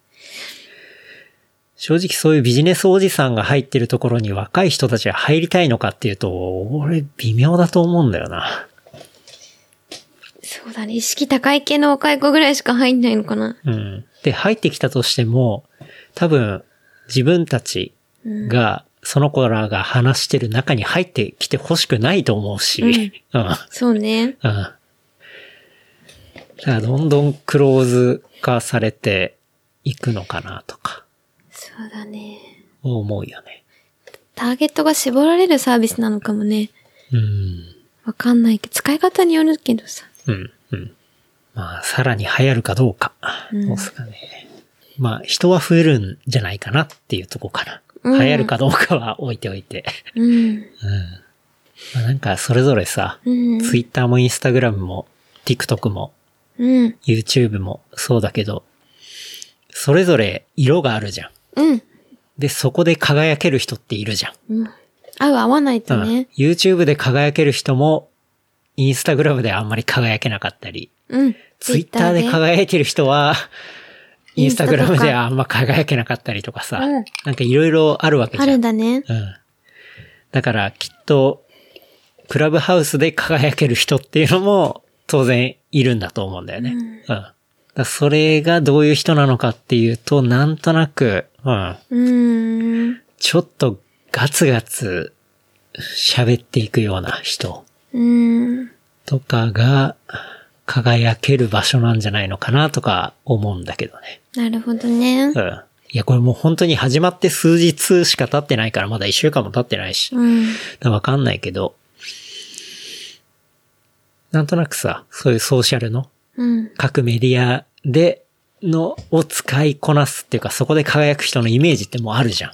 [SPEAKER 3] 正直そういうビジネスおじさんが入ってるところに若い人たちが入りたいのかっていうと、俺微妙だと思うんだよな。
[SPEAKER 2] そうだね。意識高い系の若い子ぐらいしか入んないのかな。
[SPEAKER 3] うん。で、入ってきたとしても、多分自分たちが、その子らが話してる中に入ってきてほしくないと思うし。 <laughs> うん。うん。
[SPEAKER 2] そうね。
[SPEAKER 3] だからどんどんクローズ化されていくのかなとか、
[SPEAKER 2] そうだね。
[SPEAKER 3] 思うよね。
[SPEAKER 2] ターゲットが絞られるサービスなのかもね。
[SPEAKER 3] うん。
[SPEAKER 2] わかんないけど、使い方によるけどさ。
[SPEAKER 3] うん、うん。まあ、さらに流行るかどうか。
[SPEAKER 2] うん
[SPEAKER 3] どうすかね。まあ、人は増えるんじゃないかなっていうとこかな。
[SPEAKER 2] うん
[SPEAKER 3] 流行るかどうかは置いておいて。 <laughs>
[SPEAKER 2] うん。
[SPEAKER 3] まあなんか、それぞれさ、
[SPEAKER 2] うん。
[SPEAKER 3] ツイッターもインスタグラムも、TikTok も、
[SPEAKER 2] うん。
[SPEAKER 3] YouTube もそうだけど、それぞれ色があるじゃん。
[SPEAKER 2] うん。
[SPEAKER 3] で、そこで輝ける人っているじゃん。
[SPEAKER 2] うん。合う合わないとね。
[SPEAKER 3] うん YouTube で輝ける人も、インスタグラムであんまり輝けなかったり、
[SPEAKER 2] うん。
[SPEAKER 3] Twitter で
[SPEAKER 2] く。
[SPEAKER 3] 輝いてる人は、イ
[SPEAKER 2] イ
[SPEAKER 3] ン
[SPEAKER 2] ン
[SPEAKER 3] ス
[SPEAKER 2] ス
[SPEAKER 3] タ
[SPEAKER 2] タ
[SPEAKER 3] グ
[SPEAKER 2] とか
[SPEAKER 3] ラムであんま輝けなかったりとかさ、
[SPEAKER 2] うん
[SPEAKER 3] なんかいろいろあるわけじゃ
[SPEAKER 2] あ
[SPEAKER 3] ん。
[SPEAKER 2] るんだね。
[SPEAKER 3] うん。だからきっと、クラブハウスで輝ける人っていうのも当然いるんだと思うんだよね。う。
[SPEAKER 2] うんん
[SPEAKER 3] だからそれがどういう人なのかっていうと、なんとなく、うん、
[SPEAKER 2] うーん。
[SPEAKER 3] ちょっとガツガツ喋っていくような人
[SPEAKER 2] うーん。
[SPEAKER 3] とかが輝ける場所なんじゃないのかなとか思うんだけどね。
[SPEAKER 2] なるほどね。
[SPEAKER 3] うん。いや、これもう本当に始まって数日しか経ってないから、まだ一週間も経ってないし。
[SPEAKER 2] うん。
[SPEAKER 3] わかんないけど、なんとなくさ、そういうソーシャルの
[SPEAKER 2] うん。
[SPEAKER 3] 各メディアでのを使いこなすっていうか、そこで輝く人のイメージってもうあるじゃん。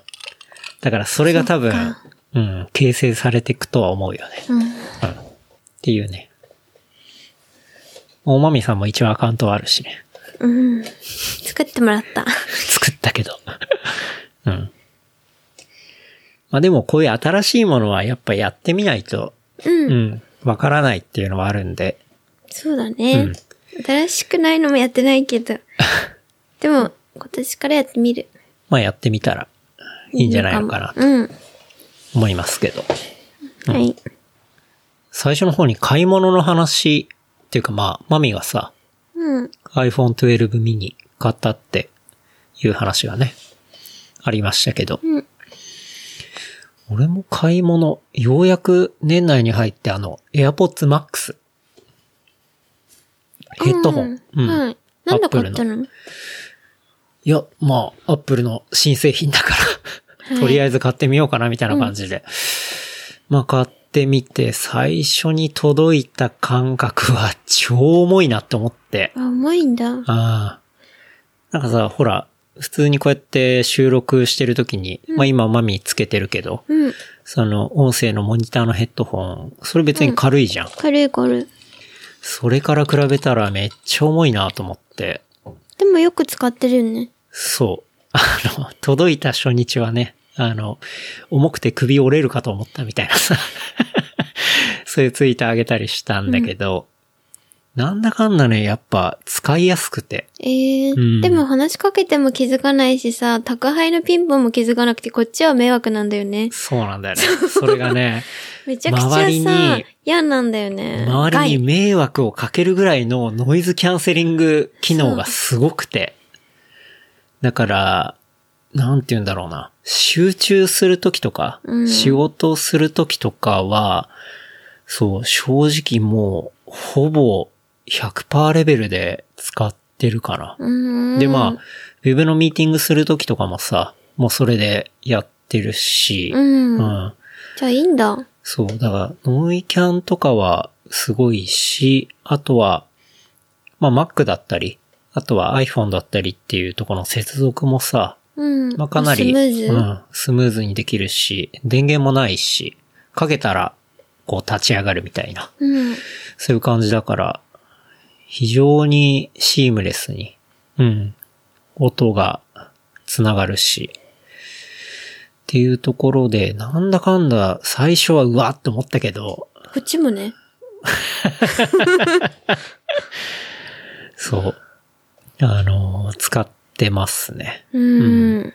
[SPEAKER 3] だからそれが多分
[SPEAKER 2] そっか、
[SPEAKER 3] うん、形成されていくとは思うよね。
[SPEAKER 2] うん。
[SPEAKER 3] うん。っていうね。おまみさんも一応アカウントはあるしね。 <laughs>
[SPEAKER 2] うん。作ってもらった。 <laughs>
[SPEAKER 3] 作ったけど。 <laughs> うん。まあでもこういう新しいものはやっぱやってみないと、
[SPEAKER 2] うん
[SPEAKER 3] うん。わからないっていうのはあるんで、
[SPEAKER 2] そうだね。新しくないのもやってないけ
[SPEAKER 3] <laughs>
[SPEAKER 2] ど。でも、今年からやってみる。
[SPEAKER 3] まあやってみたらいいんじゃないのかなと
[SPEAKER 2] うん。
[SPEAKER 3] 思いますけど。
[SPEAKER 2] はい。
[SPEAKER 3] 最初の方に買い物の話っていうかまあ、マミがさ、
[SPEAKER 2] うん。
[SPEAKER 3] iPhone 12 mini 買ったっていう話がね、ありましたけど。
[SPEAKER 2] うん
[SPEAKER 3] 俺も買い物、ようやく年内に入ってあの、AirPods Max。ヘッドホン。
[SPEAKER 2] うん
[SPEAKER 3] うん
[SPEAKER 2] はい。なんで買ったの
[SPEAKER 3] いや、まあ、アップルの新製品だから、とりあえず買ってみようかな、みたいな感じで。まあ、買ってみて、最初に届いた感覚は超重いなって思って。
[SPEAKER 2] あ、重いんだ。うん。
[SPEAKER 3] ああ。なんかさ、ほら、普通にこうやって収録してる時に、まあ今マミつけてるけど、その音声のモニターのヘッドホン、それ別に軽いじゃん。
[SPEAKER 2] 軽い軽い。
[SPEAKER 3] それから比べたらめっちゃ重いなと思って。
[SPEAKER 2] でもよく使ってるよね。
[SPEAKER 3] そう。 <laughs> あの、届いた初日はね、あの、重くて首折れるかと思ったみたいなさ、 <laughs> そういうツイートあげたりしたんだけど、なんだかんだね、やっぱ使いやすくて。
[SPEAKER 2] ええ
[SPEAKER 3] うん
[SPEAKER 2] でも話しかけても気づかないしさ、宅配のピンポンも気づかなくて、こっちは迷惑なんだよね。
[SPEAKER 3] そうなんだよね。それがね、
[SPEAKER 2] めちゃくち
[SPEAKER 3] 周り
[SPEAKER 2] ゃさ
[SPEAKER 3] に、
[SPEAKER 2] 嫌なんだよね。
[SPEAKER 3] 周りに迷惑をかけるぐらいのノイズキャンセリング機能がすごくて。だから、なんて言うんだろうな。集中するときとか、
[SPEAKER 2] うん
[SPEAKER 3] 仕事をするときとかは、そう、正直もう、ほぼ100%レベルで使ってるかな。
[SPEAKER 2] 害うん。
[SPEAKER 3] で、まあ、ウェブのミーティングするときとかもさ、もうそれでやってるし、
[SPEAKER 2] うん。
[SPEAKER 3] うん、
[SPEAKER 2] じゃあいいんだ。
[SPEAKER 3] そう、だから、ノイキャンとかはすごいし、あとは、まあ Mac だったり、あとは iPhone だったりっていうところの接続もさ、
[SPEAKER 2] うん。
[SPEAKER 3] まあかなり、
[SPEAKER 2] スムーズ。
[SPEAKER 3] うん、スムーズにできるし、電源もないし、かけたら、こう立ち上がるみたいな、
[SPEAKER 2] うん。
[SPEAKER 3] そういう感じだから、非常にシームレスに、うん、音がつながるし、っていうところで、なんだかんだ最初はうわっと思ったけど、
[SPEAKER 2] こっちもね。
[SPEAKER 3] そう。あの、使ってますね。
[SPEAKER 2] うん。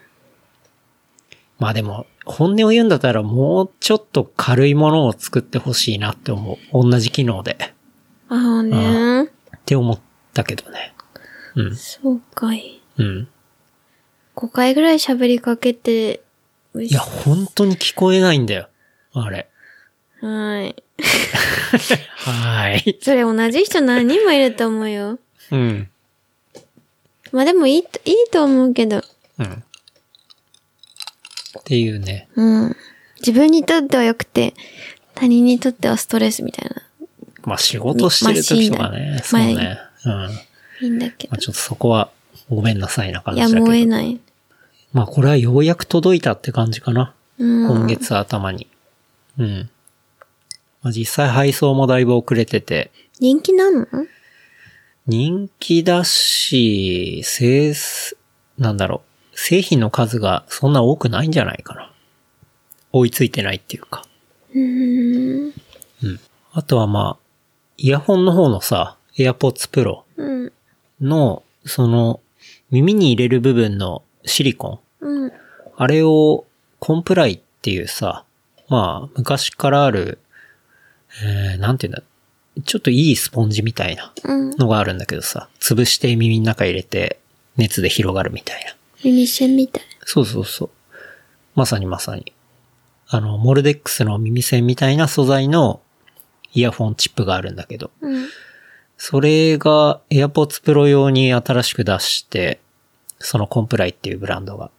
[SPEAKER 3] まあでも、本音を言うんだったらもうちょっと軽いものを作ってほしいなって思う。同じ機能で。
[SPEAKER 2] ああね。
[SPEAKER 3] って思ったけどね。うん。
[SPEAKER 2] そうかい。
[SPEAKER 3] うん。
[SPEAKER 2] 5回ぐらい喋りかけて、
[SPEAKER 3] いや、本当に聞こえないんだよ。あれ。
[SPEAKER 2] はい。
[SPEAKER 3] はーい。
[SPEAKER 2] それ同じ人何人もいると思うよ。
[SPEAKER 3] うん。
[SPEAKER 2] まあでもいいと、いいと思うけど。
[SPEAKER 3] うん。っていうね。
[SPEAKER 2] うん。自分にとっては良くて、他人にとってはストレスみたいな。
[SPEAKER 3] まあ仕事してる時とかね。そ
[SPEAKER 2] まあ
[SPEAKER 3] う
[SPEAKER 2] しんどい
[SPEAKER 3] ね。うん。ま
[SPEAKER 2] いいんだけど
[SPEAKER 3] あ。ちょっとそこはごめんなさいな感じだ
[SPEAKER 2] や
[SPEAKER 3] けど。
[SPEAKER 2] むを得ない。
[SPEAKER 3] まあこれはようやく届いたって感じかな。
[SPEAKER 2] うん。
[SPEAKER 3] 今月頭に。うん。まあ、実際配送もだいぶ遅れてて、
[SPEAKER 2] 人気なの
[SPEAKER 3] 人気だし、せいなんだろう。製品の数がそんな多くないんじゃないかな。追いついてないっていうか。
[SPEAKER 2] うーん。
[SPEAKER 3] うん。あとはまあ、イヤホンの方のさ、AirPods Pro
[SPEAKER 2] うん。
[SPEAKER 3] の、その、耳に入れる部分のシリコン。
[SPEAKER 2] うん。
[SPEAKER 3] あれをコンプライっていうさ、まあ、昔からある、えー、なんていうんだ、ちょっといいスポンジみたいな
[SPEAKER 2] うん。
[SPEAKER 3] のがあるんだけどさ、潰して耳の中入れて、熱で広がるみたいな。
[SPEAKER 2] 耳栓みたい。
[SPEAKER 3] そうそうそう。まさにまさに。あの、モルデックスの耳栓みたいな素材のイヤホンチップがあるんだけど、
[SPEAKER 2] うん。
[SPEAKER 3] それが AirPods Pro 用に新しく出して、そのコンプライっていうブランドが。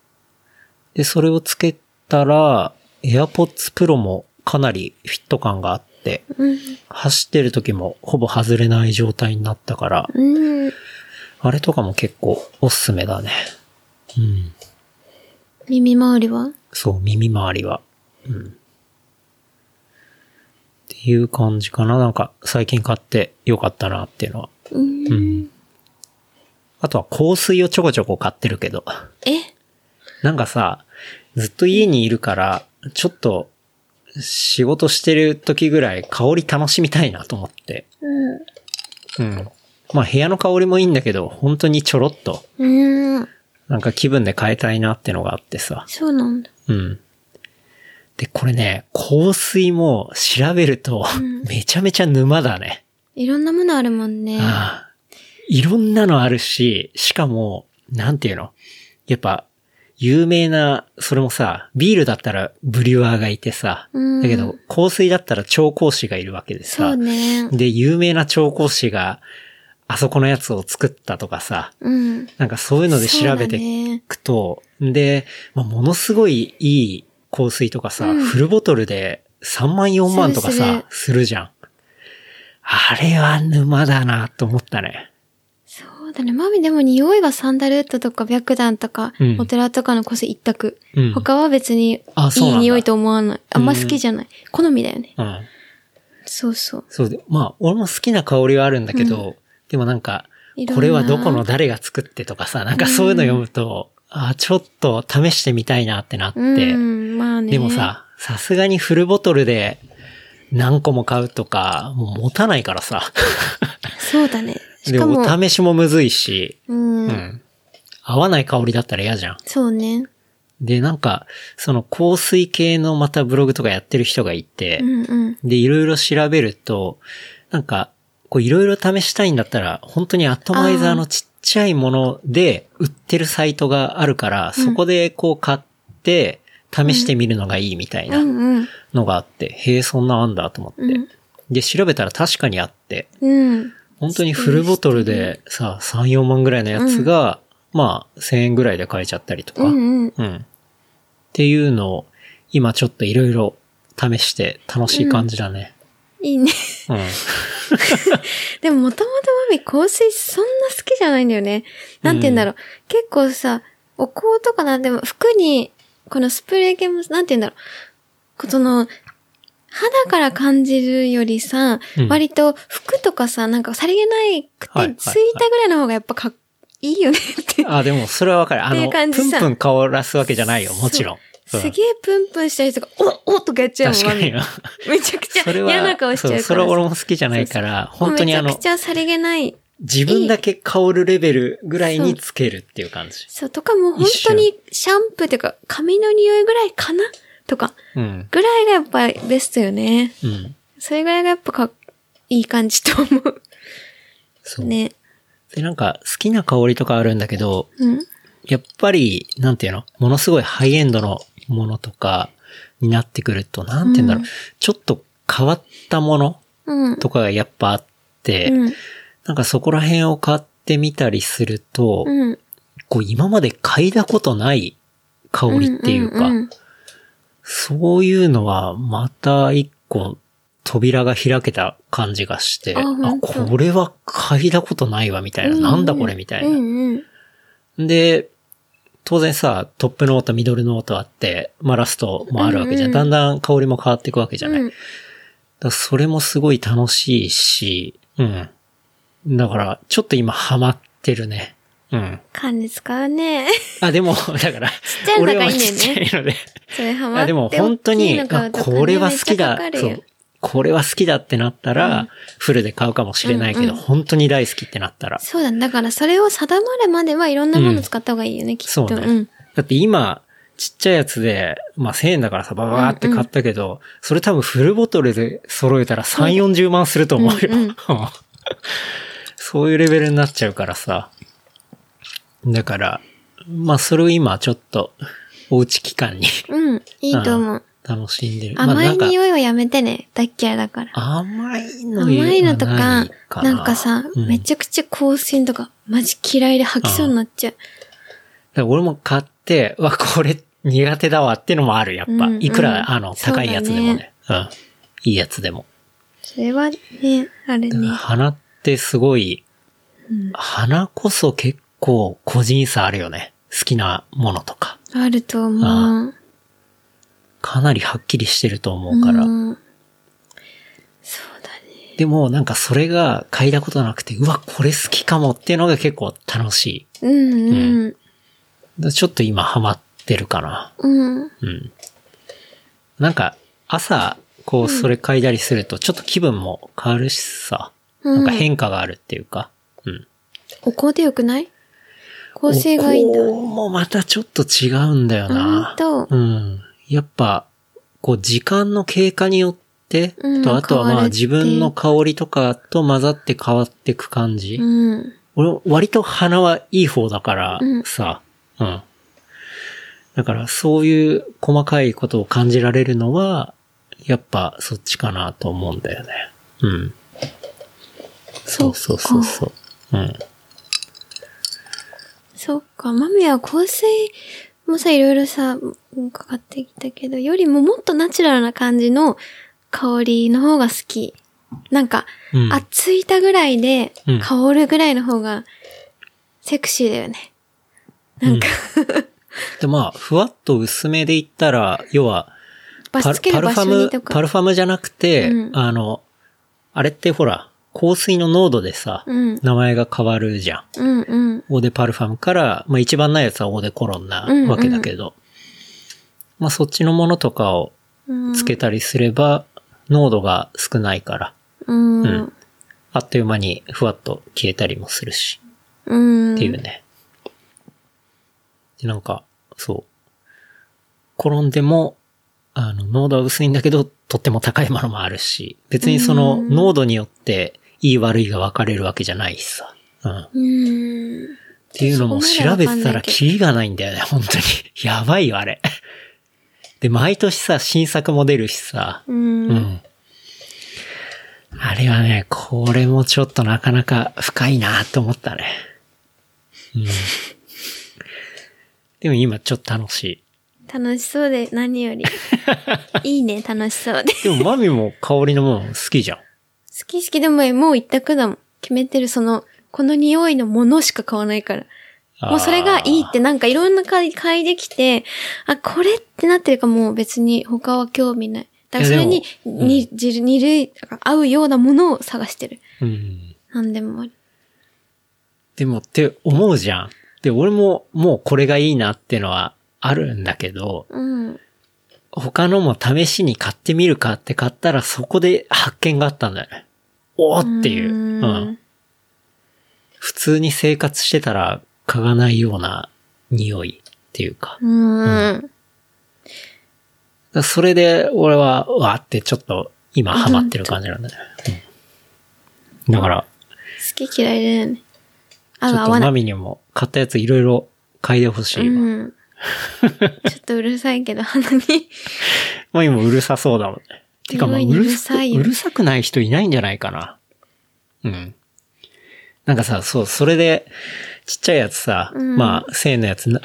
[SPEAKER 3] で、それをつけたら、AirPods Pro もかなりフィット感があって、
[SPEAKER 2] うん。
[SPEAKER 3] 走ってる時もほぼ外れない状態になったから、
[SPEAKER 2] うん。
[SPEAKER 3] あれとかも結構おすすめだね。うん。
[SPEAKER 2] 耳周りは
[SPEAKER 3] そう、耳周りは。うん。っていう感じかな。なんか、最近買ってよかったなっていうのは。
[SPEAKER 2] うん。
[SPEAKER 3] うん。あとは香水をちょこちょこ買ってるけど。
[SPEAKER 2] え
[SPEAKER 3] なんかさ、ずっと家にいるから、ちょっと、仕事してる時ぐらい香り楽しみたいなと思って。
[SPEAKER 2] うん。
[SPEAKER 3] うん。まあ部屋の香りもいいんだけど、本当にちょろっと、
[SPEAKER 2] うん。
[SPEAKER 3] なんか気分で変えたいなってのがあってさ。
[SPEAKER 2] そうなんだ。
[SPEAKER 3] うん。で、これね、香水も調べると、めちゃめちゃ沼だね。
[SPEAKER 2] いろんなものあるもんね。
[SPEAKER 3] ああいろんなのあるし、しかも、なんていうのやっぱ、有名な、それもさ、ビールだったらブリュワーがいてさ、
[SPEAKER 2] うん
[SPEAKER 3] だけど、香水だったら調香師がいるわけで
[SPEAKER 2] そ
[SPEAKER 3] さ、
[SPEAKER 2] うね。
[SPEAKER 3] で、有名な調香師が、あそこのやつを作ったとかさ、
[SPEAKER 2] うん。
[SPEAKER 3] なんかそういうので調べ
[SPEAKER 2] そうだ
[SPEAKER 3] て
[SPEAKER 2] ね
[SPEAKER 3] いくと、で、まあ、ものすごいいい香水とかさ、
[SPEAKER 2] うん
[SPEAKER 3] フルボトルで3万4万とか
[SPEAKER 2] する
[SPEAKER 3] さ、するじゃん。あれは沼だなと思ったね。
[SPEAKER 2] そうだね。マミでも匂いはサンダルウッドとか白檀とか、
[SPEAKER 3] うん
[SPEAKER 2] お寺とかの香水一択。
[SPEAKER 3] うん
[SPEAKER 2] 他は別に
[SPEAKER 3] あそう
[SPEAKER 2] いい
[SPEAKER 3] なんだ
[SPEAKER 2] 匂いと思わない。あんま好きじゃない。好みだよね。
[SPEAKER 3] うん。
[SPEAKER 2] そうそう。
[SPEAKER 3] そうで、まあ、俺も好きな香りはあるんだけど、でもなんか
[SPEAKER 2] い、ろんな
[SPEAKER 3] これはどこの誰が作ってとかさ、なんかそういうの読むと、あ、ちょっと試してみたいなってなって、
[SPEAKER 2] うん、まあね。
[SPEAKER 3] でも、さ、さすがにフルボトルで何個も買うとか、もう持たないからさ。
[SPEAKER 2] そうだね。し
[SPEAKER 3] で、
[SPEAKER 2] かも
[SPEAKER 3] お、試しもむずいし、
[SPEAKER 2] うん、
[SPEAKER 3] うん。合わない香りだったら嫌じゃん。
[SPEAKER 2] そうね。
[SPEAKER 3] で、なんか、その香水系のまたブログとかやってる人がいて
[SPEAKER 2] う、んうん。
[SPEAKER 3] で、いろいろ調べると、なんか、こういろいろ試したいんだったら、本当にアトマイザーのちっちゃいもので売ってるサイトがあるから、そこでこう買って、試してみるのがいいみたいな。
[SPEAKER 2] うんうん。
[SPEAKER 3] のがあって、へえ、そんなあんだと思って。
[SPEAKER 2] うん
[SPEAKER 3] で、調べたら確かにあって、
[SPEAKER 2] うん。
[SPEAKER 3] 本当にフルボトルでさ、3、4万ぐらいのやつが、まあ、1000円ぐらいで買えちゃったりとか、
[SPEAKER 2] うんうん。
[SPEAKER 3] うんっていうのを、今ちょっといろいろ試して楽しい感じだね。
[SPEAKER 2] いいね。
[SPEAKER 3] うん。
[SPEAKER 2] でももともとマミ香水そんな好きじゃないんだよね。なんて言うんだろう。結構さ、お香とかなんでも服に、このスプレー系も、なんて言うんだろう。こその、肌から感じるよりさ、
[SPEAKER 3] うん
[SPEAKER 2] 割と服とかさ、なんかさりげないく
[SPEAKER 3] はいはい
[SPEAKER 2] て、ついたぐらいの方がやっぱかっ、いいよね
[SPEAKER 3] <laughs>
[SPEAKER 2] って。
[SPEAKER 3] あ、でも、それはわかる。あ
[SPEAKER 2] ってい
[SPEAKER 3] の、
[SPEAKER 2] う
[SPEAKER 3] プ
[SPEAKER 2] 感
[SPEAKER 3] ン
[SPEAKER 2] じさ
[SPEAKER 3] プン香らすわけじゃないよ、もちろん。うん
[SPEAKER 2] すげえプンプンしたりとか、おおとかやっちゃうも
[SPEAKER 3] 確
[SPEAKER 2] ん、
[SPEAKER 3] か
[SPEAKER 2] マミ
[SPEAKER 3] に。
[SPEAKER 2] めちゃくちゃ
[SPEAKER 3] それは、
[SPEAKER 2] 嫌な顔しちゃうから
[SPEAKER 3] そう
[SPEAKER 2] さ。
[SPEAKER 3] それは俺も好きじゃないから、本当にあ
[SPEAKER 2] めちゃ
[SPEAKER 3] の
[SPEAKER 2] くち、ゃさりげない。
[SPEAKER 3] 自分だけ香るレベルぐらいにつけるっていう感じ。
[SPEAKER 2] そう、とかもう本当にシャンプーというか、髪の匂いぐらいかなとか、
[SPEAKER 3] うん。
[SPEAKER 2] ぐらいがやっぱりベストよね。
[SPEAKER 3] うん。
[SPEAKER 2] それぐらいがやっぱかっいい感じと思。
[SPEAKER 3] そうう。
[SPEAKER 2] ね。
[SPEAKER 3] で、なんか、好きな香りとかあるんだけど、
[SPEAKER 2] うん。
[SPEAKER 3] やっぱり、なんていうのものすごいハイエンドのものとかになってくると、なんていうんだろう、
[SPEAKER 2] うん
[SPEAKER 3] ちょっと変わったもの
[SPEAKER 2] うん。
[SPEAKER 3] とかがやっぱあって、
[SPEAKER 2] うん。
[SPEAKER 3] なんかそこら辺を買ってみたりすると、
[SPEAKER 2] うん。
[SPEAKER 3] こう今まで嗅いだことない香りっていうか、
[SPEAKER 2] んんん
[SPEAKER 3] そういうのはまた一個扉が開けた感じがして、
[SPEAKER 2] あ
[SPEAKER 3] あ
[SPEAKER 2] 本当
[SPEAKER 3] これは嗅いだことないわみたいな、
[SPEAKER 2] うん
[SPEAKER 3] なんだこれみたいな。
[SPEAKER 2] うんうん。
[SPEAKER 3] で、当然さ、トップノート、ミドルノートあって、まあラストもあるわけじゃん。
[SPEAKER 2] うんうん
[SPEAKER 3] だんだん香りも変わっていくわけじゃな
[SPEAKER 2] う
[SPEAKER 3] い。だ
[SPEAKER 2] ん
[SPEAKER 3] からそれもすごい楽しいし、うん。だから、ちょっと今ハマってるね。うん。
[SPEAKER 2] 缶で使うね。 <laughs>
[SPEAKER 3] あ、でも、 <laughs> だから、
[SPEAKER 2] ちゃいのがい
[SPEAKER 3] 俺
[SPEAKER 2] いんだよ
[SPEAKER 3] は
[SPEAKER 2] ね
[SPEAKER 3] ちっちゃいので。
[SPEAKER 2] それハマっ
[SPEAKER 3] あ
[SPEAKER 2] て。
[SPEAKER 3] でも本当に、
[SPEAKER 2] 大きいの買
[SPEAKER 3] あ
[SPEAKER 2] うと金
[SPEAKER 3] これは好
[SPEAKER 2] め
[SPEAKER 3] きだ
[SPEAKER 2] っちゃかかる
[SPEAKER 3] そ
[SPEAKER 2] よ
[SPEAKER 3] う。これは好きだってなったら、フルで買うかもしれないけど、
[SPEAKER 2] うんうん
[SPEAKER 3] 本当に大好きってなったら。
[SPEAKER 2] そうだ、ね、だからそれを定まるまではいろんなもの使った方がいいよね、きっと。
[SPEAKER 3] そうね。
[SPEAKER 2] ん。
[SPEAKER 3] だって今、ちっちゃいやつで、まあ1000円だからさ、ババーって買ったけど、それ多分フルボトルで揃えたら3、40万すると思うよ。
[SPEAKER 2] うんうん
[SPEAKER 3] <laughs> そういうレベルになっちゃうからさ。だから、まあそれを今ちょっと、おうち期間に <laughs>
[SPEAKER 2] うん、いいと思う。
[SPEAKER 3] 楽しんでる。まあ
[SPEAKER 2] 甘
[SPEAKER 3] ないんか
[SPEAKER 2] 匂いはやめてね。大っ嫌いだから。
[SPEAKER 3] 甘いの
[SPEAKER 2] 甘いのとか、なんかさ、め
[SPEAKER 3] ゃ。うん
[SPEAKER 2] ちゃくちゃ香水とか、マジ嫌いで吐きそうになっちゃう。
[SPEAKER 3] だから俺も買って、わ、これ苦手だわってのもある、やっぱ。
[SPEAKER 2] うんうん
[SPEAKER 3] いくら、あの、
[SPEAKER 2] そうだね
[SPEAKER 3] 高いやつでもね。うん。いいやつでも。
[SPEAKER 2] それはね、あるね。
[SPEAKER 3] 鼻ってすごい、
[SPEAKER 2] うん
[SPEAKER 3] 鼻こそ結構個人差あるよね。好きなものとか。
[SPEAKER 2] あると思
[SPEAKER 3] あ
[SPEAKER 2] う。
[SPEAKER 3] かなりはっきりしてると思うから。
[SPEAKER 2] うんそうだね。
[SPEAKER 3] でもなんかそれが嗅いだことなくて、うわ、これ好きかもっていうのが結構楽し
[SPEAKER 2] うんうん。
[SPEAKER 3] い。ちょっと今ハマってるかな。
[SPEAKER 2] うん。
[SPEAKER 3] うん。なんか、朝、こう、それ嗅いだりすると、ちょっと気分も変わるしさ、
[SPEAKER 2] うん
[SPEAKER 3] なんか変化があるっていうか、うん。
[SPEAKER 2] お香でよくない香水がいいんだ。
[SPEAKER 3] お香もまたちょっと違うんだよな。
[SPEAKER 2] ほんと
[SPEAKER 3] うん。やっぱ、こう、時間の経過によって、
[SPEAKER 2] うん
[SPEAKER 3] と、あとは
[SPEAKER 2] 変
[SPEAKER 3] ま
[SPEAKER 2] わ
[SPEAKER 3] あ
[SPEAKER 2] るって
[SPEAKER 3] 自分の香りとかと混ざって変わってく感じ。
[SPEAKER 2] うん。
[SPEAKER 3] 俺、割と鼻はいい方だから
[SPEAKER 2] うん
[SPEAKER 3] さ、うん。だから、そういう細かいことを感じられるのは、やっぱそっちかなと思うんだよね。うん。そうそうそうそう。うん。
[SPEAKER 2] そっか、マミは香水もさ、いろいろさ、うんかかってきたけど、よりももっとナチュラルな感じの香りの方が好き。なんか、
[SPEAKER 3] うん
[SPEAKER 2] あ、ついたぐらいで
[SPEAKER 3] うん、
[SPEAKER 2] 香るぐらいの方が、セクシーだよね。なんか、
[SPEAKER 3] で、まあ、ふわっと薄めで言ったら、要は、
[SPEAKER 2] バスつける場所にと
[SPEAKER 3] パルファム、パ
[SPEAKER 2] か。
[SPEAKER 3] ルファムじゃなくて、
[SPEAKER 2] うん
[SPEAKER 3] あの、あれってほら、香水の濃度でさ、
[SPEAKER 2] うん。
[SPEAKER 3] 名前が変わるじゃん。
[SPEAKER 2] うんうん。
[SPEAKER 3] オーデパルファムから、まあ一番ないやつはオーデコロンなわけだけど、まあそっちのものとかを
[SPEAKER 2] うん。
[SPEAKER 3] つけたりすれば、濃度が少ないから、
[SPEAKER 2] うん。
[SPEAKER 3] んあっという間にふわっと消えたりもするし、
[SPEAKER 2] うん。
[SPEAKER 3] っていうね。でなんか、そう。コロンでも、あの、濃度は薄いんだけど、とっても高いものもあるし、別にその
[SPEAKER 2] うん
[SPEAKER 3] 濃度によって、いい悪いが分かれるわけじゃないしさ。うん。
[SPEAKER 2] うん。
[SPEAKER 3] っていうのも
[SPEAKER 2] そこま
[SPEAKER 3] 調
[SPEAKER 2] で
[SPEAKER 3] べ
[SPEAKER 2] はわかんないけ
[SPEAKER 3] てた
[SPEAKER 2] ど
[SPEAKER 3] らキリがないんだよね、本当に。 <laughs> やばいよ、あれ。で、毎年さ、新作も出るしさ。
[SPEAKER 2] うん。
[SPEAKER 3] うん。あれはね、これもちょっとなかなか深いなと思ったね。うん。でも今ちょっと楽しい。
[SPEAKER 2] 楽しそうで、何
[SPEAKER 3] <laughs>
[SPEAKER 2] より。いいね、楽しそうで。好
[SPEAKER 3] でもマミも香りのもの好きじゃん。
[SPEAKER 2] き好きでももう一択だもん。決めてる、その、この匂いのものしか買わないから。 <laughs> もうそれがいいって、なんかいろんな買い、買いできて、あ、これってなってるかもう別に他は興味ない。だからそれに、
[SPEAKER 3] いやでも
[SPEAKER 2] に、じる、に類、合うようなものを探してる。
[SPEAKER 3] あー。うん。
[SPEAKER 2] なんでもあり。
[SPEAKER 3] でもって思うじゃん。で、俺ももうこれがいいなってのはあるんだけど、
[SPEAKER 2] うん。
[SPEAKER 3] 他のも試しに買ってみるかって買ったらそこで発見があったんだよね。おーっていう。うん,、
[SPEAKER 2] うん。
[SPEAKER 3] 普通に生活してたら嗅がないような匂いっていうか。だか
[SPEAKER 2] うん。
[SPEAKER 3] らそれで俺はわーってちょっと今ハマってる感じなんだよね。うんだから、
[SPEAKER 2] 好き嫌いだよね。
[SPEAKER 3] ち
[SPEAKER 2] 合う合
[SPEAKER 3] ょっと
[SPEAKER 2] わな
[SPEAKER 3] マ
[SPEAKER 2] い。
[SPEAKER 3] ミにも買ったやついろいろ嗅いでほし
[SPEAKER 2] う
[SPEAKER 3] いわ。
[SPEAKER 2] ん。ちょっとうるさいけど、鼻に。
[SPEAKER 3] マミもうるさそうだもんね。てかまあ
[SPEAKER 2] 匂いに
[SPEAKER 3] うる
[SPEAKER 2] うる
[SPEAKER 3] さ
[SPEAKER 2] さい
[SPEAKER 3] く、
[SPEAKER 2] よ
[SPEAKER 3] うるさくない人いないんじゃないかな。うん。なんかさ、そう、それで、ちっちゃいやつさ、
[SPEAKER 2] うん
[SPEAKER 3] まあ、1000円のやつな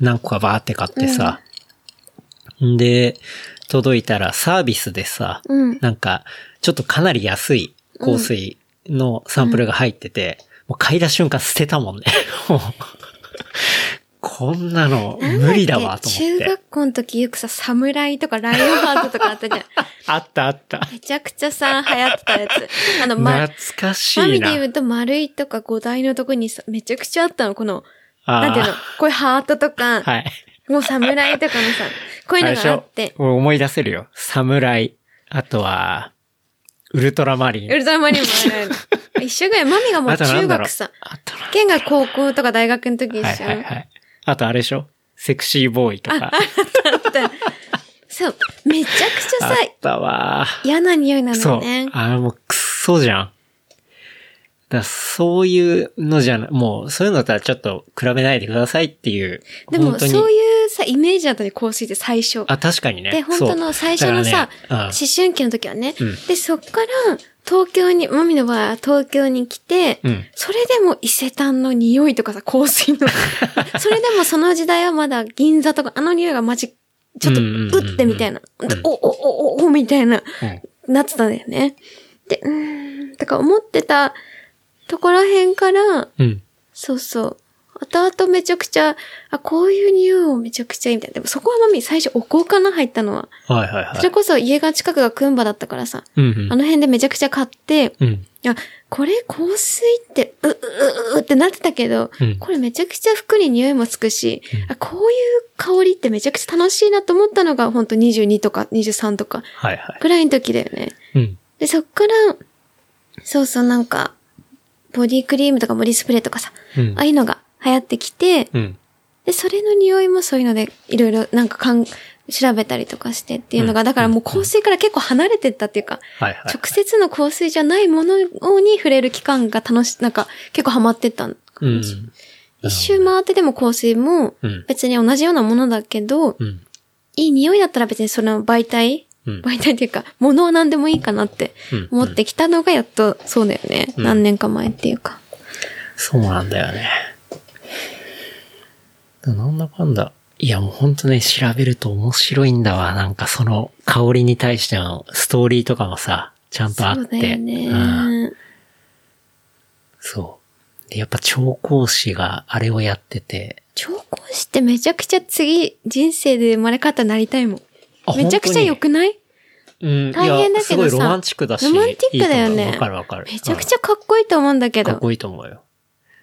[SPEAKER 3] 何個かバーって買ってさ、ん、で、届いたらサービスでさ、
[SPEAKER 2] うん。
[SPEAKER 3] なんか、ちょっとかなり安い香水
[SPEAKER 2] <laughs>
[SPEAKER 3] のサンプルが入ってて、もう嗅いだ瞬間捨てたもんね。もうこんなの無理だわと思
[SPEAKER 2] 中
[SPEAKER 3] って。
[SPEAKER 2] 学校の時よくさ、侍とかライオンハートとかあったじゃん。
[SPEAKER 3] あったあった。
[SPEAKER 2] めちゃくちゃさ、流行ってたやつ。あの、ま
[SPEAKER 3] 懐、かし
[SPEAKER 2] マ
[SPEAKER 3] い
[SPEAKER 2] ミ
[SPEAKER 3] な
[SPEAKER 2] で。言うと丸いとか五台のとこにさ、めちゃくちゃあったの、この、
[SPEAKER 3] あー
[SPEAKER 2] なんていうの、こういうハートとか、
[SPEAKER 3] はい。
[SPEAKER 2] もう侍とかのさ、こういうのがあって、
[SPEAKER 3] 俺思い出せるよ。侍。あとは、ウルトラマリ
[SPEAKER 2] ウ
[SPEAKER 3] ン。
[SPEAKER 2] ルトラマリンもあるある。一緒ぐらい、マミがもう
[SPEAKER 3] あとなん
[SPEAKER 2] 中
[SPEAKER 3] だろう
[SPEAKER 2] 学さ、。
[SPEAKER 3] あとな。
[SPEAKER 2] ケンが高校とか大学の時一
[SPEAKER 3] はい
[SPEAKER 2] 緒。
[SPEAKER 3] はいはい。あとあれでしょセクシーボーイとか。
[SPEAKER 2] そう、めちゃくちゃ
[SPEAKER 3] あ
[SPEAKER 2] さ、
[SPEAKER 3] ったわ。
[SPEAKER 2] 嫌な匂いなの
[SPEAKER 3] そう
[SPEAKER 2] よね。。
[SPEAKER 3] あの、もう、クソじゃん。だからそういうのじゃな、もう、そういうのとはちょっと比べないでくださいっていう。
[SPEAKER 2] でも、
[SPEAKER 3] 本当に
[SPEAKER 2] そういうさ、イメージだったね、香水って最初。
[SPEAKER 3] あ、確かにね。
[SPEAKER 2] で、本当の最初のさ、
[SPEAKER 3] そうだから
[SPEAKER 2] 思
[SPEAKER 3] ね
[SPEAKER 2] 春期の時はね。
[SPEAKER 3] うん
[SPEAKER 2] で、そっから、東京に、マミの場合は東京に来て、
[SPEAKER 3] うん
[SPEAKER 2] それでも伊勢丹の匂いとかさ、香水
[SPEAKER 3] <laughs>
[SPEAKER 2] の。それでもその時代はまだ銀座とか、あの匂いがマジ、ちょっと、
[SPEAKER 3] うんうんうんうん
[SPEAKER 2] うってみたいな。お、お、お、お、お、みたいな、なってたんだよね。で、うーん、とか思ってたところへんから、
[SPEAKER 3] うん。うん。
[SPEAKER 2] そうそう。後々めちゃくちゃ、あ、こういう匂いをめちゃくちゃいいみたいな。でもそこはマミ最初お香かな入ったのは。
[SPEAKER 3] はいはいは
[SPEAKER 2] それ
[SPEAKER 3] い。
[SPEAKER 2] こそ家が近くがクンバだったからさ、
[SPEAKER 3] うん
[SPEAKER 2] あの辺でめちゃくちゃ買って、
[SPEAKER 3] うん。うん。
[SPEAKER 2] いや、これ香水って、う、う、う、うってなってたけど、
[SPEAKER 3] うん
[SPEAKER 2] これめちゃくちゃ服に匂いもつくし、あ、こういう香りってめちゃくちゃ楽しいなと思ったのが、ほんと22とか23とか、
[SPEAKER 3] はいはい。
[SPEAKER 2] ぐらいの時だよね。
[SPEAKER 3] うん。
[SPEAKER 2] で、そっから、そうそうなんか、ボディクリームとかボディスプレーとかさ、
[SPEAKER 3] うん
[SPEAKER 2] ああいうのが流行ってきて、
[SPEAKER 3] うん。
[SPEAKER 2] で、それの匂いもそういうので、いろいろなんかかん、調べたりとかしてっていうのが、だからもう香水から結構離れてったっていうか、
[SPEAKER 3] はいはい。
[SPEAKER 2] 直接の香水じゃないものに触れる期間が楽し、なんか結構ハマってったのか
[SPEAKER 3] う
[SPEAKER 2] も
[SPEAKER 3] ん。
[SPEAKER 2] しれない一周回ってでも香水も
[SPEAKER 3] うん
[SPEAKER 2] 別に同じようなものだけど、
[SPEAKER 3] うん。
[SPEAKER 2] いい匂いだったら別にその媒体、
[SPEAKER 3] うん
[SPEAKER 2] 媒体っていうか、ものは何でもいいかなって
[SPEAKER 3] うん
[SPEAKER 2] 思ってきたのがやっとそうだよね。
[SPEAKER 3] うん
[SPEAKER 2] 何年か前っていうか。
[SPEAKER 3] そうなんだよね。なんだかんだ。いやもうほんとね、調べると面白いんだわ。なんかその香りに対してのストーリーとかもさ、ちゃんとあっ
[SPEAKER 2] そうだ
[SPEAKER 3] て。
[SPEAKER 2] よ
[SPEAKER 3] うん、
[SPEAKER 2] ね。
[SPEAKER 3] そう。で、やっぱ調香師があれをやってて。
[SPEAKER 2] 調香師ってめちゃくちゃ次、人生で生まれ変わったらなりたいもん。
[SPEAKER 3] あ
[SPEAKER 2] めちゃくちゃ良くない
[SPEAKER 3] うん、
[SPEAKER 2] 大変だけどさ
[SPEAKER 3] いやすごいロマンチックだし。
[SPEAKER 2] ロマンチックだよね
[SPEAKER 3] いいと思うわかるわかる。
[SPEAKER 2] めちゃく
[SPEAKER 3] ゃ
[SPEAKER 2] ちゃかっこいいと思うんだけ
[SPEAKER 3] か
[SPEAKER 2] ど。
[SPEAKER 3] っこいいと思うよ。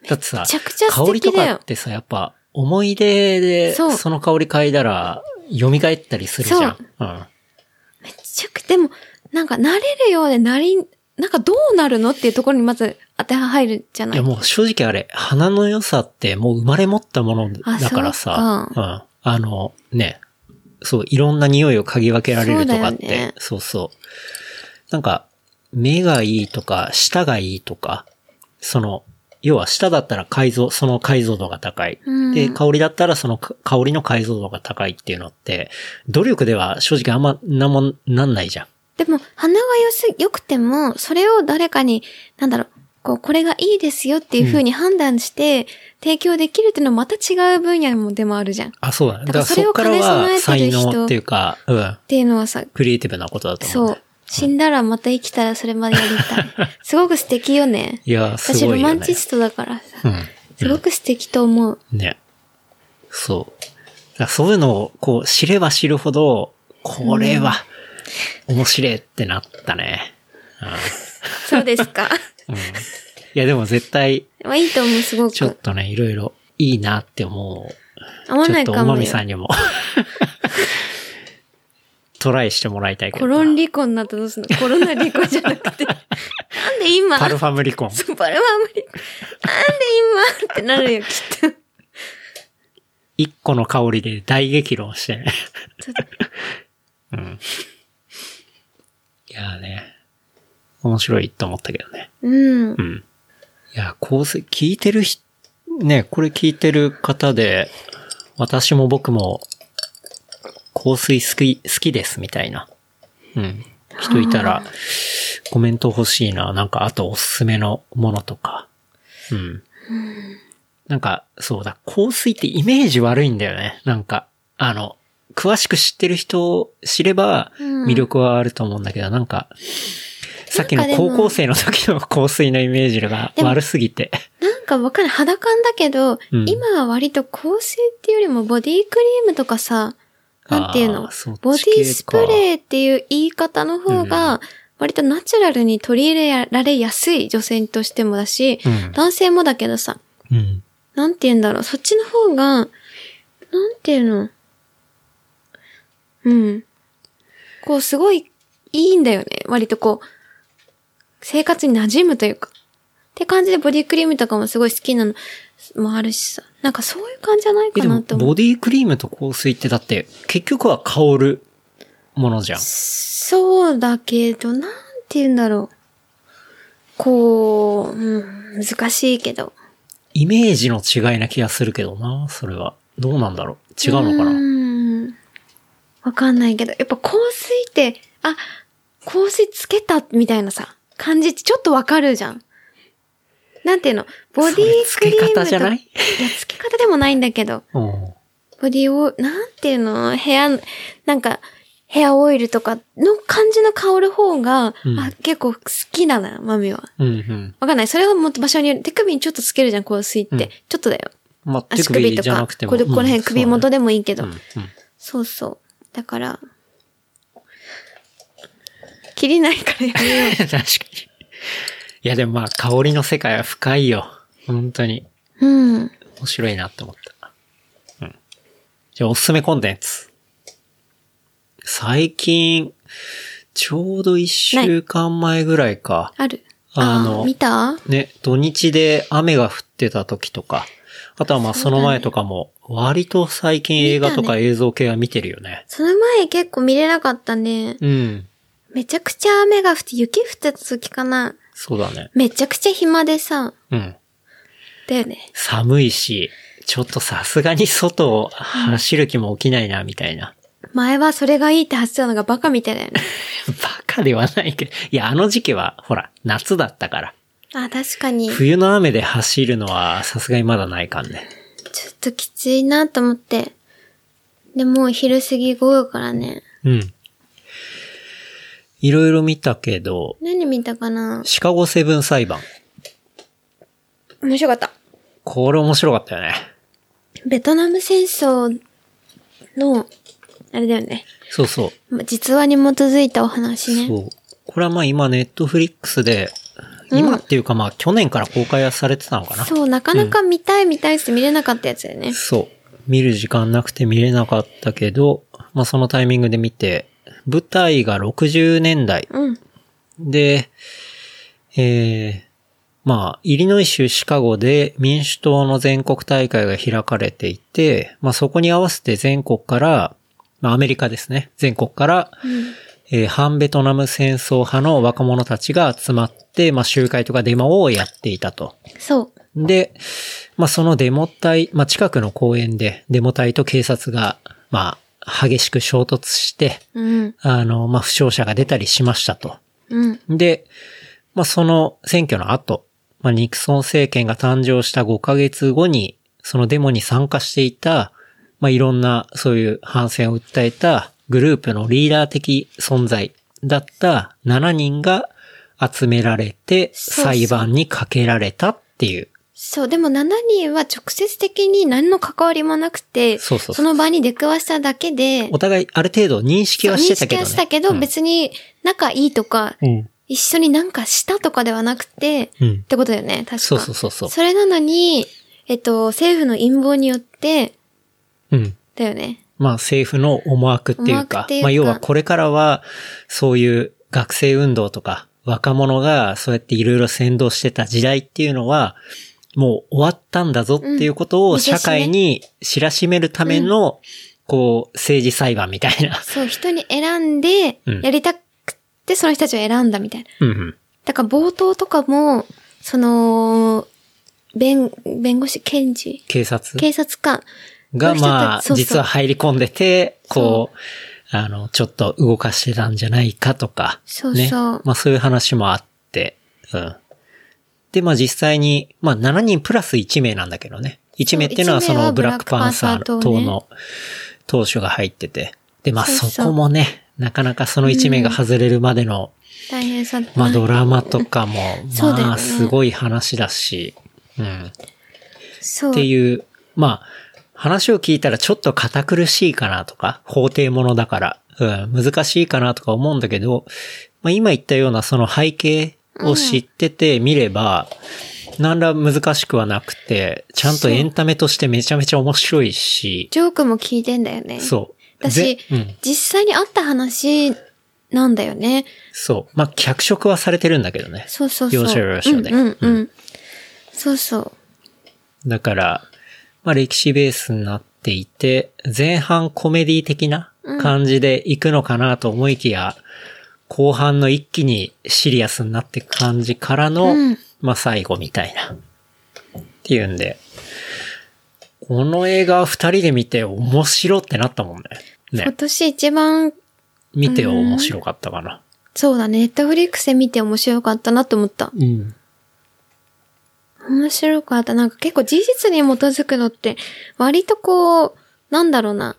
[SPEAKER 3] だってさ
[SPEAKER 2] め、ちゃくちゃ
[SPEAKER 3] 香
[SPEAKER 2] 素
[SPEAKER 3] りと
[SPEAKER 2] 敵だ
[SPEAKER 3] か
[SPEAKER 2] よ
[SPEAKER 3] っ。てさ、やっぱ思い出で
[SPEAKER 2] そう
[SPEAKER 3] その香り嗅いだら、蘇ったりするじゃん。うん。
[SPEAKER 2] めちゃくちゃ、でも、なんか慣れるようでなり、なんかどうなるのっていうところにまず当ては入るじゃない
[SPEAKER 3] いやもう正直あれ、花の良さってもう生まれ持ったものだからさ
[SPEAKER 2] あ、そう
[SPEAKER 3] うん。あの、ね、そう、いろんな匂いを嗅ぎ分けられるとかって、
[SPEAKER 2] そうだよね
[SPEAKER 3] そうそう。なんか、目がいいとか、舌がいいとか、その、要は舌だったら解像、その解像度が高い。
[SPEAKER 2] うん
[SPEAKER 3] で、香りだったらそのか香りの解像度が高いっていうのって、努力では正直あんま、なんもなんないじゃん。
[SPEAKER 2] でも、鼻が良す、良くても、それを誰かに、なんだろう、こう、これがいいですよっていう風に判断して、提供できるっていうのはまた違う分野もでもあるじゃん。っ
[SPEAKER 3] あ、そうだね。だ
[SPEAKER 2] だからら
[SPEAKER 3] かそ
[SPEAKER 2] それ
[SPEAKER 3] こ
[SPEAKER 2] を
[SPEAKER 3] から
[SPEAKER 2] 兼ね備
[SPEAKER 3] は
[SPEAKER 2] えて
[SPEAKER 3] 才
[SPEAKER 2] る人
[SPEAKER 3] 能っていうか、うん。
[SPEAKER 2] ていうのはさ、
[SPEAKER 3] クリエイティブなことだと思うね。
[SPEAKER 2] そう。死んだらまた生きたらそれまでやりた
[SPEAKER 3] <laughs>
[SPEAKER 2] い。すごく素敵よね。
[SPEAKER 3] いや、す
[SPEAKER 2] 私
[SPEAKER 3] ご
[SPEAKER 2] ロ
[SPEAKER 3] いよ
[SPEAKER 2] マ
[SPEAKER 3] ね
[SPEAKER 2] ン。チストだから
[SPEAKER 3] う
[SPEAKER 2] さ、
[SPEAKER 3] ん。
[SPEAKER 2] すごく素敵と思う。
[SPEAKER 3] ね。そう。だからそういうのを、こう、知れば知るほど、これは、面白いってなったね。
[SPEAKER 2] そうですか。
[SPEAKER 3] うん。いや、でも絶対、
[SPEAKER 2] <laughs> まあいいと思う、すご
[SPEAKER 3] ちょっ
[SPEAKER 2] く。
[SPEAKER 3] とね、いろいろいいなって思う。
[SPEAKER 2] 合わ
[SPEAKER 3] ちょ
[SPEAKER 2] な
[SPEAKER 3] っ
[SPEAKER 2] い
[SPEAKER 3] と、
[SPEAKER 2] か
[SPEAKER 3] おま
[SPEAKER 2] も
[SPEAKER 3] み
[SPEAKER 2] よ
[SPEAKER 3] さ。んにも。 <laughs> トライしてもらいたいけ
[SPEAKER 2] コ
[SPEAKER 3] ど
[SPEAKER 2] ロン
[SPEAKER 3] な。
[SPEAKER 2] 離婚になったらどうすんのコロナ離婚じゃな
[SPEAKER 3] <laughs>
[SPEAKER 2] くて。なんで今
[SPEAKER 3] パルファムリコン。
[SPEAKER 2] そうパルファムリコンなんで今ってなるよ、きっと。
[SPEAKER 3] 一個の香りで大激論してね。
[SPEAKER 2] ちょっ
[SPEAKER 3] うん。いやーね。面白いと思ったけどね。
[SPEAKER 2] うん
[SPEAKER 3] う。ん。いや、構成、聞いてる人、ね、これ聞いてる方で、私も僕も、香水好き、好きですみたいな。うん。人いたら、コメント欲しいな。なんか、あとおすすめのものとか。うん。なんか、そうだ、香水ってイメージ悪いんだよね。なんか、あの、詳しく知ってる人を知れば、
[SPEAKER 2] うん
[SPEAKER 3] 魅力はあると思うんだけど、なんか、さっきの
[SPEAKER 2] なんかで
[SPEAKER 3] 高
[SPEAKER 2] も
[SPEAKER 3] <laughs> 校生の時の香水のイメージが悪すぎて。
[SPEAKER 2] なんなんかわかんない。肌感だけど、
[SPEAKER 3] うん
[SPEAKER 2] 今は割と香水っていうよりもボディクリームとかさ、なんていうの
[SPEAKER 3] あーそっち系か
[SPEAKER 2] ボディスプレーっていう言い方の方
[SPEAKER 3] う
[SPEAKER 2] が、割とナチュラルに取り入れられやすい女性としてもだし、
[SPEAKER 3] うん
[SPEAKER 2] 男性もだけどさ、
[SPEAKER 3] うん。
[SPEAKER 2] なんて言うんだろう、そっちの方が、なんていうの。うん。こう、すごい、いいんだよね。割とこう、生活に馴染むというか。って感じでボディクリームとかもすごい好きなのもあるしさ。なんかそういう感じじゃない
[SPEAKER 3] え、
[SPEAKER 2] か
[SPEAKER 3] でも
[SPEAKER 2] なと思
[SPEAKER 3] ボ
[SPEAKER 2] う。
[SPEAKER 3] ディクリームと香水ってだって結局は香るものじゃん。
[SPEAKER 2] そうだけど、なんて言うんだろう。こう、うん、難しいけど。
[SPEAKER 3] イメージの違いな気がするけどな、それは。どうなんだろう違うのかな
[SPEAKER 2] ーんわかんないけど、やっぱ香水って、あ、香水つけたみたいなさ、感じってちょっとわかるじゃん。なんていうのボディクリームと。
[SPEAKER 3] それつけ方じゃな
[SPEAKER 2] い
[SPEAKER 3] い
[SPEAKER 2] や、つけ方でもないんだけど、
[SPEAKER 3] うん。
[SPEAKER 2] ボディを、なんていうのヘア、なんか、ヘアオイルとかの感じの香る方が、
[SPEAKER 3] うん
[SPEAKER 2] あ、結構好きなのよ、マミは。
[SPEAKER 3] うんうん。
[SPEAKER 2] わかんない。それはもっと場所による。手首にちょっとつけるじゃん、香水って。
[SPEAKER 3] うん
[SPEAKER 2] ちょっとだよ。
[SPEAKER 3] まあ、手
[SPEAKER 2] 足首
[SPEAKER 3] 首
[SPEAKER 2] と
[SPEAKER 3] じゃな
[SPEAKER 2] か
[SPEAKER 3] くて、も。
[SPEAKER 2] これこの
[SPEAKER 3] う
[SPEAKER 2] 辺
[SPEAKER 3] ん
[SPEAKER 2] 首元でもいいけど。
[SPEAKER 3] そうだねうんうん
[SPEAKER 2] そうそう。だから、切りないからやめよ
[SPEAKER 3] <laughs> 確かに。いや、でもまあ、香りの世界は深いよ。本当に。
[SPEAKER 2] う。うん。
[SPEAKER 3] 面白いなって思った。うん。じゃあ、おすすめコンテンツ。最近、ちょうど一週間前ぐらいか。
[SPEAKER 2] ある。
[SPEAKER 3] あ
[SPEAKER 2] あ
[SPEAKER 3] の
[SPEAKER 2] ー見た
[SPEAKER 3] ね、土日で雨が降ってた時とか。あとはまあ、その前とかも、割と最近映画とか映像系は見てるよね。
[SPEAKER 2] その前結構見れなかったね。
[SPEAKER 3] うん。
[SPEAKER 2] めちゃくちゃ雨が降って雪降ってた時かな。
[SPEAKER 3] そうだね。
[SPEAKER 2] めちゃくちゃ暇でさ、
[SPEAKER 3] うん。
[SPEAKER 2] だよね。
[SPEAKER 3] 寒いし、ちょっとさすがに外を走る気も起きないな、みたいな。
[SPEAKER 2] 前はそれがいいって走ってたのがバカみたいだよね。
[SPEAKER 3] バカではないけど。いや、あの時期は、ほら、夏だったから。
[SPEAKER 2] <laughs> あ、確かに。ちょ
[SPEAKER 3] 冬の雨で走るのは、さすがにまだないかんね。
[SPEAKER 2] っときついなと思って。で、もう昼過ぎ午後からね。
[SPEAKER 3] うん。いろいろ見たけど、
[SPEAKER 2] 何見たかな
[SPEAKER 3] シカゴセブン裁判。
[SPEAKER 2] 面白かった。
[SPEAKER 3] これ面白かったよね。
[SPEAKER 2] ベトナム戦争の、あれだよね。
[SPEAKER 3] そうそう。
[SPEAKER 2] まあ実話に基づいたお話ね。
[SPEAKER 3] そう。これはまあ今ネットフリックスで、今っていうかまあ去年から公開はされてたのかな。
[SPEAKER 2] そう、なかなか見たい見たいって見れなかったやつだよね。
[SPEAKER 3] そう。見る時間なくて見れなかったけど、まあそのタイミングで見て、舞台が60年代
[SPEAKER 2] うん。
[SPEAKER 3] で、えー、まあ、イリノイ州シカゴで民主党の全国大会が開かれていて、まあそこに合わせて全国から、まあアメリカですね、全国から、えー反ベトナム戦争派の若者たちが集まって、まあ集会とかデモをやっていたと。
[SPEAKER 2] そう。
[SPEAKER 3] で、まあ、そのデモ隊、まあ、近くの公園でデモ隊と警察が、まあ、激しく衝突して、
[SPEAKER 2] うん。
[SPEAKER 3] あの、まあ、負傷者が出たりしましたと。
[SPEAKER 2] うん。
[SPEAKER 3] で、まあ、その選挙の後、まあ、ニクソン政権が誕生した5ヶ月後に、そのデモに参加していた、まあ、いろんなそういう反戦を訴えたグループのリーダー的存在だった7人が集められて
[SPEAKER 2] そうそう
[SPEAKER 3] 裁判にかけられたっていう。
[SPEAKER 2] そう、でも7人は直接的に何の関わりもなくて、
[SPEAKER 3] そうそうそう
[SPEAKER 2] の場に出くわしただけで、
[SPEAKER 3] お互いある程度認識はしてたけど、ね。
[SPEAKER 2] そう認識はしたけど、別に仲いいとか、
[SPEAKER 3] うん。
[SPEAKER 2] 一緒になんかしたとかではなくて、
[SPEAKER 3] うん
[SPEAKER 2] ってことだよね、確か
[SPEAKER 3] そうそうそうそう。
[SPEAKER 2] それなのに、えっと、政府の陰謀によって、
[SPEAKER 3] うん。
[SPEAKER 2] だよね。
[SPEAKER 3] まあ政府の思惑っていう
[SPEAKER 2] 思惑
[SPEAKER 3] か、
[SPEAKER 2] っていうか
[SPEAKER 3] まあ要はこれからは、そういう学生運動とか、若者がそうやっていろいろ先導してた時代っていうのは、もう終わったんだぞっていうこと
[SPEAKER 2] うん
[SPEAKER 3] を
[SPEAKER 2] 見せしめ
[SPEAKER 3] 社会に知らしめるための、こう、政治裁判みたいな。
[SPEAKER 2] そう、人に選んで、
[SPEAKER 3] うん
[SPEAKER 2] やりたくて、その人たちを選んだみたいな。
[SPEAKER 3] うんうん。
[SPEAKER 2] だから冒頭とかも、その、弁、弁護士、検事、
[SPEAKER 3] 警察
[SPEAKER 2] 警察官
[SPEAKER 3] がまあ、
[SPEAKER 2] そうそう
[SPEAKER 3] 実は入り込んでて、こう、あの、ちょっと動かしてたんじゃないかとか、
[SPEAKER 2] そう
[SPEAKER 3] ね。
[SPEAKER 2] そう
[SPEAKER 3] まあそういう話もあって、うん。で、まあ実際に、まあ7人プラス1名なんだけどね。1名っていうのは
[SPEAKER 2] 一
[SPEAKER 3] そ
[SPEAKER 2] 名は
[SPEAKER 3] のブラックパンサ
[SPEAKER 2] ブラッ
[SPEAKER 3] ー
[SPEAKER 2] クパンサー党
[SPEAKER 3] 党
[SPEAKER 2] ね
[SPEAKER 3] の党首が入ってて。で、まあ
[SPEAKER 2] そうそう
[SPEAKER 3] そこもね、なかなかその1名が外れるまでの、
[SPEAKER 2] 大変さ、
[SPEAKER 3] まあドラマとかも、
[SPEAKER 2] そうだよね
[SPEAKER 3] まあすごい話だし、うん。
[SPEAKER 2] そう。
[SPEAKER 3] っていう、まあ、話を聞いたらちょっと堅苦しいかなとか、法廷ものだから、うん、難しいかなとか思うんだけど、まあ、今言ったようなその背景を知ってて見れば、何ら難しくはなくて、ちゃんとエンタメとしてめちゃめちゃ面白いし、
[SPEAKER 2] ジョークも聞いてんだよね。
[SPEAKER 3] そう。
[SPEAKER 2] 私
[SPEAKER 3] ぜ、うん、
[SPEAKER 2] 実際にあった話なんだよね。
[SPEAKER 3] そう。まあ、脚色はされてるんだけどね。
[SPEAKER 2] そうそうそう。
[SPEAKER 3] 要所要所で
[SPEAKER 2] うんうん、うん。そうそう。
[SPEAKER 3] だから、まあ歴史ベースになっていて、前半コメディ的な感じで行くのかなと思いきや、後半の一気にシリアスになっていく感じからの、
[SPEAKER 2] うん
[SPEAKER 3] まあ最後みたいな。っていうんで、この映画二人で見て面白ってなったもんね。
[SPEAKER 2] 今
[SPEAKER 3] ね。
[SPEAKER 2] 年一番、
[SPEAKER 3] 見て面白かったかな。
[SPEAKER 2] そうだね、ネットフリックスで見て面白かったなと思った。
[SPEAKER 3] うん。
[SPEAKER 2] 面白かった。なんか結構事実に基づくのって、割とこう、なんだろうな。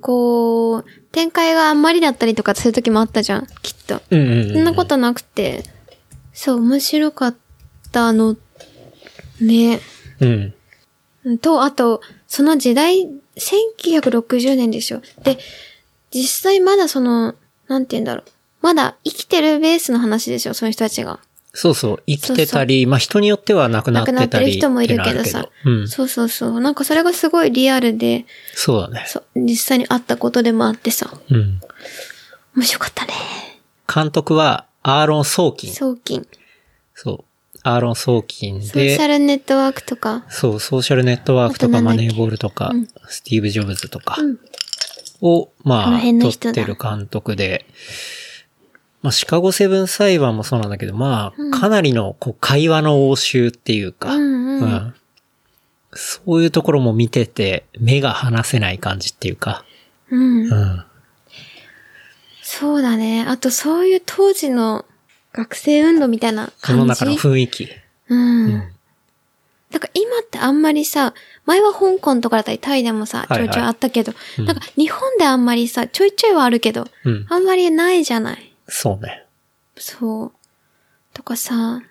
[SPEAKER 2] こう、展開があんまりだったりとかする時もあったじゃん、きっと。
[SPEAKER 3] うんうん、うん。
[SPEAKER 2] そんなことなくて、そう、面白かったの、ね。
[SPEAKER 3] うん。
[SPEAKER 2] と、あと、その時代、1960年でしょ。で、実際まだその、なんて言うんだろう。まだ生きてるベースの話でしょ、その人たちが。
[SPEAKER 3] そうそう。生きてたり、まあ人によっては亡くなっ
[SPEAKER 2] 亡くな
[SPEAKER 3] て
[SPEAKER 2] って
[SPEAKER 3] た
[SPEAKER 2] る
[SPEAKER 3] りって
[SPEAKER 2] 人もいるけど
[SPEAKER 3] のあ
[SPEAKER 2] さ。
[SPEAKER 3] うん。
[SPEAKER 2] そうそうそう。なんかそれがすごいリアルで、
[SPEAKER 3] そうだね。
[SPEAKER 2] そう実際にあったことでもあってさ。
[SPEAKER 3] うん。
[SPEAKER 2] 面白かったね。
[SPEAKER 3] 監督はアーロン・ソーキン。
[SPEAKER 2] 送金。
[SPEAKER 3] そう。アーロン・ソーキン
[SPEAKER 2] ソーシャ
[SPEAKER 3] で、
[SPEAKER 2] ルネットワークとか。
[SPEAKER 3] そう、ソーシャルネットワークと
[SPEAKER 2] あ
[SPEAKER 3] か
[SPEAKER 2] とな
[SPEAKER 3] マ
[SPEAKER 2] んだっけ
[SPEAKER 3] ネーボールとか、スティーブ・ジョブズとか
[SPEAKER 2] うん
[SPEAKER 3] を、
[SPEAKER 2] こ
[SPEAKER 3] ま
[SPEAKER 2] の
[SPEAKER 3] あ、
[SPEAKER 2] 辺の
[SPEAKER 3] 撮っ
[SPEAKER 2] 人だ
[SPEAKER 3] てる監督で、まあ、シカゴセブン裁判もそうなんだけど、ま
[SPEAKER 2] うん
[SPEAKER 3] あ、かなりのこう会話の応酬っていうか、
[SPEAKER 2] うんうん
[SPEAKER 3] そういうところも見てて、目が離せない感じっていうか、
[SPEAKER 2] うん
[SPEAKER 3] う。ん。
[SPEAKER 2] そうだね。あとそういう当時の学生運動みたいな
[SPEAKER 3] 世
[SPEAKER 2] 感じ。
[SPEAKER 3] の中の雰囲気。
[SPEAKER 2] うん。
[SPEAKER 3] う
[SPEAKER 2] なん
[SPEAKER 3] ん
[SPEAKER 2] か今ってあんまりさ、前は香港とかだったりタイでもさ、
[SPEAKER 3] はい
[SPEAKER 2] ちょ
[SPEAKER 3] はい
[SPEAKER 2] いちょいあったけど、
[SPEAKER 3] うん
[SPEAKER 2] なんか日本であんまりさ、ちょいちょいはあるけど、
[SPEAKER 3] うん。
[SPEAKER 2] あんまりないじゃない。
[SPEAKER 3] そうね。
[SPEAKER 2] そう。とかさ、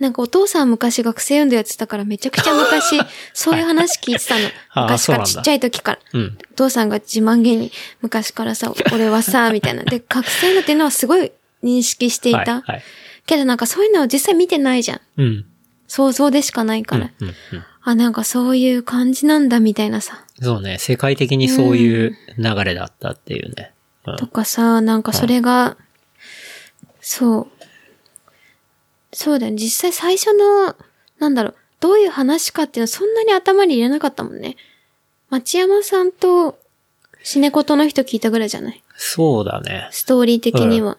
[SPEAKER 2] なんかお父さん昔学生運動やってたからめちゃくちゃ
[SPEAKER 3] <laughs>
[SPEAKER 2] 昔、そういう話聞いてたの。
[SPEAKER 3] あー
[SPEAKER 2] 昔
[SPEAKER 3] そう
[SPEAKER 2] か
[SPEAKER 3] な
[SPEAKER 2] ら
[SPEAKER 3] ん
[SPEAKER 2] ち
[SPEAKER 3] だ
[SPEAKER 2] っちゃい時から。
[SPEAKER 3] うん。
[SPEAKER 2] お父さんが自慢げに昔からさ、俺はさ、みたいな。
[SPEAKER 3] <laughs>
[SPEAKER 2] で、学生のっていうのはすごい認識していた。
[SPEAKER 3] はい、はい。
[SPEAKER 2] けどなんかそういうのを実際見てないじゃん。
[SPEAKER 3] うん。
[SPEAKER 2] 想像でしかないから。
[SPEAKER 3] うんうんうん
[SPEAKER 2] あ、なんかそういう感じなんだみたいなさ。
[SPEAKER 3] そうね、世界的にそういう流れだったっていうね。うん
[SPEAKER 2] とかさ、なんかそれが、そう。そうだよね。実際最初の、なんだろう、どういう話かっていうのそんなに頭に入れなかったもんね。町山さんと、死猫との人聞いたぐらいじゃない
[SPEAKER 3] そうだね。
[SPEAKER 2] ストーリー的には。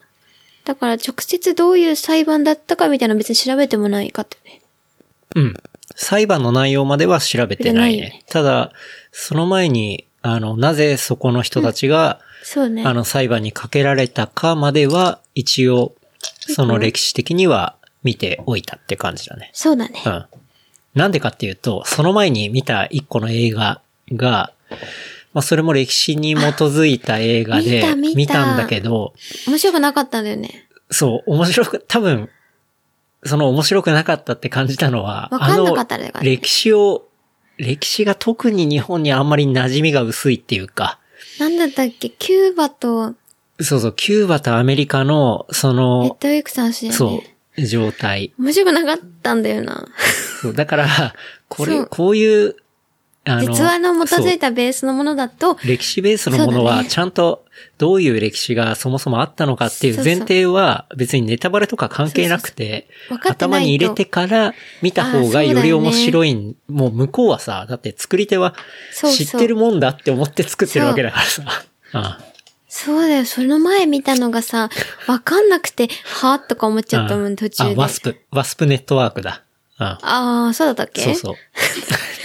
[SPEAKER 2] だから直接どういう裁判だったかみたいなの別に調べてもないかってね。
[SPEAKER 3] うん。裁判の内容までは調べてないね。
[SPEAKER 2] 見てないよ
[SPEAKER 3] ただ、その前に、あの、なぜそこの人たちが、
[SPEAKER 2] そうね。
[SPEAKER 3] あの、裁判にかけられたかまでは、一応、その歴史的には見ておいたって感じだね。
[SPEAKER 2] そうだね。
[SPEAKER 3] うん。なんでかっていうと、その前に見た一個の映画が、まあ、それも歴史に基づいた映画で
[SPEAKER 2] あ見た見、た
[SPEAKER 3] 見たんだけど、
[SPEAKER 2] 面白くなかったんだよね。
[SPEAKER 3] そう、面白く、多分、その面白くなかったって感じたのは、
[SPEAKER 2] わかんなかっ
[SPEAKER 3] あ
[SPEAKER 2] ただから
[SPEAKER 3] の、
[SPEAKER 2] ね。
[SPEAKER 3] 歴史を、歴史が特に日本にあんまり馴染みが薄いっていうか、
[SPEAKER 2] なんだったっけキューバと
[SPEAKER 3] そうそう、キューバとアメリカの、そ
[SPEAKER 2] レッ
[SPEAKER 3] の、
[SPEAKER 2] ドウィークさんしだよ
[SPEAKER 3] そ
[SPEAKER 2] ね。
[SPEAKER 3] う、状態。
[SPEAKER 2] 面白くなかったんだよな。
[SPEAKER 3] そうだから、こ
[SPEAKER 2] そ
[SPEAKER 3] れ、
[SPEAKER 2] う
[SPEAKER 3] こういう、あ
[SPEAKER 2] 実話の基づい
[SPEAKER 3] た。
[SPEAKER 2] たベースのものだと、
[SPEAKER 3] そう歴史ベースのもの
[SPEAKER 2] そうだ
[SPEAKER 3] は、
[SPEAKER 2] ね
[SPEAKER 3] ちゃんとどういう歴史がそもそもあったのかっていう
[SPEAKER 2] そうそう
[SPEAKER 3] 前提は、別にネタバレとか関係なくて、
[SPEAKER 2] 分かってな
[SPEAKER 3] 頭
[SPEAKER 2] いと。
[SPEAKER 3] に入れてから見た
[SPEAKER 2] あー
[SPEAKER 3] 方
[SPEAKER 2] そうだ
[SPEAKER 3] が
[SPEAKER 2] よね
[SPEAKER 3] より面白いん、もう向こうはさ、だって作り手は
[SPEAKER 2] そうそう
[SPEAKER 3] 知ってるもんだって思って作ってるわけだからさ。あ
[SPEAKER 2] そうだよ。その前見たのがさ、わかんなくて、はぁとか思っちゃったもん、途中
[SPEAKER 3] あ、
[SPEAKER 2] で。
[SPEAKER 3] ワスプ、ワスプネットワークだ。あ
[SPEAKER 2] ああ、そうだったっけ
[SPEAKER 3] そう <laughs>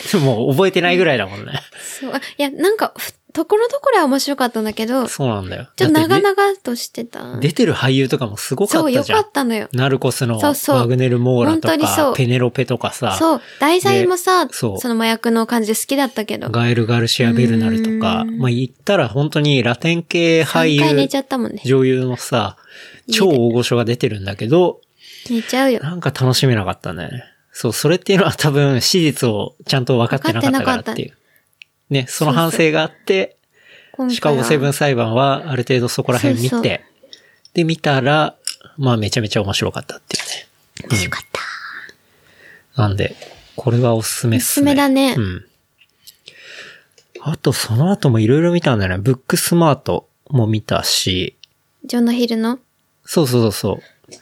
[SPEAKER 3] そう。もう覚えてないぐらいだもんね。
[SPEAKER 2] そうあいや、なんか、ふところどころは面白かったんだけど、
[SPEAKER 3] そうなんだよ。
[SPEAKER 2] ちょっと
[SPEAKER 3] だて
[SPEAKER 2] 長
[SPEAKER 3] で
[SPEAKER 2] 々としてた。
[SPEAKER 3] 出てる俳優とかもすごか
[SPEAKER 2] そ
[SPEAKER 3] っ
[SPEAKER 2] う、
[SPEAKER 3] た
[SPEAKER 2] よ
[SPEAKER 3] じゃ
[SPEAKER 2] か
[SPEAKER 3] ん
[SPEAKER 2] っ。たのよ。
[SPEAKER 3] ナルコスの
[SPEAKER 2] そうそう
[SPEAKER 3] ワグネル・モーラと
[SPEAKER 2] 本当にそ
[SPEAKER 3] か
[SPEAKER 2] う、
[SPEAKER 3] ペネロペとかさ、
[SPEAKER 2] そう、題材もさ、
[SPEAKER 3] でそ
[SPEAKER 2] そうの麻薬の感じで好きだったけど、
[SPEAKER 3] ガエル・ガルシア・ベルナルとか、
[SPEAKER 2] うん
[SPEAKER 3] まあ言ったら本当にラテン系俳
[SPEAKER 2] 3回
[SPEAKER 3] 優
[SPEAKER 2] 寝ちゃったもんね。
[SPEAKER 3] 女優のさ、超大御所が出てるんだけど、
[SPEAKER 2] 寝ちゃうよ。
[SPEAKER 3] なんか楽しめなかったね。そう、それっていうのは多分、史実をちゃんと分かってなかったからっていう。ね、その反省があって、
[SPEAKER 2] 今回
[SPEAKER 3] シカゴセブン
[SPEAKER 2] は
[SPEAKER 3] 裁判はある程度そこら辺見て、
[SPEAKER 2] そうそう
[SPEAKER 3] で、見たら、まあめちゃめちゃ面白かったっていうね。
[SPEAKER 2] 面白かった。
[SPEAKER 3] なんで、これはおすすめっすね。
[SPEAKER 2] おすすめだね
[SPEAKER 3] うん。あと、その後もいろいろ見たんだよね。ブックスマートも見たし、
[SPEAKER 2] ジョンのヒルの
[SPEAKER 3] そうそうそうそう。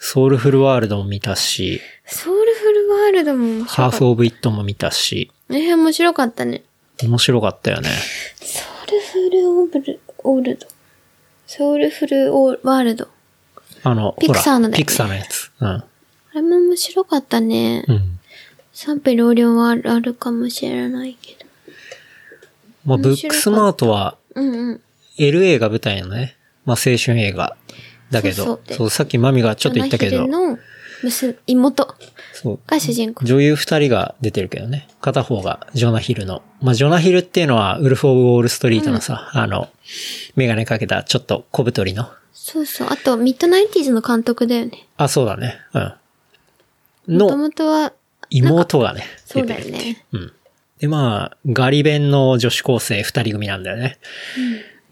[SPEAKER 3] ソウルフルワールドも見たし、
[SPEAKER 2] ソウルフルワールドも面白か
[SPEAKER 3] ハー
[SPEAKER 2] った
[SPEAKER 3] フオブイットも見たし、
[SPEAKER 2] えー、面白かったね。
[SPEAKER 3] 面白かったよね。
[SPEAKER 2] ソウルフルオブル、オールド。ソウルフルオーワールド。
[SPEAKER 3] あの、
[SPEAKER 2] ピクサーのだよね
[SPEAKER 3] ほらピクサーのやつ。うん。
[SPEAKER 2] あれも面白かったね。
[SPEAKER 3] うん。
[SPEAKER 2] 賛否両論はあるあるかもしれないけど。
[SPEAKER 3] まあ、ブ
[SPEAKER 2] 面白かった
[SPEAKER 3] ックスマートは、
[SPEAKER 2] うんうん。
[SPEAKER 3] LA が舞台のね、まあ青春映画だけど、
[SPEAKER 2] そ
[SPEAKER 3] そうう
[SPEAKER 2] そう
[SPEAKER 3] さっきマミがちょっと言ったけ
[SPEAKER 2] ジョ
[SPEAKER 3] ど、
[SPEAKER 2] ナヒルの娘、妹
[SPEAKER 3] そう、
[SPEAKER 2] が主人公。
[SPEAKER 3] 女優二人が出てるけどね、片方がジョナヒルの、まあジョナヒルっていうのはウルフ・オブ・ウォール・ストリートのさ、あの、メガネかけたちょっと小太りの、
[SPEAKER 2] そうそう。あと、ミッドナインティーズの監督だよね。
[SPEAKER 3] あ、そうだね、うん。
[SPEAKER 2] もと
[SPEAKER 3] の
[SPEAKER 2] もとは、
[SPEAKER 3] 妹がね、
[SPEAKER 2] そ
[SPEAKER 3] 出
[SPEAKER 2] う
[SPEAKER 3] て
[SPEAKER 2] だ
[SPEAKER 3] る
[SPEAKER 2] よ。ね。
[SPEAKER 3] うん。で、まあ、ガリ弁の女子高生二人組なんだよね。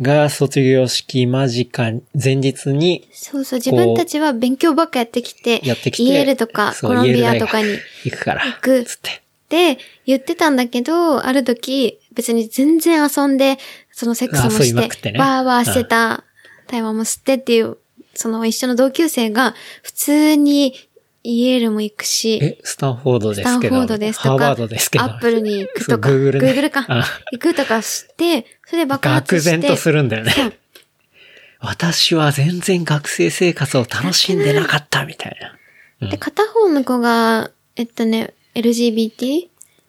[SPEAKER 3] が卒業式間近に、前日に
[SPEAKER 2] そうそう。自分たちは勉強ばっかやってきて、
[SPEAKER 3] やってきて。
[SPEAKER 2] イエールとか、
[SPEAKER 3] そう
[SPEAKER 2] コロンビ
[SPEAKER 3] イエ
[SPEAKER 2] ア
[SPEAKER 3] ール
[SPEAKER 2] と
[SPEAKER 3] 大
[SPEAKER 2] か
[SPEAKER 3] 学
[SPEAKER 2] に。
[SPEAKER 3] 行くから。
[SPEAKER 2] 行く
[SPEAKER 3] つって。
[SPEAKER 2] で、言ってたんだけど、ある時、別に全然遊んで、そのセックスも
[SPEAKER 3] あそう
[SPEAKER 2] し、
[SPEAKER 3] 言いまくっててね
[SPEAKER 2] わーわーしてた、台湾も吸ってっていう、その一緒の同級生が、普通にイエールも行くし、
[SPEAKER 3] え、スタンフォードで
[SPEAKER 2] スタ
[SPEAKER 3] す
[SPEAKER 2] ンフ
[SPEAKER 3] けど。
[SPEAKER 2] ォードです
[SPEAKER 3] ハ
[SPEAKER 2] と
[SPEAKER 3] ー
[SPEAKER 2] か、
[SPEAKER 3] バ
[SPEAKER 2] ア
[SPEAKER 3] ードですけど。
[SPEAKER 2] ップルに行くとか、
[SPEAKER 3] そう Google ね
[SPEAKER 2] か
[SPEAKER 3] あ、
[SPEAKER 2] 行くとかして、それで爆発
[SPEAKER 3] 愕
[SPEAKER 2] して。
[SPEAKER 3] 然とするんだよね。
[SPEAKER 2] そう
[SPEAKER 3] 私は全然学生生活を楽しんでなかったみたいな。
[SPEAKER 2] で、片方の子が、えっとね、LGBT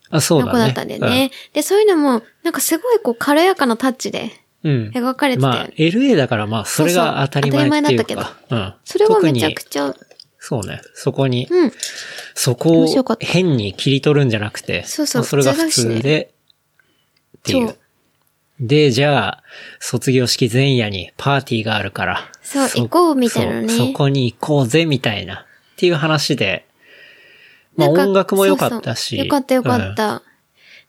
[SPEAKER 3] あ、そう
[SPEAKER 2] の
[SPEAKER 3] だ
[SPEAKER 2] 子
[SPEAKER 3] ね。
[SPEAKER 2] だったんだよね。で、そういうのも、なんかすごいこう軽やかなタッチで
[SPEAKER 3] うん。うん。
[SPEAKER 2] 描かれてたよね
[SPEAKER 3] まあ、LA だからまあ、それが当たり前っていう
[SPEAKER 2] そ
[SPEAKER 3] か。
[SPEAKER 2] うそう当たり前だった
[SPEAKER 3] うん。
[SPEAKER 2] それはめちゃく
[SPEAKER 3] ゃ。
[SPEAKER 2] ちゃ、
[SPEAKER 3] そうね。そこに、
[SPEAKER 2] うん。
[SPEAKER 3] そこ
[SPEAKER 2] 面白かっ
[SPEAKER 3] を
[SPEAKER 2] た
[SPEAKER 3] 変に切り取るんじゃなくて、
[SPEAKER 2] そうそう
[SPEAKER 3] まあそれが普通で、ってい
[SPEAKER 2] そう
[SPEAKER 3] う。で、じゃあ、卒業式前夜にパーティーがあるから。
[SPEAKER 2] そう行こうみたいなね
[SPEAKER 3] そうそこに行こうぜ、みたいな。っていう話で。まあ
[SPEAKER 2] なんか
[SPEAKER 3] 音楽も良かった
[SPEAKER 2] そ
[SPEAKER 3] し。
[SPEAKER 2] うそうよかったよかっ
[SPEAKER 3] うん
[SPEAKER 2] た。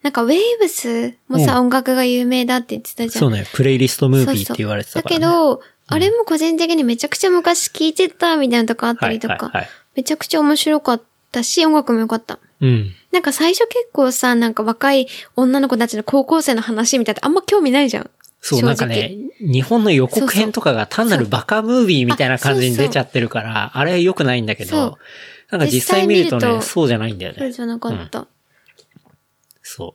[SPEAKER 2] なんか、ウェイブスもさ、
[SPEAKER 3] うん
[SPEAKER 2] 音楽が有名だって言ってたじゃん。
[SPEAKER 3] そうね、プレイリストムー
[SPEAKER 2] そう
[SPEAKER 3] ビーっ
[SPEAKER 2] そう
[SPEAKER 3] て言われてた
[SPEAKER 2] だ
[SPEAKER 3] から、
[SPEAKER 2] け
[SPEAKER 3] ね。
[SPEAKER 2] ど、あれも個人的にめちゃくちゃ昔聴いてたみたいなとこあったりとか、
[SPEAKER 3] はいはいはい
[SPEAKER 2] めちゃくちゃ面白かったし、音楽も良かった。
[SPEAKER 3] うん。
[SPEAKER 2] なんか最初結構さ、なんか若い女の子たちの高校生の話みたいなあんま興味ないじゃん。
[SPEAKER 3] そう、
[SPEAKER 2] 正直
[SPEAKER 3] なんかね、日本の予告編とかが単なるバカムービーみたいな感じに出ちゃってるから、あれ良くないんだけ
[SPEAKER 2] そう
[SPEAKER 3] ど、なんか実際見ると
[SPEAKER 2] 実際見る
[SPEAKER 3] ね、
[SPEAKER 2] と
[SPEAKER 3] そうじゃないんだよ
[SPEAKER 2] そう
[SPEAKER 3] ね。
[SPEAKER 2] じゃなかった。
[SPEAKER 3] そ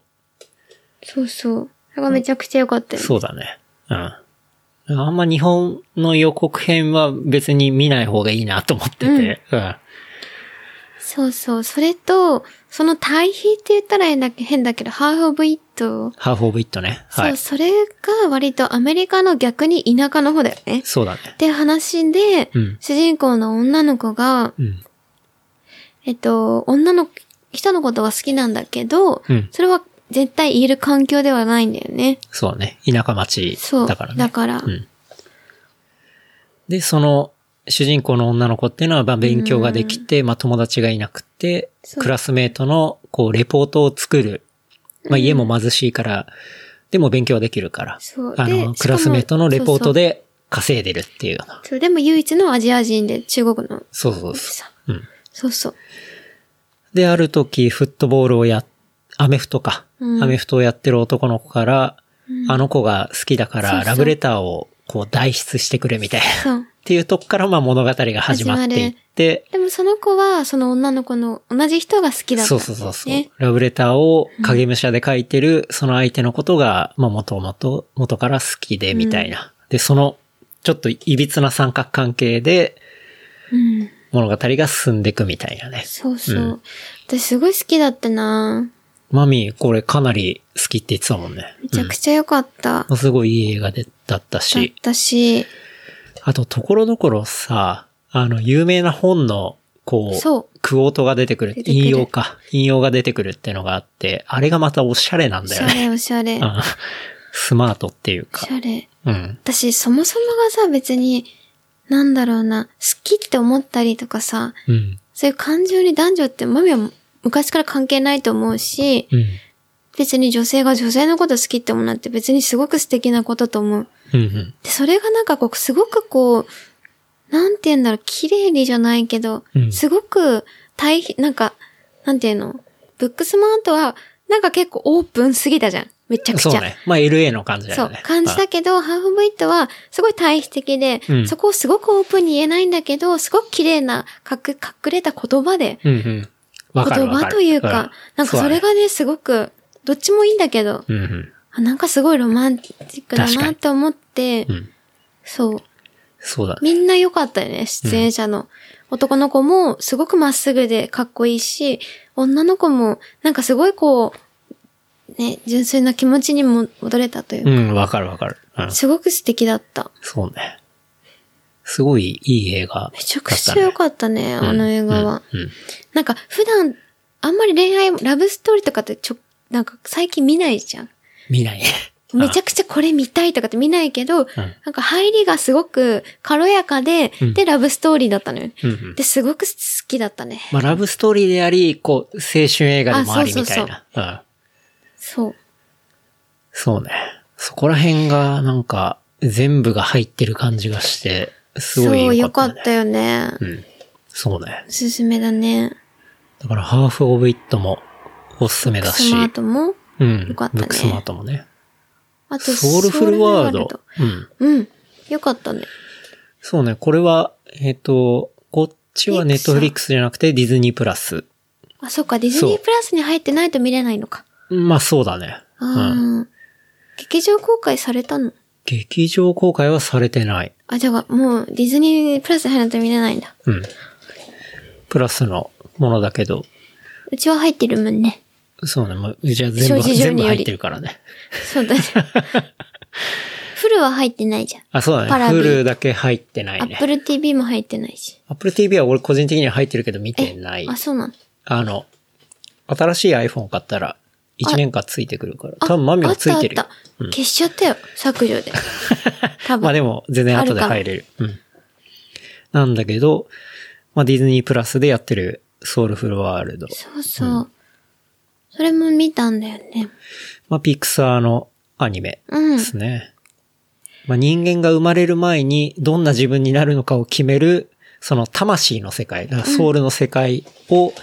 [SPEAKER 3] う。
[SPEAKER 2] そうそう。それがめちゃくちゃ良かったよ、ね
[SPEAKER 3] そうだね。うん。あんま日本の予告編は別に見ない方がいいなと思ってて。うん。
[SPEAKER 2] そうそう。それと、その対比って言ったら変だけ変だけど、ハーフオブイット。
[SPEAKER 3] ハーフオブイットね。は
[SPEAKER 2] そう、
[SPEAKER 3] い。
[SPEAKER 2] それが割とアメリカの逆に田舎の方だよね。
[SPEAKER 3] そうだね。
[SPEAKER 2] って話で、
[SPEAKER 3] うん
[SPEAKER 2] 主人公の女の子が、
[SPEAKER 3] うん。
[SPEAKER 2] えっと、女の人のことは好きなんだけど、
[SPEAKER 3] うん
[SPEAKER 2] それは絶対言える環境ではないんだよね。
[SPEAKER 3] そうだね。田舎町
[SPEAKER 2] そう。
[SPEAKER 3] だからね。
[SPEAKER 2] だから
[SPEAKER 3] うん。で、その、主人公の女の子っていうのは、まあ、勉強ができて、まあ、友達がいなくて、
[SPEAKER 2] そう
[SPEAKER 3] クラスメートの、こう、レポートを作る。まあ、家も貧しいから、でも勉強はできるから
[SPEAKER 2] そう。
[SPEAKER 3] あ
[SPEAKER 2] でしかも
[SPEAKER 3] の、クラスメートのレポートで稼いでるっていうような。
[SPEAKER 2] そうでも唯一のアジア人で中国の
[SPEAKER 3] そうそうそ
[SPEAKER 2] さ、
[SPEAKER 3] う。うん。
[SPEAKER 2] そうそう。
[SPEAKER 3] で、ある時、フットボールをや、アメフトか。
[SPEAKER 2] うん
[SPEAKER 3] アメフトをやってる男の子から、あの子が好きだか
[SPEAKER 2] そうそう
[SPEAKER 3] ら、ラブレターを、こう、代筆してくれみたいな。
[SPEAKER 2] そう。
[SPEAKER 3] っていうとこから、まあ、物語が始まっていって、
[SPEAKER 2] でもその子は、その女の子の同じ人が好きだった
[SPEAKER 3] そ
[SPEAKER 2] ん
[SPEAKER 3] う
[SPEAKER 2] だよね、
[SPEAKER 3] そうそうそう、ラブレターを影武者で書いてる、その相手のことが、まあ、もともと、元から好きで、みたいな。で、その、ちょっと歪な三角関係で、
[SPEAKER 2] うん。
[SPEAKER 3] 物語が進んでいくみたいなね。
[SPEAKER 2] そうそう。
[SPEAKER 3] うん
[SPEAKER 2] 私すごい好きだったな
[SPEAKER 3] マミー、これかなり好きって言ってたもんね。
[SPEAKER 2] めちゃくちゃ良かった。だ
[SPEAKER 3] すごいいい映画でだった
[SPEAKER 2] っ
[SPEAKER 3] し、
[SPEAKER 2] たし、
[SPEAKER 3] あと、ところどころさ、あの、有名な本の、こう、
[SPEAKER 2] そう
[SPEAKER 3] クオートが出てくる
[SPEAKER 2] 出てくる
[SPEAKER 3] 引用か。引用が出てくるってのがあって、あれがまたおしゃれなん
[SPEAKER 2] お
[SPEAKER 3] だ
[SPEAKER 2] し
[SPEAKER 3] よ
[SPEAKER 2] ゃ
[SPEAKER 3] ね。
[SPEAKER 2] れおしゃれ。
[SPEAKER 3] うんスマートっていう
[SPEAKER 2] お
[SPEAKER 3] か
[SPEAKER 2] し。ゃれ。
[SPEAKER 3] うん。
[SPEAKER 2] 私、そもそもがさ、別に、なんだろうな、好きって思ったりとかさ、
[SPEAKER 3] うん。
[SPEAKER 2] そういう感情に男女ってマミは昔から関係ないと思うし、
[SPEAKER 3] うん。
[SPEAKER 2] 別に女性が女性のこと好きってものって別にすごく素敵なことと思う。
[SPEAKER 3] うんうん。
[SPEAKER 2] で、それがなんかこう、すごくこう、なんて言うんだろう、綺麗にじゃないけど、
[SPEAKER 3] うん
[SPEAKER 2] すごく大変、なんか、なんて言うの、ブックスマートは、なんか結構オープンすぎたじゃん。めちゃくちゃ。
[SPEAKER 3] そうね。まあ LA の感じだ
[SPEAKER 2] そ
[SPEAKER 3] よ
[SPEAKER 2] う
[SPEAKER 3] ね。、
[SPEAKER 2] 感じだけど、ハーフブイットは、すごい対比的で、
[SPEAKER 3] うん
[SPEAKER 2] そこをすごくオープンに言えないんだけど、すごく綺麗な、かく、隠れた言葉で、
[SPEAKER 3] うんうん。わかる
[SPEAKER 2] 言
[SPEAKER 3] わか
[SPEAKER 2] 葉
[SPEAKER 3] る。
[SPEAKER 2] というか、なんかそれがね、すごく、どっちもいいんだけど、
[SPEAKER 3] うん、うんうん。
[SPEAKER 2] あなんかすごいロマンチックだ
[SPEAKER 3] 確か
[SPEAKER 2] な
[SPEAKER 3] に
[SPEAKER 2] と思って、
[SPEAKER 3] うん。
[SPEAKER 2] そう。
[SPEAKER 3] そうだね。
[SPEAKER 2] みんな良かったよね、出演者の。男の子もすごくまっすぐでかっこいいし、女の子もなんかすごいこう、ね、純粋な気持ちにも戻れたという
[SPEAKER 3] う
[SPEAKER 2] か、
[SPEAKER 3] ん、わかるわかる。うん。
[SPEAKER 2] すごく素敵だった。
[SPEAKER 3] そうね。すごいいい映画だった、ね。
[SPEAKER 2] めちゃくちゃ良かったね、あの映画は。
[SPEAKER 3] うん。うん
[SPEAKER 2] なんか普段、あんまり恋愛、ラブストーリーとかってちょ、なんか最近見ないじゃん。
[SPEAKER 3] 見ないね。
[SPEAKER 2] めちゃくちゃこれ見たいとかって見ないけど、なんか入りがすごく軽やかで、
[SPEAKER 3] うん
[SPEAKER 2] で、ラブストーリーだったのよ。
[SPEAKER 3] うんうん。
[SPEAKER 2] で、すごく好きだったね。
[SPEAKER 3] まあ、ラブストーリーであり、こう、青春映画でもありみたいな。うん。
[SPEAKER 2] そう。
[SPEAKER 3] そうね。そこら辺が、なんか、全部が入ってる感じがして、すご
[SPEAKER 2] そう、
[SPEAKER 3] い
[SPEAKER 2] よ
[SPEAKER 3] 良
[SPEAKER 2] か
[SPEAKER 3] かった、ね。
[SPEAKER 2] ったよね。
[SPEAKER 3] うん。そうね
[SPEAKER 2] お。すすめだね。
[SPEAKER 3] だから、ハーフ・オブ・イットもおすすめだ
[SPEAKER 2] ス
[SPEAKER 3] し、
[SPEAKER 2] マートも。
[SPEAKER 3] うん。
[SPEAKER 2] よかったね
[SPEAKER 3] ブックスマートもね。
[SPEAKER 2] あと、
[SPEAKER 3] ソウルフルワー
[SPEAKER 2] ソウル
[SPEAKER 3] ド。
[SPEAKER 2] フルワ
[SPEAKER 3] うん。
[SPEAKER 2] うん。よかったね。
[SPEAKER 3] そうね、これは、えっ、と、こっちはネットフリックスじゃなくてディズニープラス。
[SPEAKER 2] あ、そっか、ディズニープラスに入ってないと見れないのか。
[SPEAKER 3] まあそうだね。
[SPEAKER 2] あ
[SPEAKER 3] うん。
[SPEAKER 2] あ、劇場公開されたの
[SPEAKER 3] 劇場公開はされてない。
[SPEAKER 2] あ、じゃあ、もう、ディズニープラスに入らないと見れないんだ。
[SPEAKER 3] うん。プラスのものだけど、
[SPEAKER 2] うちは入ってるもんね。
[SPEAKER 3] そうね、もう、じゃあ全部、
[SPEAKER 2] 諸事情
[SPEAKER 3] 全
[SPEAKER 2] に
[SPEAKER 3] 部
[SPEAKER 2] より
[SPEAKER 3] 入ってるからね。
[SPEAKER 2] そうだ
[SPEAKER 3] <laughs>
[SPEAKER 2] ね。フルは入ってないじゃん。
[SPEAKER 3] あ、そう
[SPEAKER 2] パ
[SPEAKER 3] だ
[SPEAKER 2] ラ
[SPEAKER 3] ね。
[SPEAKER 2] ビ
[SPEAKER 3] Hulu だけ入ってないね。
[SPEAKER 2] Apple TV も入ってないし。
[SPEAKER 3] Apple TV は俺個人的には入ってるけど見てない
[SPEAKER 2] あ、。そうなの
[SPEAKER 3] あの、新しい iPhone 買ったら、1年間ついてくるから。
[SPEAKER 2] あ
[SPEAKER 3] 多分マミもついてる
[SPEAKER 2] あっ
[SPEAKER 3] よ
[SPEAKER 2] たあった。消しちゃったよ、削
[SPEAKER 3] <laughs>
[SPEAKER 2] 除で。多分。
[SPEAKER 3] まあでも、全然後で入れる。うん。なんだけど、まあディズニープラスでやってるソウルフルワールド。
[SPEAKER 2] そうそう。それも見たんだよね。
[SPEAKER 3] まあピクサーのアニメ
[SPEAKER 2] うん
[SPEAKER 3] で。すね。まあ人間が生まれる前にどんな自分になるのかを決める、その魂の世界、だからソウルの世界を、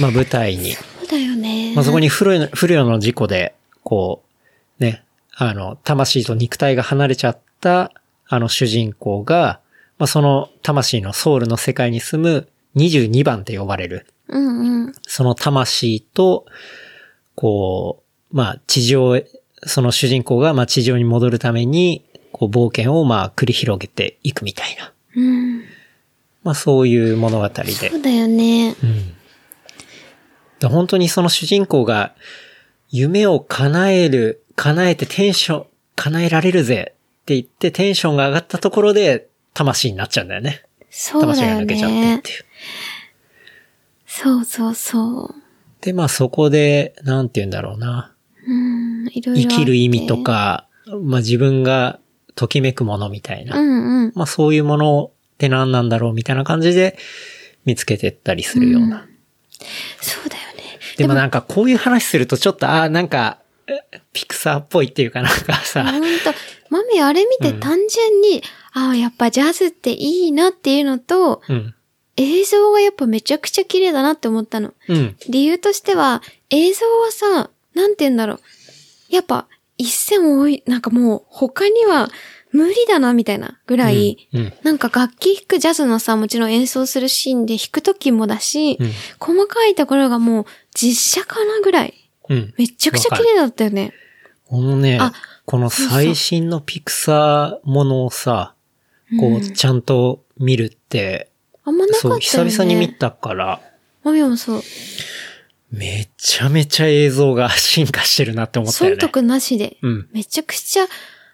[SPEAKER 3] まあ舞台に。
[SPEAKER 2] そうだよね。
[SPEAKER 3] まあそこに不慮不慮の事故で、こう、ね、あの、魂と肉体が離れちゃった、あの主人公が、まあその魂のソウルの世界に住む22番って呼ばれる、
[SPEAKER 2] うんうん。
[SPEAKER 3] その魂と、こう、まあ地上へ、その主人公がまあ地上に戻るために、こう冒険をまあ繰り広げていくみたいな。
[SPEAKER 2] うん。
[SPEAKER 3] まあそういう物語で。
[SPEAKER 2] そうだよね。
[SPEAKER 3] うん。で本当にその主人公が夢を叶える、叶えてテンション、叶えられるぜって言ってテンションが上がったところで魂になっちゃうんだよね。
[SPEAKER 2] そうだ
[SPEAKER 3] 魂が
[SPEAKER 2] よ
[SPEAKER 3] 抜けちゃってっ
[SPEAKER 2] ね。
[SPEAKER 3] ていう。
[SPEAKER 2] そうそうそう。
[SPEAKER 3] で、まあそこで、なんて言うんだろうな。
[SPEAKER 2] うん。いろいろ。
[SPEAKER 3] 生きる意味と。か、まあ自分がときめくものみたいうな。
[SPEAKER 2] んうん。
[SPEAKER 3] まあそういうものって何なんだろうみたいな感じで見つけてったりするような。
[SPEAKER 2] そうだよね。
[SPEAKER 3] でもなんかこういう話するとちょっと、ああ、なんか、えピクサーっぽいっていうかなんかさ、
[SPEAKER 2] ほんと、マミあれ見て単純に、ああ、やっぱジャズっていいなっていうのと、
[SPEAKER 3] うん。
[SPEAKER 2] 映像がやっぱめちゃくちゃ綺麗だなって思ったの。
[SPEAKER 3] うん。
[SPEAKER 2] 理由としては、映像はさ、なんて言うんだろう。やっぱ、一線多い、なんかもう、他には無理だな、みたいなぐらい、
[SPEAKER 3] うん。
[SPEAKER 2] なんか楽器弾くジャズのさ、もちろん演奏するシーンで弾く時もだし、
[SPEAKER 3] うん。
[SPEAKER 2] 細かいところがもう、実写かなぐらい。
[SPEAKER 3] うん。
[SPEAKER 2] めちゃくちゃ綺麗だったよね。
[SPEAKER 3] このね
[SPEAKER 2] あ、
[SPEAKER 3] この最新のピクサーものをさ、こう、ちゃんと見るって、
[SPEAKER 2] あんまなかったよ
[SPEAKER 3] そう、
[SPEAKER 2] ね。
[SPEAKER 3] 久々に見たから、
[SPEAKER 2] マミもそう。
[SPEAKER 3] めちゃめちゃ映像が進化してるなって思った
[SPEAKER 2] 損
[SPEAKER 3] よね。
[SPEAKER 2] 得なしで。
[SPEAKER 3] うん。
[SPEAKER 2] めちゃくちゃ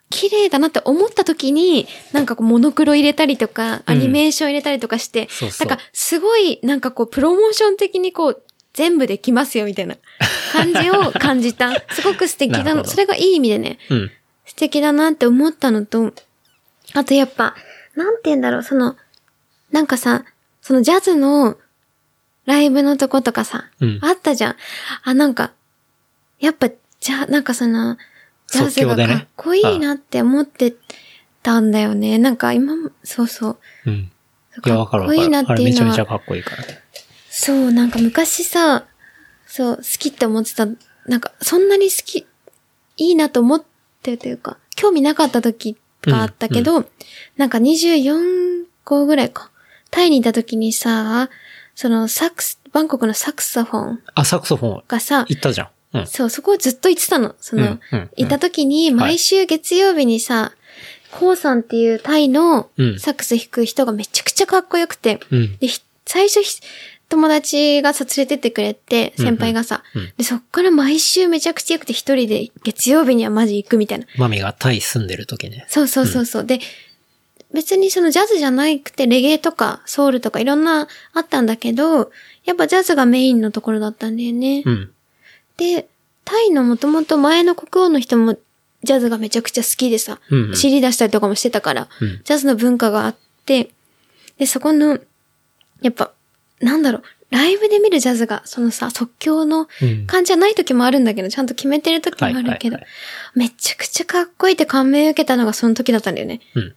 [SPEAKER 2] 綺麗だなって思った時に、なんかこうモノクロ入れたりとか、
[SPEAKER 3] うん
[SPEAKER 2] アニメーション入れたりとかして、
[SPEAKER 3] そうそう
[SPEAKER 2] なんかすごい、なんかこうプロモーション的にこう、全部できますよみたいな感じを感じ
[SPEAKER 3] <laughs>
[SPEAKER 2] た。すごく素敵
[SPEAKER 3] な
[SPEAKER 2] だ
[SPEAKER 3] るほ
[SPEAKER 2] な。
[SPEAKER 3] ど
[SPEAKER 2] それがいい意味でね、
[SPEAKER 3] うん。
[SPEAKER 2] 素敵だなって思ったのと、あとやっぱ、なんて言うんだろう、その、なんかさ、そのジャズの、ライブのとことかさ、
[SPEAKER 3] うん
[SPEAKER 2] あったじゃん。あ、なんか、やっぱ、じゃ、なんかその、ジャズ
[SPEAKER 3] 即興
[SPEAKER 2] が
[SPEAKER 3] で
[SPEAKER 2] か
[SPEAKER 3] ね
[SPEAKER 2] っこいいなって思ってたんだよね。なんか今も、そうそう。
[SPEAKER 3] うん。いや、
[SPEAKER 2] か
[SPEAKER 3] わかる
[SPEAKER 2] っ
[SPEAKER 3] わ
[SPEAKER 2] こ
[SPEAKER 3] かる。
[SPEAKER 2] いいなっ
[SPEAKER 3] あ
[SPEAKER 2] て
[SPEAKER 3] れ
[SPEAKER 2] い
[SPEAKER 3] め
[SPEAKER 2] う
[SPEAKER 3] ちゃ
[SPEAKER 2] の
[SPEAKER 3] めちゃ
[SPEAKER 2] は。
[SPEAKER 3] かっこいいからね。
[SPEAKER 2] そう、なんか昔さ、そう、好きって思ってた、なんかそんなに好き、いいなと思ってというか、興味なかった時があったけど、なんか24号ぐらいか。タイにいた時にさ、そのサクス、バンコクのサクソフォン
[SPEAKER 3] あ、サクソフォン、
[SPEAKER 2] がさ、
[SPEAKER 3] 行ったじゃん。うん。
[SPEAKER 2] そう、そこをずっと行ってたの。その、
[SPEAKER 3] うんうん
[SPEAKER 2] いた時に、
[SPEAKER 3] い
[SPEAKER 2] 毎週月曜日にさ、コウさんっていうタイの
[SPEAKER 3] うん
[SPEAKER 2] サックス弾く人がめちゃくちゃかっこよくて、
[SPEAKER 3] うん。
[SPEAKER 2] で、ひ最初ひ、友達がさ、連れてってくれて、
[SPEAKER 3] うん
[SPEAKER 2] 先輩がさ、
[SPEAKER 3] うん
[SPEAKER 2] で、そっから毎週めちゃくちゃ良くて一人で月曜日にはマジ行くみたいな。
[SPEAKER 3] マミがタイ住んでる時ね。
[SPEAKER 2] そうそうそうそう。で、別にそのジャズじゃなくて、レゲエとかソウルとかいろんなあったんだけど、やっぱジャズがメインのところだったんだよね。
[SPEAKER 3] うん。
[SPEAKER 2] で、タイのもともと前の国王の人もジャズがめちゃくちゃ好きでさ、
[SPEAKER 3] うんうん
[SPEAKER 2] 知り出したりとかもしてたから、
[SPEAKER 3] うん
[SPEAKER 2] ジャズの文化があって、で、そこの、やっぱ、なんだろう、ライブで見るジャズが、そのさ、即興の
[SPEAKER 3] うん
[SPEAKER 2] 感じじゃない時もあるんだけど、ちゃんと決めてる時もあるけど、
[SPEAKER 3] はいはいはい
[SPEAKER 2] めちゃくちゃかっこいいって感銘受けたのがその時だったんだよね。
[SPEAKER 3] うん。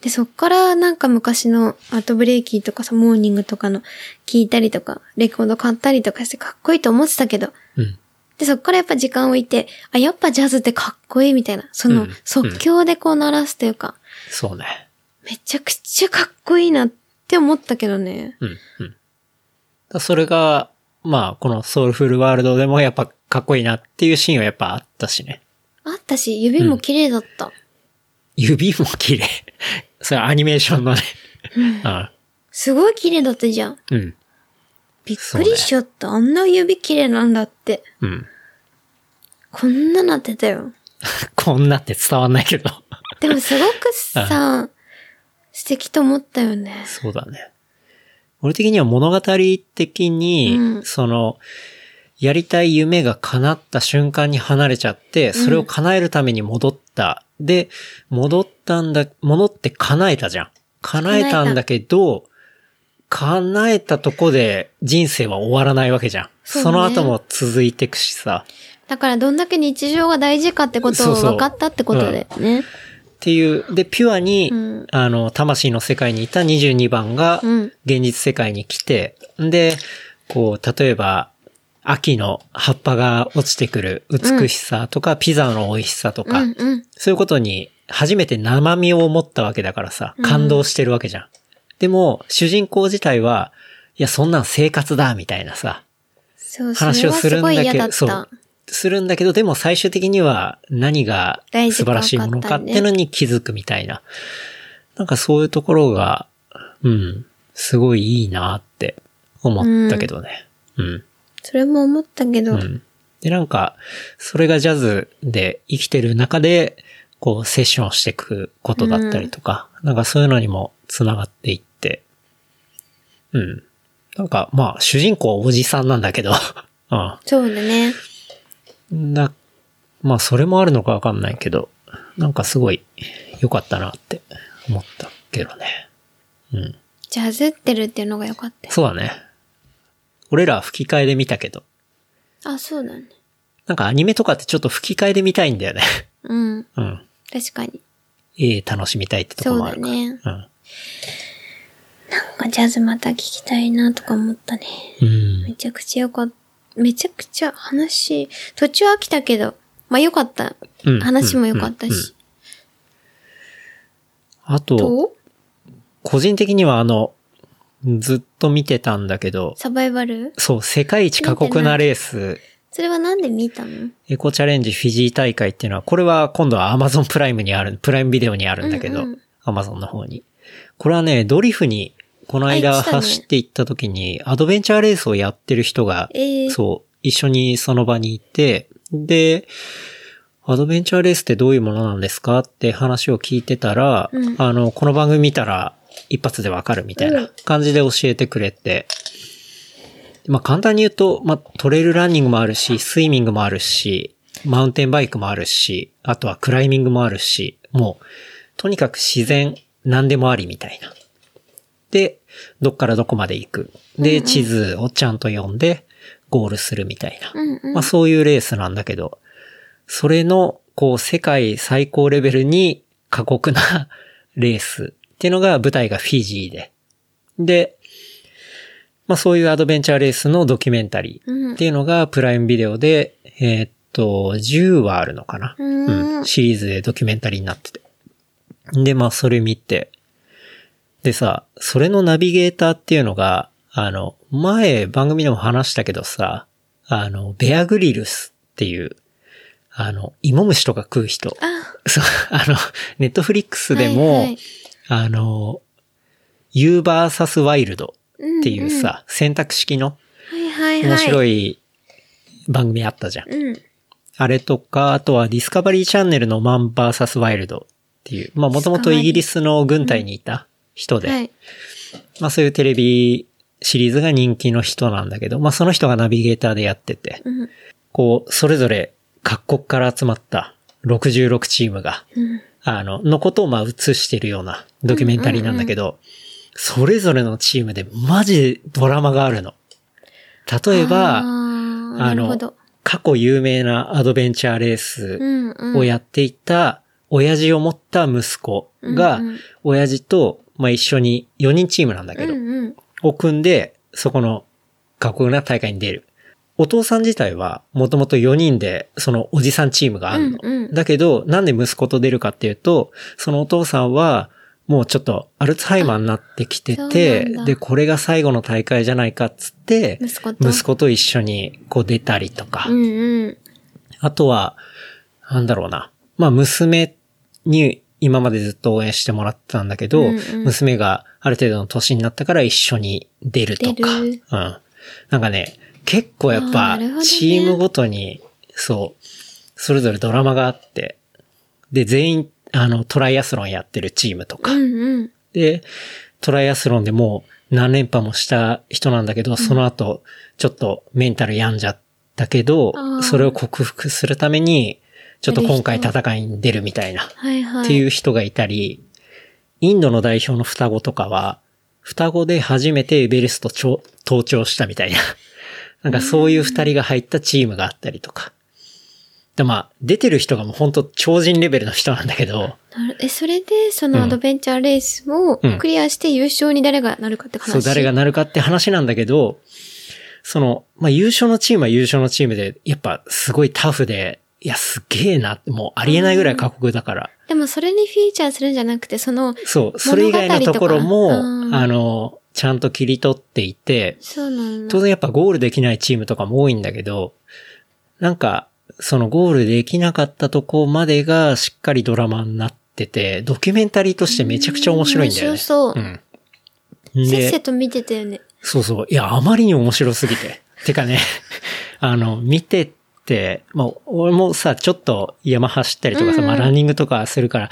[SPEAKER 2] で、そっからなんか昔のアートブレイキーとかさ、モーニングとかの聞いたりとか、レコード買ったりとかしてかっこいいと思ってたけど、
[SPEAKER 3] うん。
[SPEAKER 2] で、そこからやっぱ時間を置いて、あ、やっぱジャズってかっこいいみたいな。そうの
[SPEAKER 3] ん、
[SPEAKER 2] 即興でこう鳴らすというか、
[SPEAKER 3] そうね。
[SPEAKER 2] めちゃくちゃかっこいいなって思ったけどね。
[SPEAKER 3] うん。うん。だそれが、まあ、このソウルフルワールドでもやっぱかっこいいなっていうシーンはやっぱあったしね。
[SPEAKER 2] あったし、指も綺麗だった。
[SPEAKER 3] 指も綺麗。 <laughs> それアニメーションの <laughs> ね。あ
[SPEAKER 2] すごい綺麗だったじゃん。
[SPEAKER 3] うん。
[SPEAKER 2] びっくりしちゃった。あんな指綺麗なんだって。
[SPEAKER 3] うん。
[SPEAKER 2] こんななってたよ。
[SPEAKER 3] <laughs> こんなって伝わんないけど。
[SPEAKER 2] でもすごく
[SPEAKER 3] <laughs>
[SPEAKER 2] さ、素敵と思ったよね。
[SPEAKER 3] そうだね。俺的には物語的に、
[SPEAKER 2] うん
[SPEAKER 3] その、やりたい夢が叶った瞬間に離れちゃって、それを叶えるために戻った。で、戻ったんだ、戻って叶えたじゃん。叶えたんだけど、叶えたとこで人生は終わらないわけじゃん。
[SPEAKER 2] そう
[SPEAKER 3] そ,、
[SPEAKER 2] ね
[SPEAKER 3] の後も続いていくしさ。
[SPEAKER 2] だからどんだけ日常が大事かってこと
[SPEAKER 3] そう
[SPEAKER 2] を
[SPEAKER 3] そう
[SPEAKER 2] 分かったってことだよね。
[SPEAKER 3] っていう、で、ピュアに、
[SPEAKER 2] うん
[SPEAKER 3] あの、魂の世界にいた22番が、
[SPEAKER 2] うん
[SPEAKER 3] 現実世界に来て、で、こう、例えば、秋の葉っぱが落ちてくる美しさとか、ピザの美味しさと
[SPEAKER 2] う
[SPEAKER 3] か、
[SPEAKER 2] んうん。
[SPEAKER 3] そういうことに初めて生身を持ったわけだからさ、感動してるわけじゃん。でも、主人公自体は、いや、そんなん生活だ、みたいなさ、
[SPEAKER 2] そう、そ
[SPEAKER 3] 話
[SPEAKER 2] れ
[SPEAKER 3] を
[SPEAKER 2] は
[SPEAKER 3] す
[SPEAKER 2] す
[SPEAKER 3] るん
[SPEAKER 2] ごい
[SPEAKER 3] だ
[SPEAKER 2] 嫌
[SPEAKER 3] け
[SPEAKER 2] だっ
[SPEAKER 3] ど、そ
[SPEAKER 2] た
[SPEAKER 3] う。。するんだけど、でも最終的には何が
[SPEAKER 2] 大事
[SPEAKER 3] 素
[SPEAKER 2] か
[SPEAKER 3] 晴
[SPEAKER 2] 分かったね
[SPEAKER 3] らしいものかっていうのに気づくみたいな。なんかそういうところが、うん、すごいいいなって思ったけどね。うん。
[SPEAKER 2] それも思ったけど、
[SPEAKER 3] うん。で、なんか、それがジャズで生きてる中で、こう、セッションをしていくことだったりとか、なんかそういうのにも繋がっていって、うん。なんか、まあ、主人公はおじさんなんだけど、 <laughs> うん。
[SPEAKER 2] そうだね。
[SPEAKER 3] な、まあそれもあるのかわかんないけど、なんかすごい良かったなって思ったけどね。うん。
[SPEAKER 2] ジャズってるっていうのが良かったよ。
[SPEAKER 3] そうだね。俺らは吹き替えで見たけど、
[SPEAKER 2] あ、そうだね。
[SPEAKER 3] なんかアニメとかってちょっと吹き替えで見たいんだよ
[SPEAKER 2] <laughs>
[SPEAKER 3] ね。
[SPEAKER 2] うん。
[SPEAKER 3] うん。
[SPEAKER 2] 確かに。
[SPEAKER 3] ええ楽しみたいってとこもあるから。
[SPEAKER 2] そうだね
[SPEAKER 3] うん。
[SPEAKER 2] なんかジャズまた聞きたいなとか思ったね。
[SPEAKER 3] うん
[SPEAKER 2] め。ちゃくちゃ良かった。めちゃくちゃ話、途中飽きたけど、まあ良かった
[SPEAKER 3] うん。
[SPEAKER 2] 話も良かったし。
[SPEAKER 3] あと、
[SPEAKER 2] と、
[SPEAKER 3] 個人的にはあの、ずっと見てたんだけど、
[SPEAKER 2] サバイバル
[SPEAKER 3] そう、世界一過酷なレース、
[SPEAKER 2] それはなんで見たの
[SPEAKER 3] エコチャレンジフィジー大会っていうのは、これは今度は Amazon プライムにある、プライムビデオにあるんだけど、
[SPEAKER 2] うんうん
[SPEAKER 3] Amazon の方に。これはね、ドリフに、この
[SPEAKER 2] あ言
[SPEAKER 3] 間
[SPEAKER 2] ってたね
[SPEAKER 3] 走って行った時に、アドベンチャーレースをやってる人が、
[SPEAKER 2] えー
[SPEAKER 3] そう、一緒にその場にいて、で、アドベンチャーレースってどういうものなんですかって話を聞いてたら、
[SPEAKER 2] うん
[SPEAKER 3] あの、この番組見たら一発でわかるみたいな感じで教えてくれて、まあ簡単に言うと、まあトレイルランニングもあるし、スイミングもあるし、マウンテンバイクもあるし、あとはクライミングもあるし、もう、とにかく自然、何でもありみたいな。で、どっからどこまで行く。で、地図をちゃんと読んで、ゴールするみたいな。
[SPEAKER 2] うんうん。
[SPEAKER 3] まあそういうレースなんだけど、それの、こう、世界最高レベルに過酷なレースっていうのが舞台がフィジーで。で、まあそういうアドベンチャーレースのドキュメンタリーっていうのがプライムビデオで、えーっと、10話あるのかな、
[SPEAKER 2] うん
[SPEAKER 3] うんシリーズでドキュメンタリーになってて。で、まあそれ見て、でさ、それのナビゲーターっていうのが、あの、前番組でも話したけどさ、あの、ベアグリルスっていう、あの、芋虫とか食う人。
[SPEAKER 2] あ、
[SPEAKER 3] <laughs> そう、あの、ネットフリックスでも、
[SPEAKER 2] はいはい
[SPEAKER 3] あの、ユーバーサスワイルドっていうさ、選択式の
[SPEAKER 2] はいはいはい。
[SPEAKER 3] 面白
[SPEAKER 2] い。
[SPEAKER 3] い番組あったじゃん。
[SPEAKER 2] うん。
[SPEAKER 3] あれとか、あとはディスカバリーチャンネルのマンバーサスワイルドっていう、まあもともとイギリスの軍隊にいた人で、
[SPEAKER 2] はい。
[SPEAKER 3] まあそういうテレビシリーズが人気の人なんだけど、まあその人がナビゲーターでやってて、
[SPEAKER 2] うん。
[SPEAKER 3] こう、それぞれ各国から集まった66チームが、
[SPEAKER 2] うん。
[SPEAKER 3] あの、のことをまあ映してるようなドキュメンタリーなんだけど、それぞれのチームでマジでドラマがあるの。例え
[SPEAKER 2] あ
[SPEAKER 3] ば、あ
[SPEAKER 2] ーなるほ
[SPEAKER 3] の
[SPEAKER 2] ど。、
[SPEAKER 3] 過去有名なアドベンチャーレース
[SPEAKER 2] うんうん。
[SPEAKER 3] をやっていた親父を持った息子が
[SPEAKER 2] うんうん、
[SPEAKER 3] 親父と、まあ、一緒に4人チームなんだけど、
[SPEAKER 2] うんうん。
[SPEAKER 3] を組んで、そこの過酷な大会に出る。お父さん自体は、もともと4人で、そのおじさんチームがあるの。
[SPEAKER 2] うんうん
[SPEAKER 3] だけど、なんで息子と出るかっていうと、そのお父さんは、もうちょっとアルツハイマーになってきて
[SPEAKER 2] あ
[SPEAKER 3] て
[SPEAKER 2] そうなんだ、
[SPEAKER 3] で、これが最後の大会じゃないかっつって、
[SPEAKER 2] 息子と。
[SPEAKER 3] 息子と一緒にこう出たりとか、
[SPEAKER 2] うんうん。
[SPEAKER 3] あとは、なんだろうな。まあ、娘に今までずっと応援してもらってたんだけど、
[SPEAKER 2] うんうん
[SPEAKER 3] 娘がある程度の年になったから一緒に出るとか。
[SPEAKER 2] 出る
[SPEAKER 3] うん。なんかね、結構やっ
[SPEAKER 2] あーな
[SPEAKER 3] ぱ
[SPEAKER 2] るほどね、
[SPEAKER 3] チームごとに、そう、それぞれドラマがあって、で、全員、あの、トライアスロンやってるチームとか
[SPEAKER 2] う、んうん。
[SPEAKER 3] で、トライアスロンでもう何連覇もした人なんだけど、その後、ちょっとメンタル病んじゃったけど
[SPEAKER 2] あー、
[SPEAKER 3] それを克服するために、ちょっと今回戦いに出るみたいな、っ
[SPEAKER 2] はいはい。。
[SPEAKER 3] ていうう人がいたり、インドの代表の双子とかは、双子で初めてエベレスト頂登頂したみたいな、 <laughs> なんかそういう二人が入ったチームがあったりとか。で、まあ、出てる人がもう本当超人レベルの人なんだけど、
[SPEAKER 2] え、それで、そのアドベンチャーレースを
[SPEAKER 3] うん
[SPEAKER 2] クリアして優勝に誰がなるかって話。
[SPEAKER 3] そう、誰がなるかって話なんだけど、その、まあ、優勝のチームは優勝のチームで、やっぱすごいタフで、いや、すげえなって、もうありえないぐらい過酷だから。
[SPEAKER 2] でもそれにフィーチャーするんじゃなくて、その、
[SPEAKER 3] そう、それ以外のところ
[SPEAKER 2] 物
[SPEAKER 3] も
[SPEAKER 2] 語と、か
[SPEAKER 3] あの、ちゃんと切り取っていて、
[SPEAKER 2] そうなんだ
[SPEAKER 3] 当。然やっぱゴールできないチームとかも多いんだけど、なんか、そのゴールできなかったとこまでがしっかりドラマになってて、ドキュメンタリーとしてめちゃくちゃ面白いんだよね。
[SPEAKER 2] 面白そう
[SPEAKER 3] うん。
[SPEAKER 2] せっ
[SPEAKER 3] で
[SPEAKER 2] せと見てたよね。
[SPEAKER 3] そうそう。いや、あまりに面白すぎて。 <laughs> てかね、あの、見てって、まあ、俺もさ、ちょっと山走ったりとかさ、
[SPEAKER 2] うんうん
[SPEAKER 3] まあ、ランニングとかするから、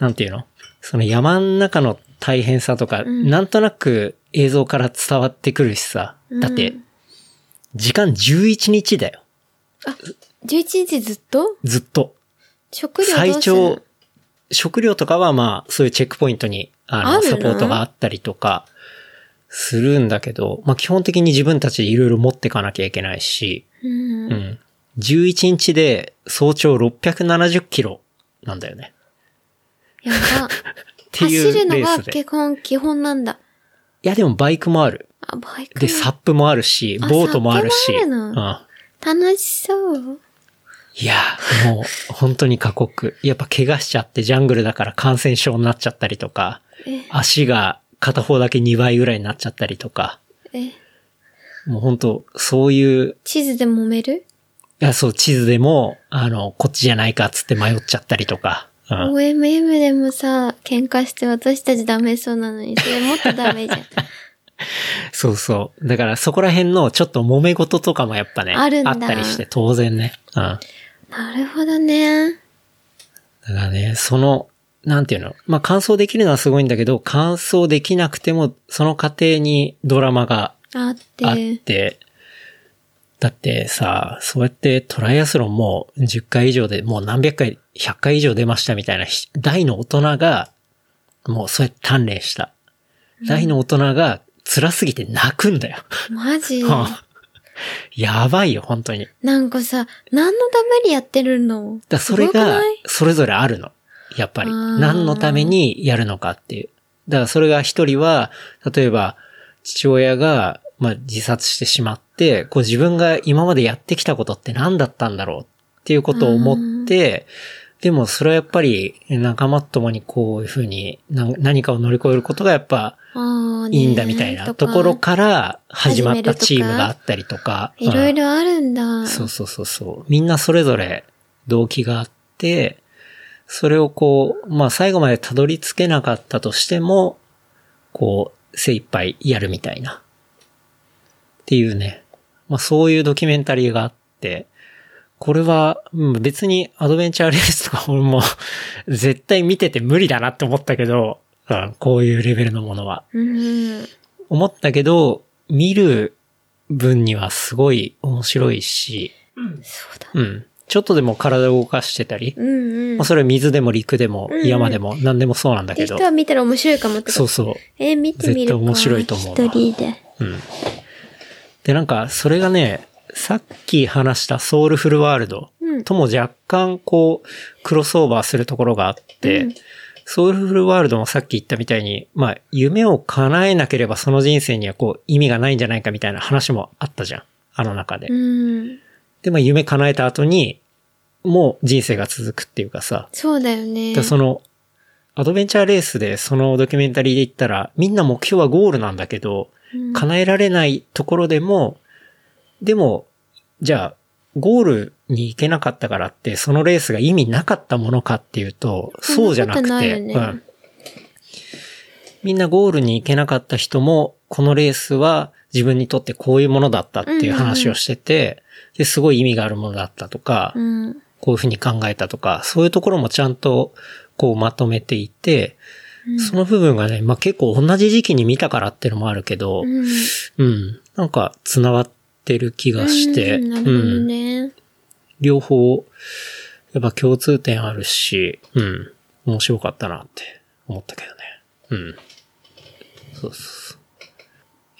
[SPEAKER 3] なんていうのその山ん中の大変さとか、
[SPEAKER 2] ん
[SPEAKER 3] なんとなく映像から伝わってくるしさ。だって、時間11日だよ。
[SPEAKER 2] 11日ずっと
[SPEAKER 3] ずっと。
[SPEAKER 2] 食料ど
[SPEAKER 3] 最
[SPEAKER 2] うする
[SPEAKER 3] 長、食料とかはまあ、そういうチェックポイントに、あ
[SPEAKER 2] あ
[SPEAKER 3] の、
[SPEAKER 2] るの
[SPEAKER 3] サポートがあったりとか、するんだけど、まあ基本的に自分たちでいろいろ持ってかなきゃいけないし、
[SPEAKER 2] うん
[SPEAKER 3] う。ん。11日で早朝670キロなんだよね。
[SPEAKER 2] やば。
[SPEAKER 3] <laughs> ってい
[SPEAKER 2] 走
[SPEAKER 3] う
[SPEAKER 2] るの
[SPEAKER 3] レー
[SPEAKER 2] が
[SPEAKER 3] スで。い
[SPEAKER 2] 基本、基本なんだ。
[SPEAKER 3] やでもバイクもある。
[SPEAKER 2] あ、バイク。
[SPEAKER 3] で、サップもあるし、
[SPEAKER 2] あ
[SPEAKER 3] ボートもあるし。
[SPEAKER 2] サップもある
[SPEAKER 3] うん。
[SPEAKER 2] 楽しそう。
[SPEAKER 3] いやー、もう、本当に過酷。やっぱ怪我しちゃって、ジャングルだから感染症になっちゃったりとか
[SPEAKER 2] え、
[SPEAKER 3] 足が片方だけ2倍ぐらいになっちゃったりとか、
[SPEAKER 2] え、
[SPEAKER 3] もう本当、そういう、
[SPEAKER 2] 地図で揉める
[SPEAKER 3] いや、そう、地図でも、あの、こっちじゃないかっつって迷っちゃったりとか、うん。
[SPEAKER 2] ?OMM でもさ、喧嘩して私たちダメそうなのに、それもっとダメ
[SPEAKER 3] <laughs>
[SPEAKER 2] じゃん。
[SPEAKER 3] そうそう。だからそこら辺のちょっと揉め事とかもやっぱね、
[SPEAKER 2] あるんだ
[SPEAKER 3] ったりして当然ね。うん。だか
[SPEAKER 2] なるほどね。
[SPEAKER 3] らね、その、なんていうの。まあ、完走できるのはすごいんだけど、完走できなくても、その過程にドラマが
[SPEAKER 2] あって。
[SPEAKER 3] あって、だってさ、そうやってトライアスロンも10回以上で、もう何百回、100回以上出ましたみたいなひ大の大人が、もうそうやって鍛錬した。大の大人が辛すぎて泣くんだよ。
[SPEAKER 2] マジ
[SPEAKER 3] <laughs> やばいよ、本当に。だか
[SPEAKER 2] なんかさ、何のためにやってるの
[SPEAKER 3] らそれ
[SPEAKER 2] すごく
[SPEAKER 3] が
[SPEAKER 2] ない、
[SPEAKER 3] それぞれあるの。やっぱり。
[SPEAKER 2] あー
[SPEAKER 3] 何のためにやるのかっていう。だからそれが一人は、例えば、父親が、まあ、自殺してしまって、こう自分が今までやってきたことって何だったんだろうっていうことを思って、でもそれはやっぱり仲間と共にこういうふうにな何かを乗り越えることがやっぱ
[SPEAKER 2] ああ、ね
[SPEAKER 3] いいんだみたいなところから始まったチームがあったりとか。
[SPEAKER 2] いろい
[SPEAKER 3] うん
[SPEAKER 2] ろあるんだ。
[SPEAKER 3] そうそうそうそう。みんなそれぞれ動機があって、それをこう、まあ最後までたどり着けなかったとしても、こう、精一杯やるみたいな。っていうね。まあそういうドキュメンタリーがあって、これは、うん別にアドベンチャーレースとか <laughs> 俺も絶対見てて無理だなって思ったけど、うんこういうレベルのものは。
[SPEAKER 2] うん。
[SPEAKER 3] 思ったけど、見る分にはすごい面白いし、
[SPEAKER 2] そうだ。
[SPEAKER 3] うん。ちょっとでも体を動かしてたり、
[SPEAKER 2] うんうん。
[SPEAKER 3] まあそれは水でも陸でも
[SPEAKER 2] うん
[SPEAKER 3] 山でも何でもそうなんだ
[SPEAKER 2] って
[SPEAKER 3] けど
[SPEAKER 2] 人、は見たら面白いかもってこと
[SPEAKER 3] そうそう。
[SPEAKER 2] えー見てみるか。
[SPEAKER 3] 絶対面白いと思うな
[SPEAKER 2] 一人で。
[SPEAKER 3] うん。で、なんかそれがね、さっき話したソウルフルワールド
[SPEAKER 2] うん
[SPEAKER 3] とも若干こう、クロスオーバーするところがあって、
[SPEAKER 2] うん
[SPEAKER 3] ソウルフルワールドもさっき言ったみたいに、まあ、夢を叶えなければその人生にはこう、意味がないんじゃないかみたいな話もあったじゃん。あの中で。
[SPEAKER 2] うん。
[SPEAKER 3] で、まあ、夢叶えた後に、もう人生が続くっていうかさ、
[SPEAKER 2] そうだよね。
[SPEAKER 3] でその、アドベンチャーレースでそのドキュメンタリーで言ったら、みんな目標はゴールなんだけど、
[SPEAKER 2] うん
[SPEAKER 3] 叶えられないところでも、でも、じゃあ、ゴールに行けなかったからって、そのレースが意味なかったものかっていうと、そうじゃなく
[SPEAKER 2] そんなことない
[SPEAKER 3] て、
[SPEAKER 2] よね
[SPEAKER 3] うん。みんなゴールに行けなかった人も、このレースは自分にとってこういうものだったっていう話をしてて、ですごい意味があるものだったとか、
[SPEAKER 2] うん。
[SPEAKER 3] こういうふうに考えたとか、そういうところもちゃんとこうまとめていて、
[SPEAKER 2] うん
[SPEAKER 3] その部分がね、まあ、結構同じ時期に見たからっていうのもあるけど、
[SPEAKER 2] うん。
[SPEAKER 3] うん。なんか、繋がってる気がして、
[SPEAKER 2] うんな
[SPEAKER 3] う
[SPEAKER 2] る
[SPEAKER 3] ん。
[SPEAKER 2] ほどね。
[SPEAKER 3] 両方、やっぱ共通点あるし、うん。面白かったなって思ったけどね。うん。そうそうそう。い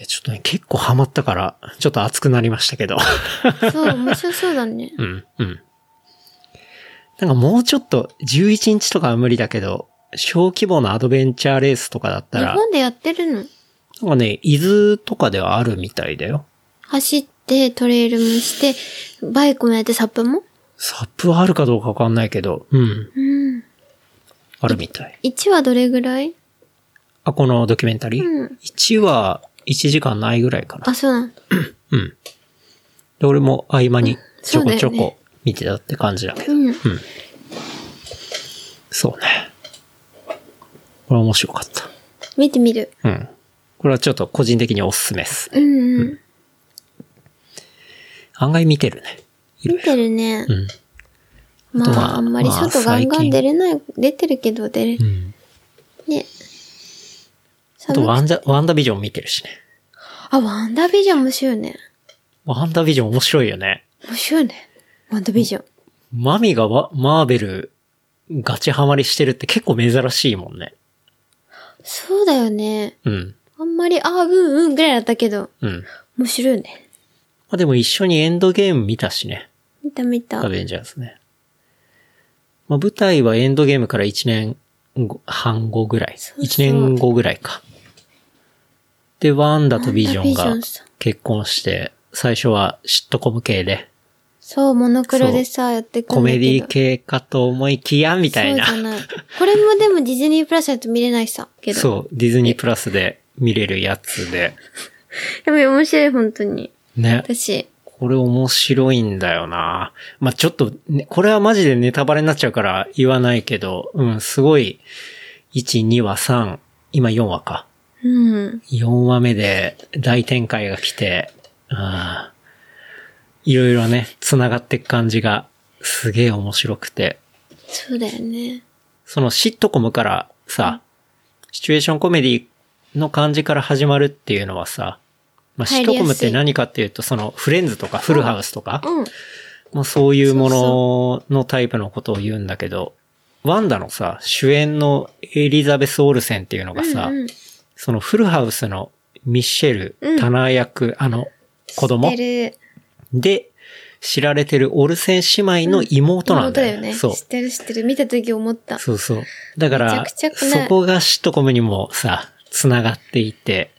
[SPEAKER 3] や、ちょっとね、結構ハマったから、ちょっと熱くなりましたけど。
[SPEAKER 2] そう、面白そうだね。
[SPEAKER 3] うん、うん。なんかもうちょっと、11日とかは無理だけど、小規模なアドベンチャーレースとかだった
[SPEAKER 2] 日
[SPEAKER 3] ら、
[SPEAKER 2] 本でやってるの
[SPEAKER 3] なんかね、伊豆とかではあるみたいだよ。
[SPEAKER 2] 走って、トレイルもして、バイクもやって、サップも
[SPEAKER 3] サップはあるかどうかわかんないけど、うん、
[SPEAKER 2] うん。
[SPEAKER 3] あるみたい。
[SPEAKER 2] 1はどれぐらい
[SPEAKER 3] あ、このドキュメンタリー、
[SPEAKER 2] うん。
[SPEAKER 3] ?1 は1時間ないぐらいかな。
[SPEAKER 2] あ、そうなんだ。
[SPEAKER 3] うん。で、俺も合間にちょこちょ
[SPEAKER 2] そうだよ
[SPEAKER 3] こ見てたって感じだけど。
[SPEAKER 2] うん。
[SPEAKER 3] そうね。これ面白かっ
[SPEAKER 2] 見てみる。
[SPEAKER 3] た。うん。これはちょっと個人的におすすめです。
[SPEAKER 2] うんうん。
[SPEAKER 3] 案外見てるね。いろ
[SPEAKER 2] 見
[SPEAKER 3] いろ
[SPEAKER 2] てるね。
[SPEAKER 3] うん。あと
[SPEAKER 2] ま
[SPEAKER 3] は
[SPEAKER 2] あ、あんまり外ガンガ
[SPEAKER 3] まあ最近
[SPEAKER 2] ン出れない、出てるけど出れ、
[SPEAKER 3] うん。
[SPEAKER 2] ね。
[SPEAKER 3] あとワンダ、ワンダビジョン見てるしね。
[SPEAKER 2] あ、ワンダービジョン面白いよね。
[SPEAKER 3] ワンダビジョン面白いよね。
[SPEAKER 2] 面白いね。ワンダービジョン。
[SPEAKER 3] マミがわマーベルガチハマりしてるって結構珍しいもんね。
[SPEAKER 2] そうだよね。
[SPEAKER 3] うん。
[SPEAKER 2] あんまり、あーうんうんぐらいだったけど、
[SPEAKER 3] うん。
[SPEAKER 2] 面白いよね。
[SPEAKER 3] まあでも一緒にエンドゲーム見たしね。
[SPEAKER 2] 見た見た。
[SPEAKER 3] アベンジャーズね。まあ舞台はエンドゲームから1年後半後ぐらい。
[SPEAKER 2] う
[SPEAKER 3] 1年後ぐらいか。で、ワンダとビジョン
[SPEAKER 2] ワンダ
[SPEAKER 3] が
[SPEAKER 2] ビジョンさん
[SPEAKER 3] 結婚して、最初はシットコム系で、
[SPEAKER 2] そう、モノクロでさ、やってくんだけど
[SPEAKER 3] コメディ系かと思いきや、みたいな。
[SPEAKER 2] そうじゃない。これもでもディズニープラスだと見れないさ、けど。
[SPEAKER 3] そう、ディズニープラスで見れるやつで。
[SPEAKER 2] でも面白い、本当に。
[SPEAKER 3] ね。
[SPEAKER 2] 私、
[SPEAKER 3] これ面白いんだよな。まあ、ちょっと、ね、これはマジでネタバレになっちゃうから言わないけど、うん、すごい、1、2話、3、今4話か。
[SPEAKER 2] うん。
[SPEAKER 3] 4話目で大展開が来て、あいろいろね、繋がっていく感じがすげえ面白くて。
[SPEAKER 2] そうだよね。
[SPEAKER 3] そのシットコムからさ、シチュエーションコメディの感じから始まるっていうのはさ、まあ、シ
[SPEAKER 2] 入
[SPEAKER 3] ッ
[SPEAKER 2] り
[SPEAKER 3] ト
[SPEAKER 2] やすい
[SPEAKER 3] コムって何かっていうと、そのフレンズとかフルハウスとか、
[SPEAKER 2] うん。
[SPEAKER 3] まあ、そういうもののタイプのことを言うんだけど、ワンダのさ、主演のエリザベス・オルセンっていうのがさ、
[SPEAKER 2] うんうん
[SPEAKER 3] そのフルハウスのミッシェ
[SPEAKER 2] う
[SPEAKER 3] ル・
[SPEAKER 2] ん
[SPEAKER 3] タナー役、あの、子供
[SPEAKER 2] 知ってる。
[SPEAKER 3] で、知られてるオルセン姉妹の妹なんだよ,、
[SPEAKER 2] よね。
[SPEAKER 3] そう。
[SPEAKER 2] 知ってる知ってる。見た時思った。
[SPEAKER 3] そうそう。だか
[SPEAKER 2] め
[SPEAKER 3] ら、
[SPEAKER 2] ちゃくちゃ
[SPEAKER 3] そ
[SPEAKER 2] ね
[SPEAKER 3] こがシットコムにもさ、繋がっていて。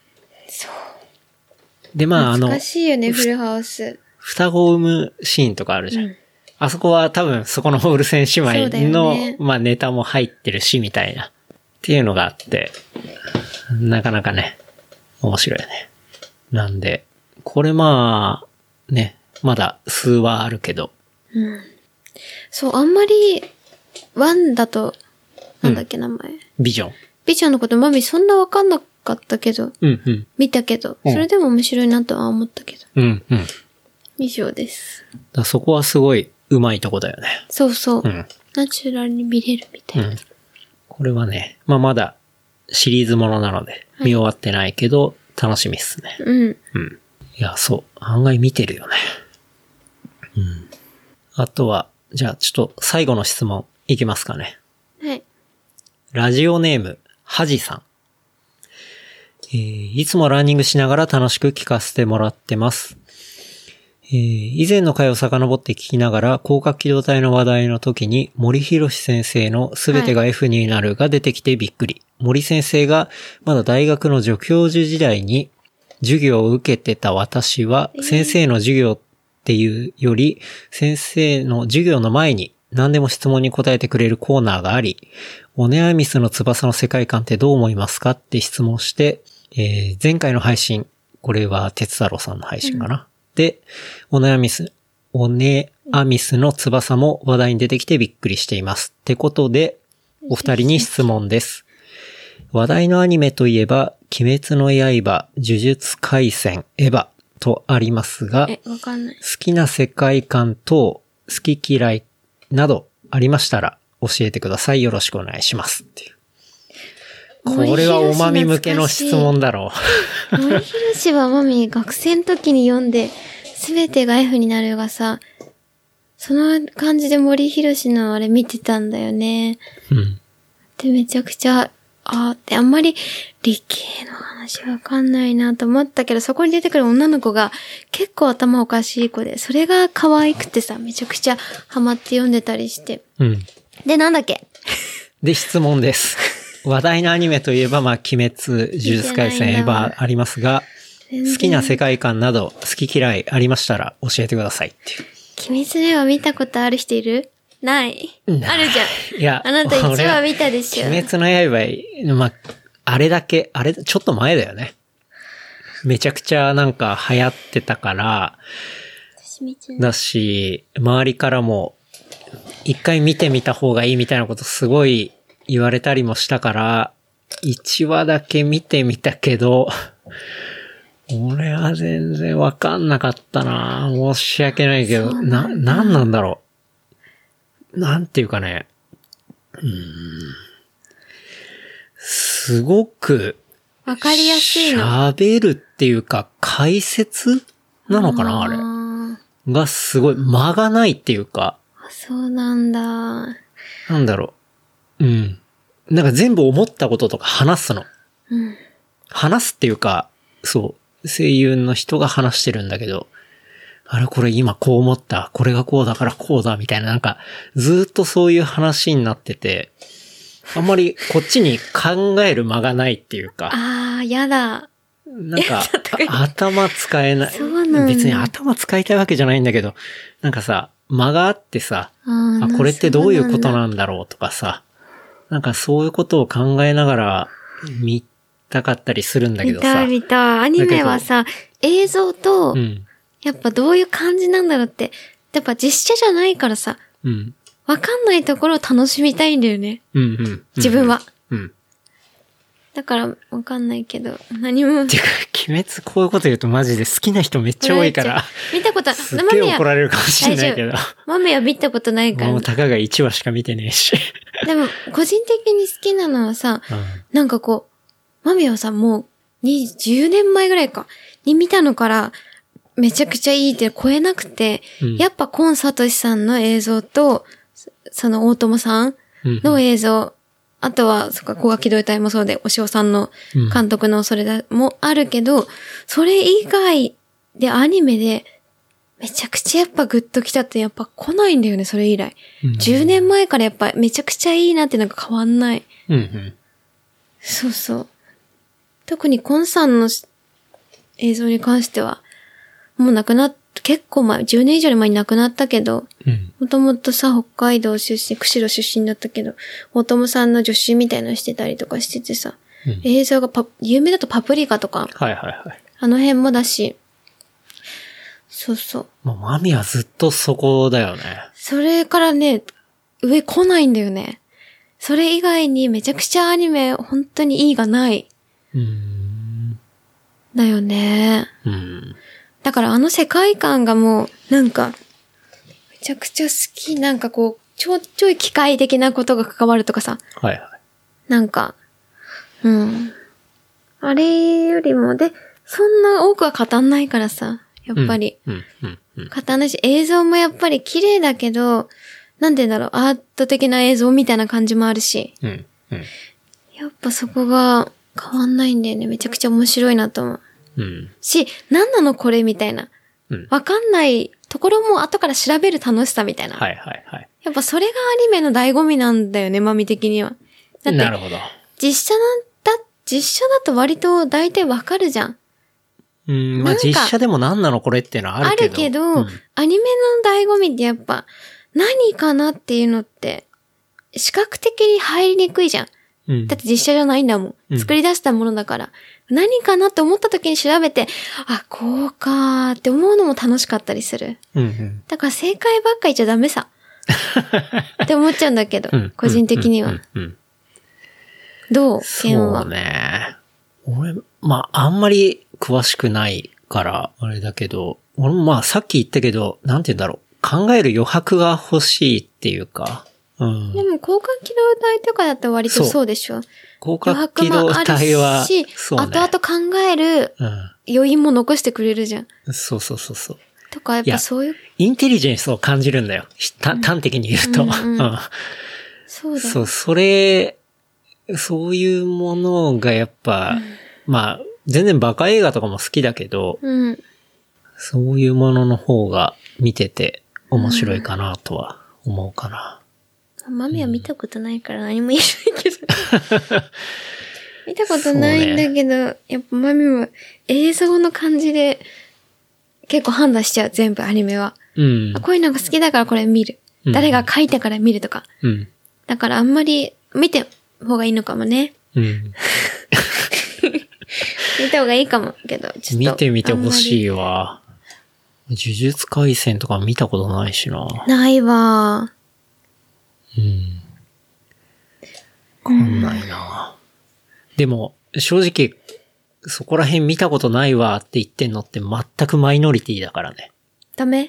[SPEAKER 3] で、まあ、あの
[SPEAKER 2] 懐、かしいよね、フルハウス。
[SPEAKER 3] 双子を産むシーンとかあるじゃん。あそこは多分そこの <laughs> オルセン姉
[SPEAKER 2] そうだ
[SPEAKER 3] 妹
[SPEAKER 2] よ
[SPEAKER 3] の、
[SPEAKER 2] ね
[SPEAKER 3] まあネタも入ってるしみたいな。っていうのがあって、なかなかね、面白いよね。なんで、これまあ、ね、まだ数はあるけど、
[SPEAKER 2] そう、あんまり、ワンだと、なんだっけ、名前。
[SPEAKER 3] ビジョン。
[SPEAKER 2] ビジョンのこと、マミそんなわかんなかったけど、
[SPEAKER 3] うんうん。
[SPEAKER 2] 見たけど、
[SPEAKER 3] うん
[SPEAKER 2] それでも面白いなとは思ったけど。
[SPEAKER 3] うんうん。だか
[SPEAKER 2] 以上です。
[SPEAKER 3] らそこはすごい上手いとこだよね。
[SPEAKER 2] そうそう。
[SPEAKER 3] うん。
[SPEAKER 2] ナチュラルに見れるみた
[SPEAKER 3] う
[SPEAKER 2] いな。
[SPEAKER 3] ん。これはね、まあまだシリーズものなので、見終わってないけど、楽しみっすね。
[SPEAKER 2] うん。
[SPEAKER 3] うん。いや、そう。案外見てるよね。うん。あとは、じゃあちょっと最後の質問いきますかね。
[SPEAKER 2] はい。
[SPEAKER 3] ラジオネーム、はじさん。えーいつもランニングしながら楽しく聞かせてもらってます。えー以前の回を遡って聞きながら、広角機動隊の話題の時に、森博先生のすべてが F になるが出てきてびっくり。森先生が、まだ大学の助教授時代に、授業を受けてた私は、先生の授業っていうより、先生の授業の前に、何でも質問に答えてくれるコーナーがあり、オネアミスの翼の世界観ってどう思いますかって質問して、えー前回の配信、これは哲太郎さんの配信かな。で、オネアミス、オネアミスの翼も話題に出てきてびっくりしています。ってことで、お二人に質問です。話題のアニメといえば、鬼滅の刃、呪術廻戦、エヴァとありますが、
[SPEAKER 2] え、わかんない。
[SPEAKER 3] 好きな世界観と好き嫌いなどありましたら教えてください。よろしくお願いします。っていう。これはおまみ向けの質問だろ
[SPEAKER 2] 森博氏はマミ学生の時に読んで、すべてが F になるがさ、その感じで森博氏のあれ見てたんだよね。
[SPEAKER 3] う。うん。
[SPEAKER 2] で、めちゃくちゃ、あーって、あんまり理系の話わかんないなと思ったけど、そこに出てくる女の子が結構頭おかしい子で、それが可愛くてさ、めちゃくちゃハマって読んでたりして。
[SPEAKER 3] うん。
[SPEAKER 2] で、なんだっけ
[SPEAKER 3] で、質問です。話題のアニメといえば、まあ、鬼滅、呪術廻戦、
[SPEAKER 2] 見
[SPEAKER 3] エ
[SPEAKER 2] てない
[SPEAKER 3] ヴ
[SPEAKER 2] んだ
[SPEAKER 3] ァありますが、好きな世界観など好き嫌いありましたら教えてくださいっていう。
[SPEAKER 2] 鬼滅の刃見たことある人いるない。あるじ
[SPEAKER 3] ない
[SPEAKER 2] ゃん。
[SPEAKER 3] いや
[SPEAKER 2] あなた
[SPEAKER 3] 俺
[SPEAKER 2] 一
[SPEAKER 3] は
[SPEAKER 2] 話見たでしょ。
[SPEAKER 3] 鬼滅の刃、まあ、あれだけ、あれ、ちょっと前だよね。めちゃくちゃなんか流行ってたから、
[SPEAKER 2] 私見てない
[SPEAKER 3] だし、周りからも、一回見てみた方がいいみたいなことすごい言われたりもしたから、一話だけ見てみたけど、俺は全然わかんなかったな申し訳ないけど、な、なんなんだろう。なんていうかね、うーん。すごく、
[SPEAKER 2] わかりやすいの。
[SPEAKER 3] 喋るっていうか、解説なのかなあれ。
[SPEAKER 2] あ
[SPEAKER 3] がすごい間がないっていうか、
[SPEAKER 2] ーそうなんだ。
[SPEAKER 3] なんだろう。うん。なんか全部思ったこととか話すの。
[SPEAKER 2] うん。
[SPEAKER 3] 話すっていうか、そう、声優の人が話してるんだけど、あれこれ今こう思った、これがこうだからこうだ、みたいな、なんか、ずーっとそういう話になってて、あんまりこっちに考える間がないっていうか。
[SPEAKER 2] ああ、やだ。
[SPEAKER 3] なんか、あ頭使えない。
[SPEAKER 2] そうなんだ
[SPEAKER 3] 別に頭使いたいわけじゃないんだけど、なんかさ、間があってさ、
[SPEAKER 2] あ
[SPEAKER 3] あ
[SPEAKER 2] ー
[SPEAKER 3] これってどういうこ
[SPEAKER 2] そ
[SPEAKER 3] と
[SPEAKER 2] う
[SPEAKER 3] なんだろうとかさ、なんかそういうことを考えながら見たかったりするんだけ
[SPEAKER 2] 見
[SPEAKER 3] どさ
[SPEAKER 2] たい。見たい。アニメはさ、映像と
[SPEAKER 3] う、ん。
[SPEAKER 2] やっぱどういう感じなんだろうって、やっぱ実写じゃないからさ、
[SPEAKER 3] うん。
[SPEAKER 2] わかんないところを楽しみたいんだよね。
[SPEAKER 3] うん。うん。
[SPEAKER 2] 自分は。
[SPEAKER 3] うん。うん。
[SPEAKER 2] だから、わかんないけど、何も。
[SPEAKER 3] てか、鬼滅こういうこと言うとマジで好きな人めっちゃ多いから、。
[SPEAKER 2] 見たことは、
[SPEAKER 3] すっげえ怒られるかもしれないけど。
[SPEAKER 2] マメは見たことないから
[SPEAKER 3] <laughs> もう。たかが1話しか見てねえし。
[SPEAKER 2] でも、個人的に好きなのはさ、
[SPEAKER 3] うん
[SPEAKER 2] なんかこう、マミはさ、もう、に、10年前ぐらいか、に見たのから、めちゃくちゃいいって超えなくて、
[SPEAKER 3] うん
[SPEAKER 2] やっぱコンサトシさんの映像と、そその大友さん
[SPEAKER 3] うん。
[SPEAKER 2] の映像あとは、そっか、高機動隊もそうで、お塩さんの
[SPEAKER 3] うん
[SPEAKER 2] 監督のそれだ、もあるけど、それ以外でアニメで、めちゃくちゃやっぱグッときたってやっぱ来ないんだよね、それ以来。
[SPEAKER 3] うん
[SPEAKER 2] 10年前からやっぱめちゃくちゃいいなってなんか変わんない。
[SPEAKER 3] うんうん。
[SPEAKER 2] そうそう。特にコンさんのし映像に関しては、もう亡くなっ、結構前、10年以上前に亡くなったけど、
[SPEAKER 3] うん。
[SPEAKER 2] もともとさ、北海道出身、釧路出身だったけど、大友さんの助手みたいなのしてたりとかしててさ、
[SPEAKER 3] うん
[SPEAKER 2] 映像がパ、有名だとパプリカとか、
[SPEAKER 3] はいはいはい。
[SPEAKER 2] あの辺もだし、そうそう。
[SPEAKER 3] もうマミはずっとそこだよね。
[SPEAKER 2] それからね、上来ないんだよね。それ以外にめちゃくちゃアニメ、本当にいいがない。
[SPEAKER 3] うん。
[SPEAKER 2] だよね。
[SPEAKER 3] うん。
[SPEAKER 2] だからあの世界観がもう、なんか、めちゃくちゃ好き。なんかこう、ちょ、ちょい機械的なことが関わるとかさ、
[SPEAKER 3] はいはい。
[SPEAKER 2] なんか、うん。あれよりも、で、そんな多くは語んないからさ、やっぱり。
[SPEAKER 3] うん。うん。うん。
[SPEAKER 2] 語んないし、映像もやっぱり綺麗だけど、なんて言うんだろう、アート的な映像みたいな感じもあるし、
[SPEAKER 3] うん。うん。
[SPEAKER 2] やっぱそこが変わんないんだよね。めちゃくちゃ面白いなと思う。
[SPEAKER 3] うん。
[SPEAKER 2] し、なんなのこれみたいな。
[SPEAKER 3] うん。
[SPEAKER 2] わかんないところも後から調べる楽しさみたいな。
[SPEAKER 3] はいはいはい。
[SPEAKER 2] やっぱそれがアニメの醍醐味なんだよね、マミ的には。だっ
[SPEAKER 3] なる
[SPEAKER 2] て、
[SPEAKER 3] ほど。
[SPEAKER 2] 実写なんだ、実写だと割と大体わかるじゃん。
[SPEAKER 3] うん。ま
[SPEAKER 2] な
[SPEAKER 3] あ
[SPEAKER 2] んか
[SPEAKER 3] 実写でも何なのこれっていうのはあ
[SPEAKER 2] あ
[SPEAKER 3] るけ
[SPEAKER 2] る
[SPEAKER 3] ど。
[SPEAKER 2] けど、
[SPEAKER 3] うん
[SPEAKER 2] アニメの醍醐味ってやっぱ、何かなっていうのって、視覚的に入りにくいじゃん。
[SPEAKER 3] うん。
[SPEAKER 2] だって実写じゃないんだも
[SPEAKER 3] うん
[SPEAKER 2] ん。作り出したものだから。何かなって思った時に調べて、あ、こうかーって思うのも楽しかったりする。
[SPEAKER 3] うんうん。
[SPEAKER 2] だから正解ばっか言っちゃダメ
[SPEAKER 3] <laughs>
[SPEAKER 2] さ。って思っちゃうんだけど
[SPEAKER 3] うん。、
[SPEAKER 2] 個人的に
[SPEAKER 3] う
[SPEAKER 2] は
[SPEAKER 3] ん。。うん。
[SPEAKER 2] どう
[SPEAKER 3] そ
[SPEAKER 2] ケンは
[SPEAKER 3] う。ね。俺、まあ、あんまり詳しくないから、あれだけど、俺もまあ、さっき言ったけど、なんて言うんだろう。考える余白が欲しいっていうか、うん
[SPEAKER 2] で。も、交換機動隊とかだと割とそうでしょ。
[SPEAKER 3] 広
[SPEAKER 2] 余
[SPEAKER 3] 角
[SPEAKER 2] 白
[SPEAKER 3] 機
[SPEAKER 2] も
[SPEAKER 3] 動
[SPEAKER 2] ある
[SPEAKER 3] 隊は、
[SPEAKER 2] し、
[SPEAKER 3] そうね。
[SPEAKER 2] 後々考える余韻も残してくれるじゃん。
[SPEAKER 3] うん。そうそうそうそう。
[SPEAKER 2] とか、やっ
[SPEAKER 3] いや
[SPEAKER 2] ぱそういう、
[SPEAKER 3] インテリジェンスを感じるんだよ。ひた端的に言うと。
[SPEAKER 2] うんうん
[SPEAKER 3] うん
[SPEAKER 2] そうだ
[SPEAKER 3] そ
[SPEAKER 2] よ。
[SPEAKER 3] う、それ、そういうものがやっぱ、まあ、全然バカ映画とかも好きだけど、
[SPEAKER 2] うん。
[SPEAKER 3] そういうものの方が見てて面白いかなとは思うかな。
[SPEAKER 2] マミは見たことないから何も言えないけど。
[SPEAKER 3] <laughs>
[SPEAKER 2] 見たことないんだけど、やっぱマミは映像の感じで結構判断しちゃう、全部アニメは。
[SPEAKER 3] うん
[SPEAKER 2] あ。こういうのが好きだからこれ見る。
[SPEAKER 3] うん
[SPEAKER 2] 誰が書いたから見るとか。
[SPEAKER 3] うん。
[SPEAKER 2] だからあんまり見て方がいいのかもね。
[SPEAKER 3] うん。
[SPEAKER 2] 見た方がいいかもけど、ちょっと。
[SPEAKER 3] 見てみてほし
[SPEAKER 2] い。
[SPEAKER 3] いわ。呪術回戦とか見たことないしな。
[SPEAKER 2] ないわ
[SPEAKER 3] うん。わかんないな。でも、正直、そこら辺見たことないわって言ってんのって全くマイノリティだからね。
[SPEAKER 2] ダメ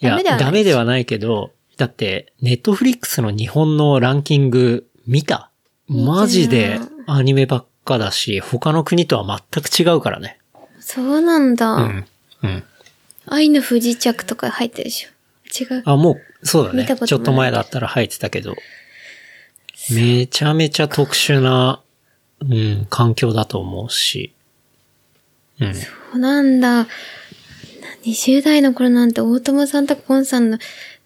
[SPEAKER 3] いや、
[SPEAKER 2] ダメではない
[SPEAKER 3] ダメではないけど、だって、ネットフリックスの日本のランキング見た
[SPEAKER 2] てない
[SPEAKER 3] マジでアニメばっかだし、他の国とは全く違うからね。
[SPEAKER 2] そうなんだ。
[SPEAKER 3] うん。うん。
[SPEAKER 2] 愛の不時着とか入ってるでしょ。違う。
[SPEAKER 3] あ、もう、そうだ
[SPEAKER 2] 見
[SPEAKER 3] ね。
[SPEAKER 2] たことない
[SPEAKER 3] ちょっと前だったら入ってたけど、めちゃめちゃ特殊な、うん、環境だと思うし。うん。
[SPEAKER 2] そうなんだ。20代の頃なんて大友さんとコンさんの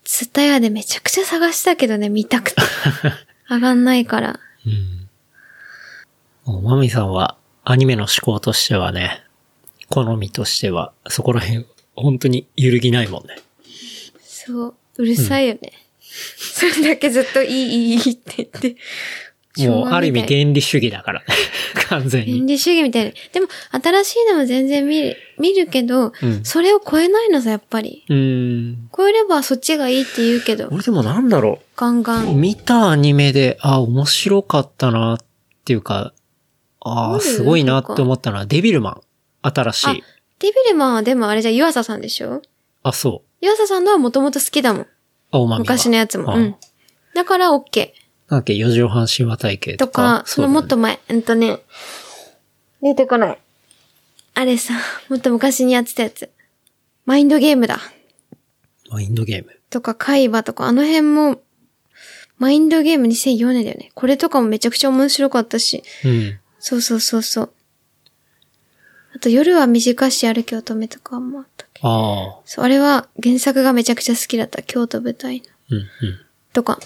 [SPEAKER 2] ツタヤでめちゃくちゃ探したけどね、見たくて。
[SPEAKER 3] <laughs>
[SPEAKER 2] 上がんないから。
[SPEAKER 3] うん。もうマミさんは、アニメの思考としてはね、好みとしては、そこら辺、本当に揺るぎないもんね。
[SPEAKER 2] そう。うるさいよね。それだけずっといい、いい、いいって言って。
[SPEAKER 3] もう、ある意味
[SPEAKER 2] 原
[SPEAKER 3] 原理主義だからね。 <laughs> 完全に。
[SPEAKER 2] 理主義みたいな。でも、新しいのも全然見る、見るけど、
[SPEAKER 3] うん
[SPEAKER 2] それを超えないのさ、やっぱり。
[SPEAKER 3] うん。
[SPEAKER 2] 超えればそっちがいいって言うけど、
[SPEAKER 3] 俺でもなんだろう。
[SPEAKER 2] ガンガン。
[SPEAKER 3] 見たアニメで、あ、面白かったなっていうか、あ
[SPEAKER 2] う
[SPEAKER 3] あ、
[SPEAKER 2] ん
[SPEAKER 3] すごいなって思ったのは、デビルマン、新し
[SPEAKER 2] あ
[SPEAKER 3] い。、
[SPEAKER 2] デビルマンはでもあれじゃ、湯浅さんでしょ
[SPEAKER 3] あそう。
[SPEAKER 2] 湯浅さんのはもともと好きだもん。
[SPEAKER 3] 青まみは。
[SPEAKER 2] 昔のやつも。
[SPEAKER 3] あ
[SPEAKER 2] うん。だから OK。
[SPEAKER 3] なんだっけ、四畳半神話体系
[SPEAKER 2] と
[SPEAKER 3] とか
[SPEAKER 2] か、。そのもっと前、うんとね、出てこない。あれさ、もっと昔にやってたやつ。マインドゲームだ。
[SPEAKER 3] マインドゲーム。
[SPEAKER 2] とか、海馬とか、あの辺も、マインドゲーム2004年だよね。これとかもめちゃくちゃ面白かったし。
[SPEAKER 3] うん。
[SPEAKER 2] そうそうそうそう。あと、夜は短し歩き乙女とかもあったっけ
[SPEAKER 3] ああ。
[SPEAKER 2] そう、あれは原作がめちゃくちゃ好きだった。京都舞台の。
[SPEAKER 3] うん、
[SPEAKER 2] とか。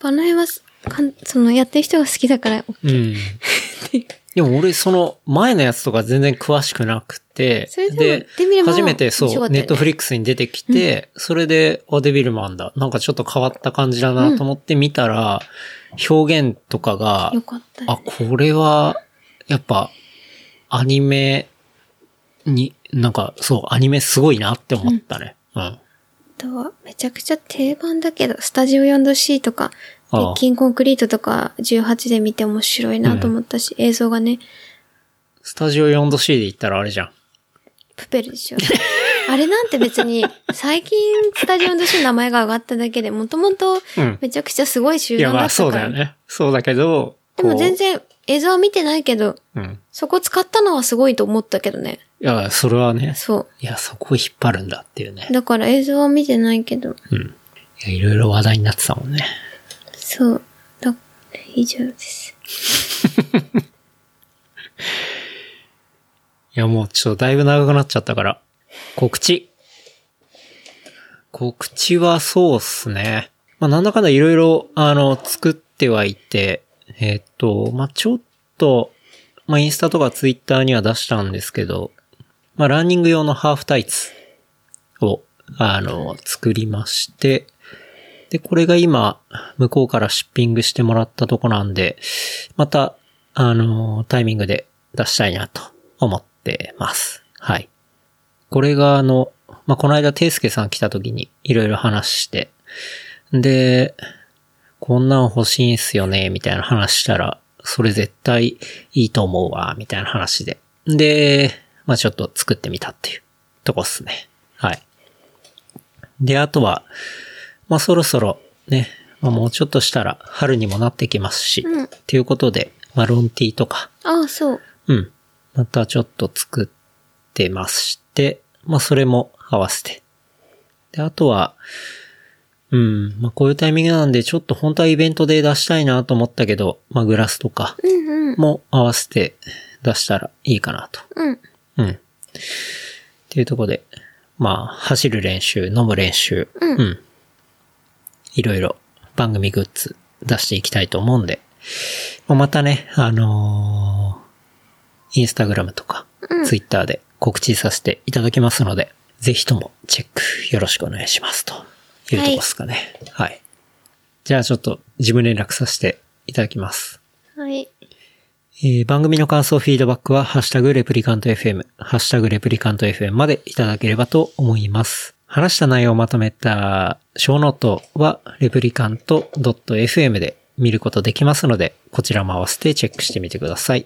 [SPEAKER 2] あの辺はす、かんその、やってる人が好きだから、
[SPEAKER 3] うん。うん。 <laughs> でも俺、その前のやつとか全然詳しくなくて
[SPEAKER 2] それ、でもデビルマン
[SPEAKER 3] 初めてそ
[SPEAKER 2] 面白か
[SPEAKER 3] う、
[SPEAKER 2] ったよね
[SPEAKER 3] ネットフリックスに出てきて、それで、あ、デビルマンだ。なんかちょっと変わった感じだなと思って見たら、表現とかが
[SPEAKER 2] よ、かった、
[SPEAKER 3] あ、
[SPEAKER 2] ね。
[SPEAKER 3] これは、やっぱ、アニメに、なんか、そう、アニメすごいなって思ったね。うん。
[SPEAKER 2] あとは、めちゃくちゃ定番だけど、スタジオ 4C とか、
[SPEAKER 3] ああ
[SPEAKER 2] 鉄筋コンクリートとか、18で見て面白いなと思ったし、映像がね、
[SPEAKER 3] スタジオ 4°C で言ったらあれじゃん。
[SPEAKER 2] プペルで
[SPEAKER 3] <laughs>
[SPEAKER 2] しょ。あれなんて別に、最近、スタジオ 4C の名前が上がっただけで、もともと
[SPEAKER 3] うん、
[SPEAKER 2] めちゃくちゃすごい集
[SPEAKER 3] いや、
[SPEAKER 2] 団
[SPEAKER 3] ま
[SPEAKER 2] だ
[SPEAKER 3] あ
[SPEAKER 2] っ
[SPEAKER 3] そ
[SPEAKER 2] た
[SPEAKER 3] う
[SPEAKER 2] か
[SPEAKER 3] だ
[SPEAKER 2] ら。
[SPEAKER 3] よね。そうだけど、
[SPEAKER 2] でも全
[SPEAKER 3] 然。
[SPEAKER 2] 然、映像は見てないけど、
[SPEAKER 3] うん。
[SPEAKER 2] そこ使ったのはすごいと思ったけどね。
[SPEAKER 3] いや、それはね、
[SPEAKER 2] そ
[SPEAKER 3] いや、そこを引っ張るんだっていうね
[SPEAKER 2] う。。だから映像は見てないけど、
[SPEAKER 3] うん。いや、いろいろ話題になってたもんね。
[SPEAKER 2] そう。だ、以上です。
[SPEAKER 3] いや、もうちょっとだいぶ長くなっちゃったから。告知。告知はそうっすね。まあ、なんだかんだいろいろ、あの、作ってはいて、えーっと、まあ、ちょっと、まあ、インスタとかツイッターには出したんですけど、まあ、ランニング用のハーフタイツを、あの、作りまして、で、これが今、向こうからシッピングしてもらったとこなんで、また、あの、タイミングで出したいなと思ってます。はい。これがあの、まあ、この間、ていすけさん来た時にいろいろ話して、で、こんなん欲しいんすよね、みたいな話したら、それ絶対いいと思うわ、みたいな話で。で、まあ、ちょっと作ってみたっていうとこっすね。はい。で、あとは、まあ、そろそろね、まあ、もうちょっとしたら春にもなってきますし、
[SPEAKER 2] うん
[SPEAKER 3] っていうことで、マロンティーとか、
[SPEAKER 2] ああ、そう。
[SPEAKER 3] うん。またちょっと作ってまして、まあそれも合わせて。で、あとは、うん、まあこういうタイミングなんで、ちょっと本当はイベントで出したいなと思ったけど、まあグラスとか
[SPEAKER 2] うんうん。
[SPEAKER 3] も合わせて出したらいいかなと。
[SPEAKER 2] うん。
[SPEAKER 3] うん。っていうところで、まあ走る練習、飲む練習、
[SPEAKER 2] うん
[SPEAKER 3] いろいろ番組グッズ出していきたいと思うんで、まあまたね、あのーインスタグラムとか、ツイッターで告知させていただきますので、ぜひともチェックよろしくお願いしますというとこですかね。はい。じゃあちょっと自分連絡させていただきます。
[SPEAKER 2] はい。
[SPEAKER 3] えー番組の感想、フィードバックは、ハッシュタグレプリカント FM、ハッシュタグレプリカント FM までいただければと思います。話した内容をまとめた小ノートは、レプリカント .fm で見ることできますので、こちらも合わせてチェックしてみてください。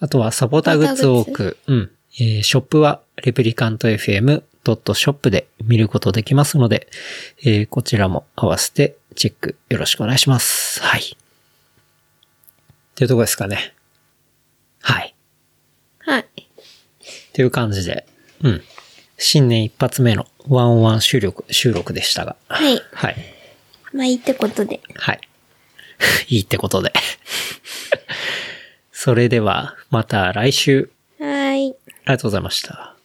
[SPEAKER 3] あとは、サポーターグッズを置く、うん。えーショップは、レプリカント FM.shop で見ることできますので、えーこちらも合わせてチェックよろしくお願いします。はい。っていうとこですかね。はい。
[SPEAKER 2] はい。
[SPEAKER 3] っていう感じで、うん。新年一発目のワンオンワン収録、収録でしたが。
[SPEAKER 2] はい。
[SPEAKER 3] はい。
[SPEAKER 2] まあいいってことで。
[SPEAKER 3] はい。 <laughs> いいってことで。 <laughs> それでは、また来週。
[SPEAKER 2] はーい。
[SPEAKER 3] ありがとうございました。